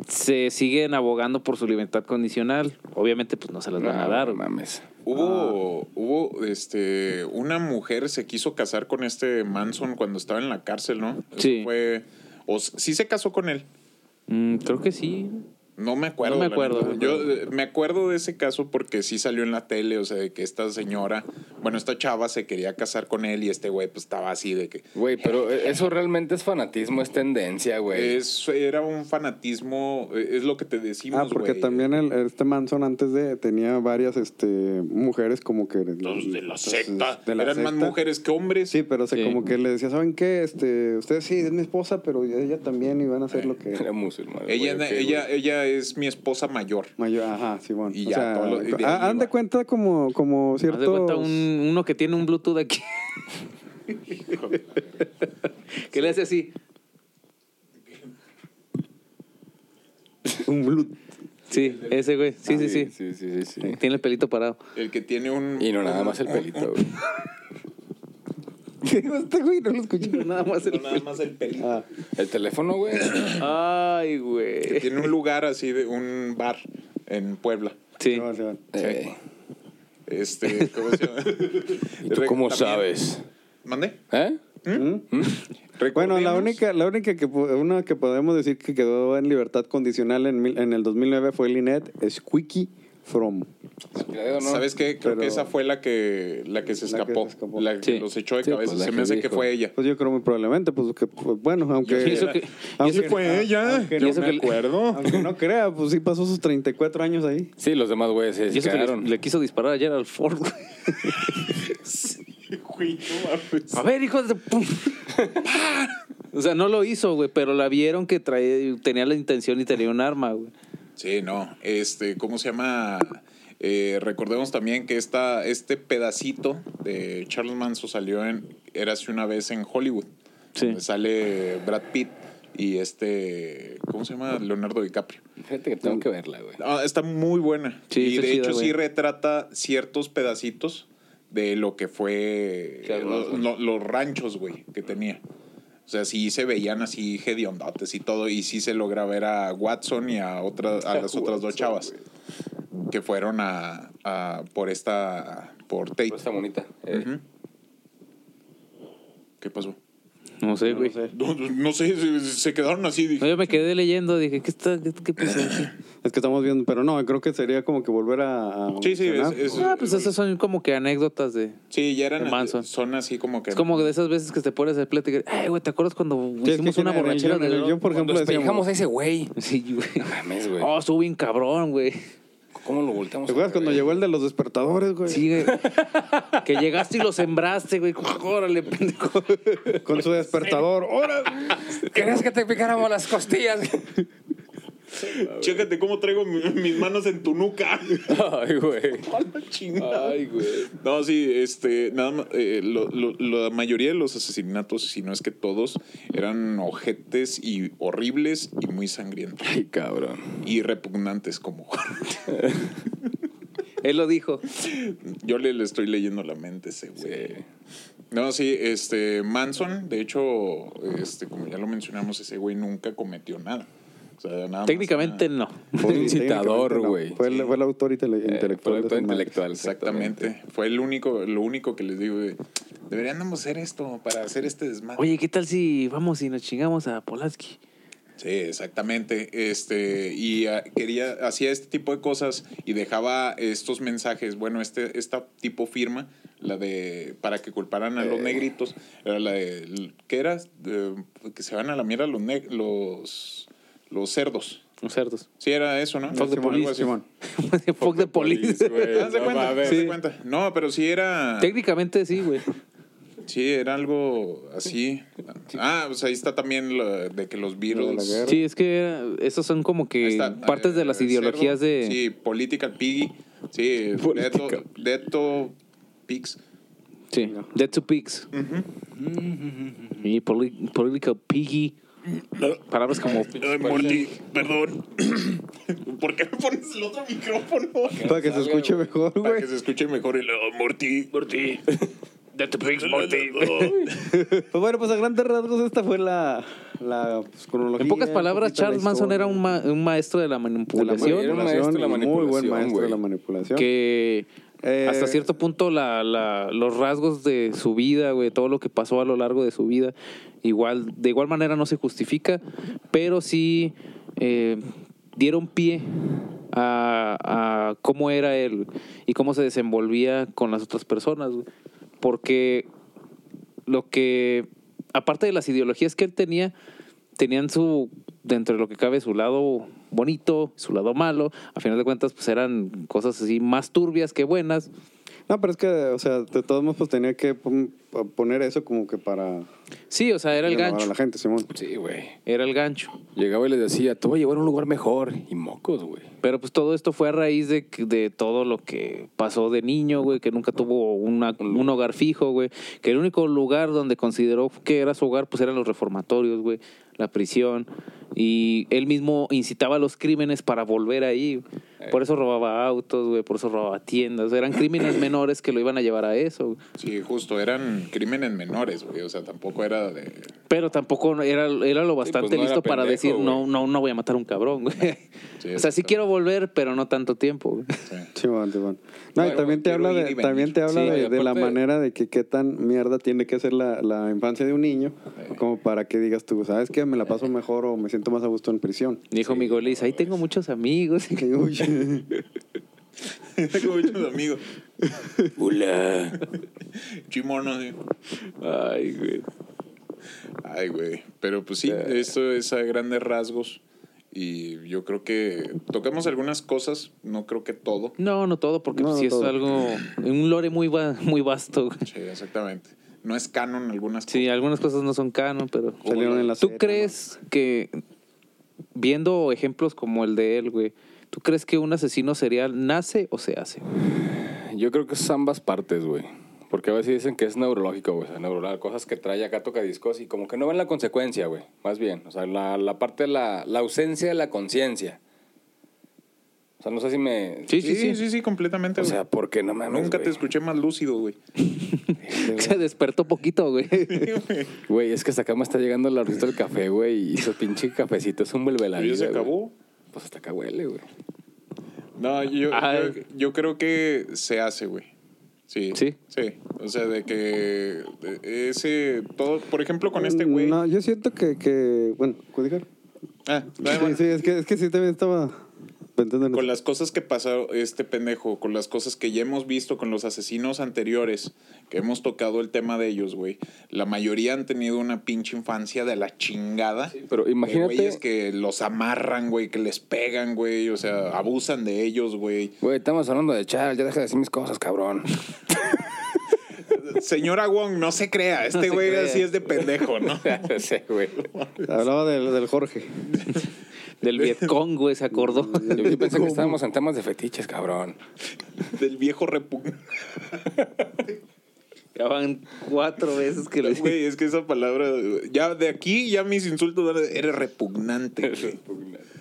S4: se siguen abogando por su libertad condicional. Obviamente, pues no se las van a
S3: Ah, No,
S4: dar.
S3: mames.
S2: Hubo, hubo, este, una mujer se quiso casar con este Manson cuando estaba en la cárcel, ¿no? Eso
S4: Sí.
S2: Fue, o s- sí se casó con él.
S4: Mm, creo que sí.
S2: No me acuerdo.
S4: No me
S2: la
S4: acuerdo,
S2: neta.
S4: no me
S2: Yo eh, me acuerdo de ese caso porque sí salió en la tele, o sea, de que esta señora, bueno, esta chava se quería casar con él y este güey pues estaba así de que...
S3: Güey, pero e-, eso realmente es fanatismo, es tendencia, güey.
S2: Es, era un fanatismo, eh, es lo que te decimos,
S1: Ah, porque
S2: güey.
S1: también el, este Manson antes de tenía varias este, mujeres como que...
S2: Los de la
S1: entonces,
S2: secta.
S1: de la
S2: Eran más
S1: secta.
S2: mujeres que hombres.
S1: Sí, pero se
S4: Sí.
S1: como que le decía, ¿saben qué? Este, usted sí, es mi esposa, pero ella también y van a hacer lo que...
S3: Era musulmán. güey,
S2: ella,
S3: ok, güey.
S2: ella, ella es mi esposa mayor.
S1: Mayor, ajá, Simón.
S2: Y
S1: o
S2: ya,
S1: sea,
S2: todo lo- y de
S1: ah,
S2: ahí
S1: haz de
S2: va.
S1: cuenta como, como
S4: Haz de
S1: cierto.
S4: cuenta un- uno que tiene un Bluetooth aquí. <laughs> que le hace así.
S1: <laughs> un Bluetooth.
S4: Sí, ese güey. Sí,
S3: Ah,
S4: sí, sí,
S3: Sí, sí, sí, sí.
S4: Tiene el pelito parado.
S2: El que tiene un...
S3: Y no nada
S2: un-
S3: más el
S2: un-
S3: pelito, güey.
S4: este güey no lo escuché nada más.
S2: No <laughs> nada más el pelito.
S1: Ah,
S3: El teléfono, güey.
S4: Ay,
S2: Que
S4: güey.
S2: tiene un lugar así de un bar en Puebla.
S4: Sí.
S1: se va, se va.
S3: Eh,
S2: Este, ¿cómo se llama? <laughs>
S3: ¿Y tú cómo
S2: También-
S3: sabes?
S2: ¿Mande?
S3: ¿Eh?
S1: ¿Mm? Bueno, la
S2: Recordemos-
S1: única, la única que po- una que podemos decir que quedó en libertad condicional en, mil- en el 2009 fue Lynette Squeaky From.
S3: Mira, digo, no.
S2: ¿Sabes qué? Creo
S1: Pero-
S2: que esa fue la que, la que se
S1: La que
S2: escapó.
S1: se escapó.
S2: La que
S4: Sí.
S2: los echó de
S3: Sí,
S2: cabeza.
S3: pues, la
S2: se me
S3: que
S2: hace que
S3: dijo.
S2: fue ella.
S1: Pues yo creo muy probablemente, pues que pues, bueno, aunque.
S2: Yo
S4: Y eso que- y
S1: aunque-
S4: eso que-
S2: Fue ella.
S1: aunque
S4: y
S1: no,
S4: eso
S1: me
S4: que le-
S2: acuerdo.
S1: aunque no crea, pues sí pasó sus 34 años ahí.
S3: Sí, los demás güeyes se
S4: y eso que le,
S3: quedaron.
S4: le quiso disparar ayer al Ford, güey.
S2: Güey, no mames.
S4: A ver, hijos de... pu- <laughs> o sea, no lo hizo, güey, pero la vieron que trae, tenía la intención y tenía un arma, güey.
S2: Sí, no. Este, ¿cómo se llama? Eh, recordemos también que esta, este pedacito de Charles Manson salió en Érase una vez en Hollywood.
S4: Sí.
S2: Donde sale Brad Pitt y este, ¿cómo se llama? Leonardo DiCaprio.
S3: Fíjate que tengo que verla, güey.
S2: Ah, está muy buena.
S4: Sí,
S2: y
S4: está
S2: de
S4: chida,
S2: hecho
S4: güey.
S2: sí retrata ciertos pedacitos de lo que fue eh,
S3: Sí, algunos,
S2: lo- lo- los ranchos, güey, que tenía. O sea, sí se veían así hediondotes y todo, y sí se logra ver a Watson y a otra,
S4: <laughs>
S2: a las otras dos chavas que fueron a, a- por esta por Tate.
S4: Pues,
S3: Pero está bonita. eh.
S2: Ujú. ¿Qué pasó?
S4: No sé, güey.
S2: No, no sé, se, se quedaron así.
S4: No,
S2: Dije,
S4: yo me quedé leyendo, dije, ¿qué, está, qué, qué pasó aquí?
S1: Es que estamos viendo, pero no, creo que sería como que volver a. a
S2: Sí, sí, es-
S1: mencionar.
S2: es-
S4: Ah, pues esas son como que anécdotas de...
S2: sí, ya
S4: De
S2: eran
S4: Manson.
S2: son así como que
S4: Es como de esas veces que te pones a platicar, ay, güey, ¿te acuerdas cuando
S1: Sí, es que
S4: hicimos una
S1: en el- en el guión-
S4: borrachera
S1: en
S4: de
S1: el guión,
S4: rock?
S1: por
S3: Cuando
S1: ejemplo, decíamos.
S3: despejamos a ese güey.
S4: <laughs> Sí, güey.
S3: No <laughs> mames, güey.
S2: Ah.
S4: Oh, estuvo bien cabrón, güey.
S3: ¿Cómo lo volteamos?
S1: ¿Te acuerdas cuando llegó el de los despertadores, güey?
S4: Sí, güey. que llegaste y lo sembraste, güey. <laughs> Órale, pendejo.
S1: Con su despertador. ¡Órale!
S3: ¿Querías que te picáramos las costillas?
S2: Chécate cómo traigo mi- mis manos en tu nuca.
S3: <laughs> Ay, güey.
S2: Chingada.
S3: Ay, güey.
S2: No, sí, este, nada más, eh, lo- lo- la mayoría de los asesinatos, si no es que todos, eran ojetes y horribles y muy sangrientos
S3: Ay, cabrón.
S2: y repugnantes como <laughs>
S4: Él lo dijo.
S2: Yo le, le estoy leyendo la mente a ese güey.
S3: Sí.
S2: No, sí, este, Manson, de hecho, este, como ya lo mencionamos, ese güey nunca cometió nada. O sea, nada más-
S4: Técnicamente no.
S1: Fue
S3: un incitador, güey.
S1: Fue, el- fue el autor intele-
S3: Eh,
S1: intelectual. de
S3: producto
S1: esa madre.
S3: intelectual.
S2: Exactamente. Fue el único, lo único que les digo. de, Deberían de hacer esto para hacer este desmadre.
S4: Oye, ¿qué tal si vamos y nos chingamos a Polaski?
S2: Sí, exactamente. Este, y ah, quería, hacía este tipo de cosas y dejaba estos mensajes. Bueno, este, esta tipo firma, la de para que culparan
S1: Eh.
S2: a los negritos, era la de ¿qué era? De, que se van a la mierda los neg- los los cerdos.
S4: Los cerdos.
S2: Sí, era eso, ¿no?
S1: Fuck the
S2: Algo
S1: police,
S2: así. Eh,
S1: Simón.
S4: Fuck <laughs> de police.
S3: güey.
S2: Haz de
S3: No
S2: cuenta,
S3: mames.
S2: haz de cuenta. No, pero sí era.
S4: Técnicamente sí, güey.
S2: Sí, era algo así. Ah, pues ahí está también lo de que los
S1: Lo de la
S2: virus.
S1: guerra.
S4: Sí, es que era- esos son como que
S2: Ahí está,
S4: partes
S2: eh,
S4: de las
S2: cerdo,
S4: ideologías de...
S2: Sí, Political Piggy. Sí,
S3: Political
S2: Deto, Deto Pigs.
S4: Sí, Dead to Pigs. Y Poli- Political Piggy. Palabras como
S2: Ay, Morty, perdón. ¿Por qué me pones
S5: el otro micrófono.
S1: Para que se
S3: salga,
S1: escuche
S3: güey.
S1: mejor,
S2: para
S1: güey.
S2: que se escuche mejor el oh, Morty? Morty. Date pics, Morty.
S1: Pues bueno, pues a grandes rasgos esta fue la, la pues, cronología.
S4: En pocas
S1: un
S4: palabras,
S1: poquito la
S4: Charles Manson
S1: historia
S4: era un, ma- un maestro de la
S1: de la
S4: manipulación
S3: Era un
S1: manipulación.
S3: maestro de la
S1: y muy buen
S3: manipulación,
S1: maestro de la
S3: güey.
S1: manipulación.
S4: que
S1: Eh,
S4: hasta cierto punto la- la- los rasgos de su vida, güey, todo lo que pasó a lo largo de su vida, igual de igual manera no se justifica, pero sí eh, dieron pie a, a cómo era él y cómo se desenvolvía con las otras personas, güey. porque lo que, aparte de las ideologías que él tenía, tenían su, dentro de lo que cabe, su lado bonito, su lado malo. A final de cuentas, pues eran cosas así más turbias que buenas.
S1: No, pero es que, o sea, de todos modos, pues tenía que pon- poner eso como que para.
S4: Sí, o sea, era el
S1: llamar a
S4: gancho.
S1: la gente, Simón.
S3: Sí, güey.
S4: Era el gancho.
S3: Llegaba y les decía, te voy a llevar a un lugar mejor. Y mocos, güey.
S4: Pero pues todo esto fue a raíz de, que- de todo lo que pasó de niño, güey, que nunca tuvo una- un hogar fijo, güey. Que el único lugar donde consideró que era su hogar, pues eran los reformatorios, güey, la prisión. Y él mismo incitaba a los crímenes para volver ahí.
S3: Eh.
S4: Por eso robaba autos, güey, por eso robaba tiendas. Eran crímenes menores que lo iban a llevar a eso. güey.
S2: Sí, justo, eran crímenes menores, güey. O sea, tampoco era de.
S4: Pero tampoco era, era lo bastante
S3: pues, no era
S4: listo para
S3: pendejo,
S4: decir,
S3: güey.
S4: no, no, no voy a matar a un cabrón, güey.
S2: Sí,
S4: <laughs> o sea, sí
S2: exacto.
S4: quiero volver, pero no tanto tiempo, güey.
S2: Sí. <laughs>
S1: Simón, Simón. No,
S2: Bueno,
S1: y también te
S2: quiero
S1: habla
S2: ir y
S1: de,
S2: venir.
S1: también te habla
S3: Sí,
S1: de,
S3: y
S1: de la
S3: aparte-
S1: manera de que qué tan mierda tiene que ser la, la infancia de un niño,
S3: Eh.
S1: como para que digas tú, ¿sabes qué? Me la paso mejor o me siento más a gusto en prisión.
S4: Dijo mi golis, ahí tengo
S1: <laughs>
S4: muchos amigos.
S1: Que, uy,
S2: Tengo muchos amigos.
S3: Hola.
S2: Chimonos. sí.
S3: Ay, güey.
S2: Ay, güey. Pero pues sí,
S4: Eh.
S2: esto es a grandes rasgos. Y yo creo que tocamos algunas cosas, no creo que todo.
S4: No, no todo, porque
S1: No,
S4: pues,
S1: no
S4: sí
S1: todo.
S4: es algo, un lore muy, va- muy vasto. güey.
S2: Sí, exactamente. No es canon algunas
S4: Sí, algunas cosas no son canon, pero...
S1: Salieron en la
S4: ¿Tú
S1: serie,
S4: crees que, viendo ejemplos como el de él, güey, ¿tú crees que un asesino serial nace o se hace?
S3: Yo creo que es ambas partes, güey. Porque a veces dicen que es neurológico, güey. O sea, neuronal, cosas que trae acá tocadiscos y como que no ven la consecuencia, güey. Más bien, o sea, la, la parte de la, la ausencia de la conciencia. O sea, no sé si me...
S4: Sí,
S2: Sí, sí, sí, sí, completamente.
S3: O
S2: güey.
S3: sea, porque no mames,
S2: Nunca te
S3: güey.
S2: escuché más lúcido, güey.
S4: <laughs> Se despertó poquito, güey.
S3: <laughs> Güey, es que hasta acá me está llegando la hornito del café, güey. Y su pinche cafecito es un vuelve la
S2: Y ya
S3: vida,
S2: se
S3: güey.
S2: acabó.
S3: Pues hasta acá huele, güey.
S2: No, yo,
S4: Ay.
S2: yo, yo creo que se hace, güey. Sí.
S4: ¿Sí?
S2: Sí. O sea, de que ese todo, por ejemplo, con este güey.
S1: No, yo siento que, que bueno, ¿puedo dejar?
S2: Ah, bueno,
S1: Sí, sí, es que, es que sí también estaba pensando en
S2: Con
S1: eso.
S2: las cosas que pasó este pendejo, con las cosas que ya hemos visto con los asesinos anteriores, que hemos tocado el tema de ellos, güey. La mayoría han tenido una pinche infancia de la chingada.
S3: Pero
S2: Imagínate.
S3: imagínate...
S2: Güeyes que los amarran, güey, que les pegan, güey. O sea, abusan de ellos, güey.
S3: Güey, estamos hablando de Charles, ya deja de decir mis cosas,
S2: <laughs>
S3: cabrón. <laughs>
S2: Señora Wong, no se crea. Este
S4: se
S2: güey
S4: crea.
S2: así es de pendejo, ¿no?
S3: sí, güey.
S1: Hablaba del, del Jorge.
S4: Del Vietcong, güey, se acordó.
S3: Yo,
S2: <laughs>
S3: yo pensé que estábamos en temas de fetiches, cabrón.
S2: Del viejo repugnante.
S4: Ya van cuatro veces que lo
S2: <laughs>
S4: dije.
S2: Güey, es que esa palabra. Ya de aquí, ya mis insultos van a- Eres repugnante, güey.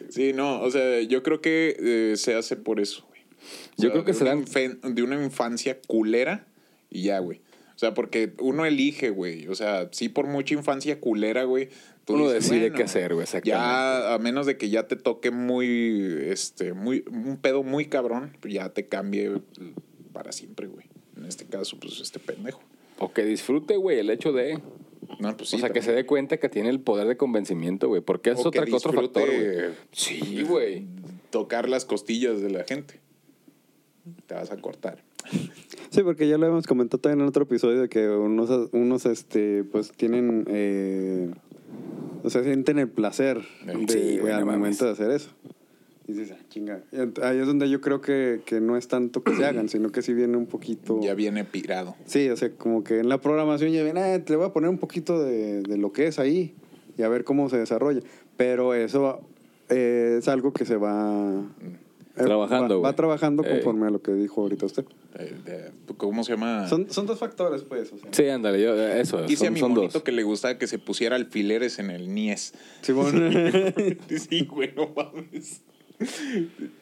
S2: Sí, no, o sea, yo creo que eh, se hace por eso, güey. O
S3: Yo
S2: sea,
S3: creo que
S2: de
S3: se
S2: una
S3: dan-
S2: infen- De una infancia culera y ya, güey. O sea, porque uno elige, güey. O sea, sí, por mucha infancia culera, güey. tú
S3: Uno decide
S2: bueno,
S3: qué hacer, güey, exactamente.
S2: Ya, a menos de que ya te toque muy, este, muy, un pedo muy cabrón, pues ya te cambie para siempre, güey. En este caso, pues este pendejo.
S3: O que disfrute, güey, el hecho de.
S2: No, pues
S3: o sea, que se dé cuenta que tiene el poder de convencimiento, güey. Porque es
S2: O que
S3: otra, otro factor,
S2: disfrute,
S3: güey. Sí, güey.
S2: tocar las costillas de la gente. Te vas a cortar.
S1: Sí, porque ya lo hemos comentado también en otro episodio de que unos, unos este, pues tienen, eh, o sea, sienten el placer de,
S3: Sí, güey, no
S1: al
S3: mames.
S1: momento de hacer eso. Y dices, ah, chinga. Y ent- Ahí es donde yo creo que, que no es tanto que se hagan, sino que sí viene un poquito...
S2: Ya viene pirado.
S1: Sí, o sea, como que en la programación ya ven, ah, te le voy a poner un poquito de, de lo que es ahí y a ver cómo se desarrolla. Pero eso va- eh, es algo que se va... eh,
S3: Trabajando,
S1: Va, va
S3: güey.
S1: trabajando
S3: Ey.
S1: conforme a lo que dijo ahorita usted.
S2: eh, de- ¿Cómo se llama?
S1: Son, son dos factores, pues. O sea.
S3: <laughs> Sí, ándale, yo, eso,
S2: Dice a
S3: son,
S2: mi
S3: son
S2: monito
S3: dos.
S2: que le gustaba que se pusiera alfileres en el
S1: <laughs>
S2: niés.
S1: Simón.
S2: sí, güey, no mames.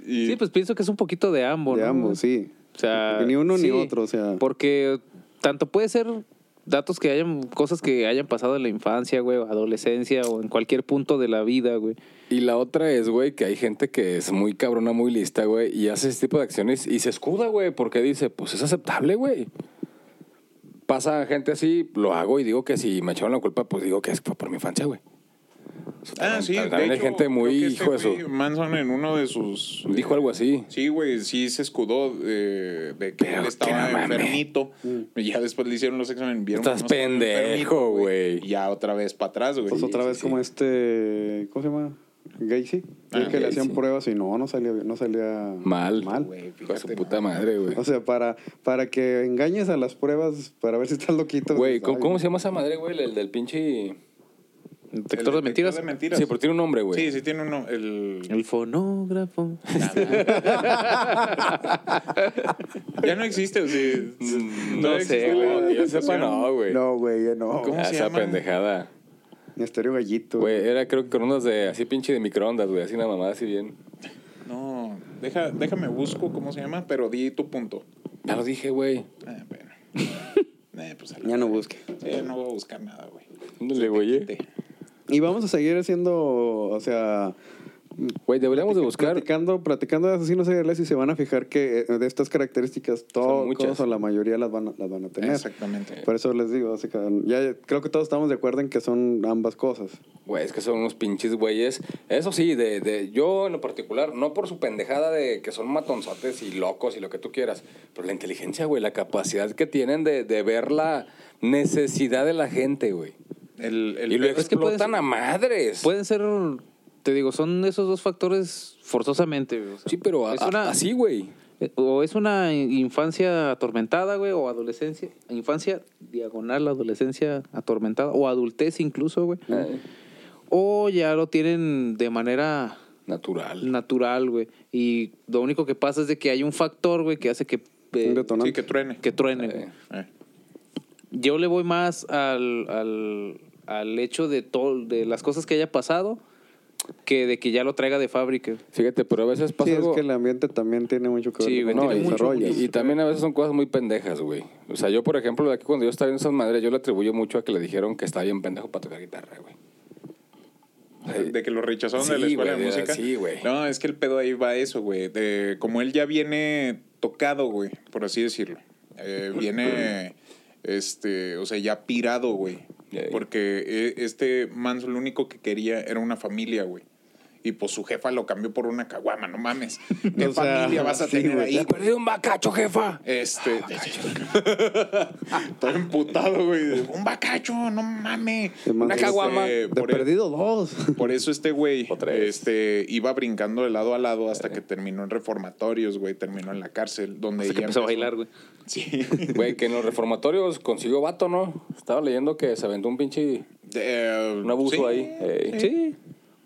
S2: Y-
S4: Sí, pues pienso que es un poquito de ambos.
S1: de
S4: ¿no?
S1: ambos, sí.
S4: O sea,
S1: Porque ni uno ni
S4: sí,
S1: otro, o sea.
S4: Porque tanto puede ser datos que hayan, cosas que hayan pasado en la infancia, güey, o adolescencia, o en cualquier punto de la vida, güey.
S3: Y la otra es, güey, que hay gente que es muy cabrona, muy lista, güey, y hace ese tipo de acciones y se escuda, güey, porque dice, pues es aceptable, güey. Pasa gente así, lo hago y digo que si me echaron la culpa, pues digo que es por mi infancia, güey. O sea,
S2: Ah,
S3: también-
S2: sí,
S3: también
S2: de
S3: hay
S2: hecho,
S3: gente muy
S2: creo que
S3: hijo de
S2: este
S3: su.
S2: güey Manson en uno de sus... eh,
S3: Dijo algo así.
S2: Sí, güey, sí se escudó eh, de que
S3: Pero
S2: él
S3: qué
S2: estaba
S3: mame.
S2: enfermito.
S1: Mm.
S2: Y ya después le hicieron los exámenes. Vieron
S3: Estás
S2: que no estaba
S3: pendejo,
S2: enfermito,
S3: güey.
S2: Y ya otra vez para atrás, güey.
S1: Pues otra
S2: Sí,
S1: vez
S2: sí,
S1: como
S2: sí.
S1: este, ¿cómo se llama? Gacy.
S2: Ah,
S1: El que le hacían
S3: Gacy.
S1: pruebas y no, no salía, no salía
S3: Mal.
S1: mal.
S2: Güey,
S3: Hijo de su
S2: fíjate,
S3: puta
S2: no.
S3: madre, güey.
S1: O sea, para, para que engañes a las pruebas para ver si estás loquito.
S3: Güey,
S1: pues,
S3: ¿cómo,
S1: ay,
S3: cómo se llama esa madre, güey? El del pinche.
S2: El
S4: Detector de mentiras.
S2: de mentiras.
S3: Sí, pero tiene un nombre, güey.
S2: Sí, sí tiene uno. El...
S4: El fonógrafo.
S2: Ya no existe, o sea,
S3: <laughs> Mm, No,
S2: todavía
S3: sé,
S2: existe la-
S3: güey. que Yo
S2: la
S3: sepa, no, güey.
S1: No, güey, ya no.
S2: ¿Cómo?
S3: Ah,
S2: se
S3: esa
S2: llama?
S3: pendejada.
S1: Misterio Gallito.
S3: Güey, era creo que con unas de así pinche de microondas, güey. Así una mamada así bien.
S2: No, deja, déjame busco cómo se llama, pero di tu punto.
S3: Ya lo dije, güey.
S2: Ah,
S3: <laughs>
S2: bueno. Eh, pues, a la
S1: Ya no
S2: verga.
S1: busque.
S2: Sí, no voy a buscar nada, güey.
S3: Ándale, güey. eh.
S2: Te-
S1: Y vamos a seguir haciendo, o sea,
S3: Güey, deberíamos de buscar.
S1: platicando, platicando de asesinos seriales y se van a fijar que eh, de estas características
S3: muchas.
S1: todos o la mayoría las van a, las van a tener.
S2: Exactamente.
S1: Por eso les digo, o sea, ya creo que todos estamos de acuerdo en que son ambas cosas.
S3: Güey, es que son unos pinches güeyes. Eso sí, de, de, yo en lo particular, no por su pendejada de que son matonzotes y locos y lo que tú quieras, pero la inteligencia, güey, la capacidad que tienen de, de ver la necesidad de la gente, güey.
S2: El, el
S3: Y lo
S2: pedo es que-
S4: puedes-
S3: explotan a madres.
S4: Pueden ser, te digo, son esos dos factores forzosamente, güey. o sea,
S3: Sí, pero a-
S4: es una-
S3: a- así, güey.
S4: eh, O es una infancia atormentada, güey, o adolescencia, infancia diagonal, adolescencia atormentada, o adultez incluso, güey.
S3: Ah.
S4: O ya lo tienen de manera
S3: Natural.
S4: natural, güey. Y lo único que pasa es de que hay un factor, güey, que hace que, eh,
S1: Un detonante.
S2: Sí, que truene.
S4: que truene, güey.
S2: Eh.
S4: Yo le voy más al, al, al hecho de, todo, de las cosas que haya pasado que de que ya lo traiga de fábrica.
S3: Fíjate, pero a veces pasa
S1: Sí, es
S3: algo.
S1: que el ambiente también tiene mucho que ver
S4: Sí,
S1: con
S4: güey,
S1: cómo
S3: No,
S1: te
S3: y,
S4: tiene mucho,
S1: desarrollas.
S3: y- y también a veces son cosas muy pendejas, güey. O sea, yo, por ejemplo, aquí cuando yo estaba viendo esas madres, yo le atribuyo mucho a que le dijeron que estaba bien pendejo para tocar guitarra, güey.
S2: De que lo rechazaron de la
S3: Sí,
S2: escuela de
S3: güey, de-
S2: música.
S3: sí, güey.
S2: No, es que el pedo ahí va eso, güey. De- Como él ya viene tocado, güey, por así decirlo.
S3: <laughs>
S2: Eh, viene, este, o sea, ya pirado, güey.
S3: Ya, ya.
S2: Porque eh, este Manso lo único que quería era una familia, güey. Y pues su jefa lo cambió por una caguama, no
S3: <laughs>
S2: mames. ¿Qué
S1: O sea,
S2: familia vas a
S1: sí,
S2: tener
S1: güey.
S2: ahí, güey?
S3: perdí un bacacho, jefa!
S2: Este.
S3: Ah,
S2: <laughs> Todo emputado, güey. Un bacacho, no mames.
S1: De más-
S3: Una caguama.
S2: Este,
S1: De
S2: por, e-
S1: perdido dos.
S2: por eso este güey
S3: Otra vez.
S2: este, iba brincando de lado a lado hasta
S4: Eh.
S2: que terminó en reformatorios, güey. Terminó en la cárcel, donde
S4: Hasta que
S2: ella
S4: empezó a bailar, güey.
S2: Sí. <laughs>
S3: Güey, que en los reformatorios consiguió vato, ¿no? Estaba leyendo que se aventó un pinche.
S2: Eh,
S3: Un abuso
S2: sí.
S3: ahí. Ey.
S4: Sí.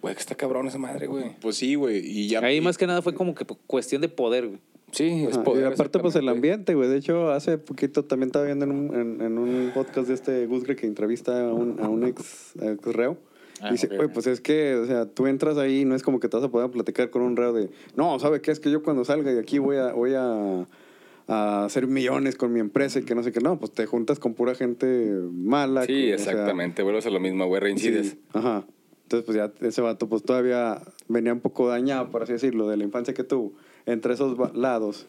S3: Güey, que está cabrón esa madre, güey.
S2: Pues sí, güey. Y ya.
S4: Ahí más que nada fue como que po- cuestión de poder, güey.
S3: Sí, es
S1: Ajá,
S3: poder.
S1: y aparte, pues el
S3: exactamente.
S1: ambiente, güey. De hecho, hace poquito también estaba viendo en un, en, en un podcast de este Guzgre que entrevista a un, a un ex, ex reo.
S2: Ah,
S1: y dice,
S2: ok,
S1: güey,
S2: ok.
S1: pues es que, o sea, tú entras ahí y no es como que te vas a poder platicar con un reo de, no, ¿sabe qué? Es que yo cuando salga de aquí voy a, voy a, a hacer millones con mi empresa y que no sé qué. No, pues te juntas con pura gente mala. con- o
S3: Sí,
S1: sea,
S3: exactamente. Vuelves a lo mismo, güey. Reincides.
S1: Sí, Ajá. Entonces, pues ya ese vato, pues todavía venía un poco dañado, por así decirlo, de la infancia que tuvo. Entre esos va- lados,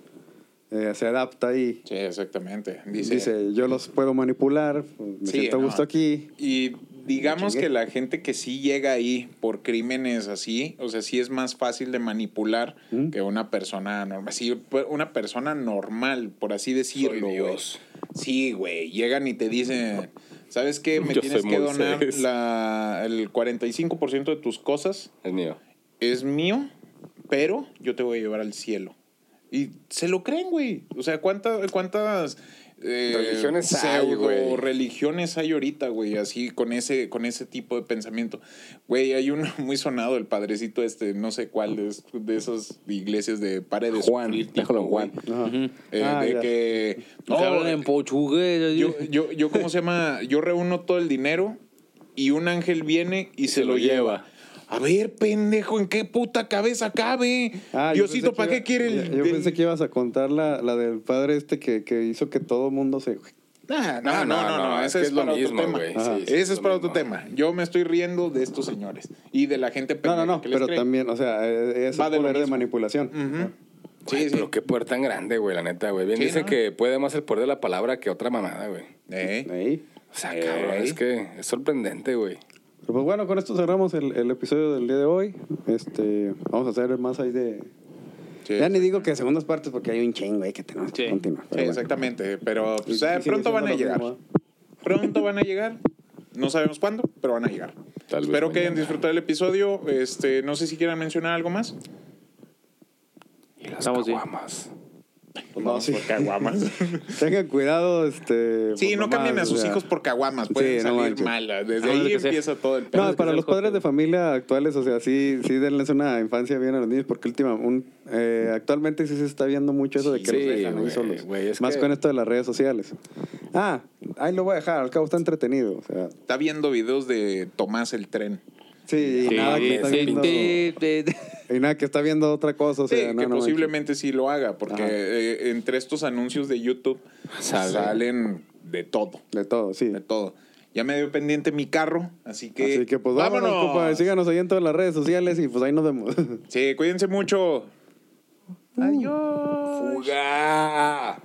S1: eh, se adapta ahí.
S2: Sí, exactamente.
S1: Dice, yo los puedo manipular, pues, me
S2: Sí,
S1: siento a
S2: no.
S1: gusto aquí.
S2: Y digamos
S1: Me chingué.
S2: que la gente que sí llega ahí por crímenes así, o sea, sí es más fácil de manipular
S1: ¿Mm?
S2: que una persona normal. Sí, pu- una persona normal, por así decirlo. güey.
S3: Dios.
S2: Sí, güey. Llegan y te dicen, ¿sabes qué? Me
S3: Yo
S2: tienes
S3: soy
S2: que donar
S3: Moisés".
S2: la- el 45% de tus cosas.
S3: Es mío.
S2: Es mío, pero yo te voy a llevar al cielo. Y se lo creen, güey. O sea, ¿cuántas, cuántas eh,
S3: Religiones hay,
S2: pseudo-
S3: güey.
S2: religiones hay ahorita, güey, así con ese, con ese tipo de pensamiento. Güey, hay uno <laughs> muy sonado, el padrecito este, no sé cuál, de, es- de esas iglesias de pare de
S3: Juan,
S2: sufrir,
S3: déjalo
S2: tipo,
S3: Juan.
S2: güey.
S1: Ajá.
S2: Eh,
S1: Ah,
S2: de
S1: ya.
S2: que.
S4: Que hablan en portugués.
S2: Yo, yo, yo, ¿cómo se llama? Yo reúno todo el dinero y un ángel viene y se,
S3: lo
S2: lo lleva.
S3: lleva.
S2: A ver, pendejo, ¿en qué puta cabeza cabe?
S1: Ah, yo
S2: Diosito,
S1: pensé
S2: ¿para
S1: que
S2: qué
S1: iba-
S2: quiere el.?
S1: Yo
S2: el-
S1: pensé que ibas a contar la, la del padre este que, que hizo que todo mundo se.
S2: Ah, no, no, no, no, ese
S3: que
S2: es,
S3: es lo
S2: para
S3: mismo,
S2: otro tema.
S3: güey,
S2: Ajá.
S3: sí, sí,
S2: ese
S3: es
S2: es
S3: lo
S2: para
S3: mismo.
S2: otro tema. Yo me estoy riendo de estos señores y de la gente
S1: No, no, no,
S2: pendeja que les
S1: pero
S2: cree.
S1: también, o sea, eh, es
S2: Va
S1: un
S2: de lo
S1: poder de
S2: mismo.
S1: manipulación.
S2: Ujú.
S3: Güey,
S2: Sí, sí.
S3: Pero qué poder tan grande, güey, la neta, güey. Bien
S2: Sí,
S3: dicen
S2: ¿no?
S3: que puede más el poder de la palabra que otra mamada, güey.
S2: Eh.
S1: Ahí.
S3: O sea,
S2: Ey.
S3: cabrón, es que es sorprendente, güey.
S1: Pero, Pues bueno, con esto cerramos el, el episodio del día de hoy. Este, vamos a hacer más ahí de.
S2: Sí,
S1: ya ni digo que segundas partes porque hay un chingo ahí que tenemos que
S4: Sí.
S1: continuar.
S2: sí,
S1: pero bueno.
S2: exactamente. Pero
S1: Y- y
S2: pues, eh,
S1: sigue
S2: pronto van a
S1: siendo lo
S2: llegar.
S1: mismo,
S2: Pronto van a llegar. No sabemos cuándo, pero van a llegar.
S3: Tal vez
S2: Espero que hayan
S3: mañana.
S2: disfrutado el episodio. Este, no sé si quieran mencionar algo más.
S3: Y las
S4: Estamos bien.
S3: caguamas.
S1: Pues no, sí.
S2: Por
S1: <laughs>
S2: caguamas.
S1: Tengan cuidado, este.
S2: sí,
S1: pues
S2: no
S1: nomás,
S2: cambien a sus
S1: o sea,
S2: hijos por caguamas. Pueden
S1: sí, no
S2: salir
S1: manches.
S2: malas. Desde
S4: A menos
S2: ahí
S4: que sea-
S2: empieza todo el pedo.
S1: No, para
S4: que
S1: los
S4: sea el
S1: padres de familia actuales, o sea, sí, sí denles una infancia bien a los niños, porque última, un, eh, actualmente sí se está viendo mucho eso de que
S3: Sí,
S1: los dejan ahí
S3: güey,
S1: solos.
S3: güey, es
S1: Más
S3: que-
S1: con esto de las redes sociales. Ah, ahí lo voy a dejar, al cabo está entretenido. O sea,
S2: Está viendo videos de Tomás el tren.
S1: sí, y
S3: Sí,
S1: nada que está
S3: sí,
S1: viendo.
S4: Te- te- te-
S1: Y nada que está viendo otra cosa, o
S2: Sí,
S1: sea, no,
S2: que
S1: no manches.
S2: posiblemente sí lo haga, porque
S1: Ajá.
S2: eh, entre estos anuncios de YouTube
S3: Sale.
S2: salen de todo,
S1: De todo, sí.
S2: de todo. Ya me dio pendiente mi carro, así que,
S1: Así que pues vámonos, compa, síganos ahí en todas las redes sociales y pues ahí nos vemos. <laughs>
S2: Sí, cuídense mucho. Adiós.
S3: ¡Fuga!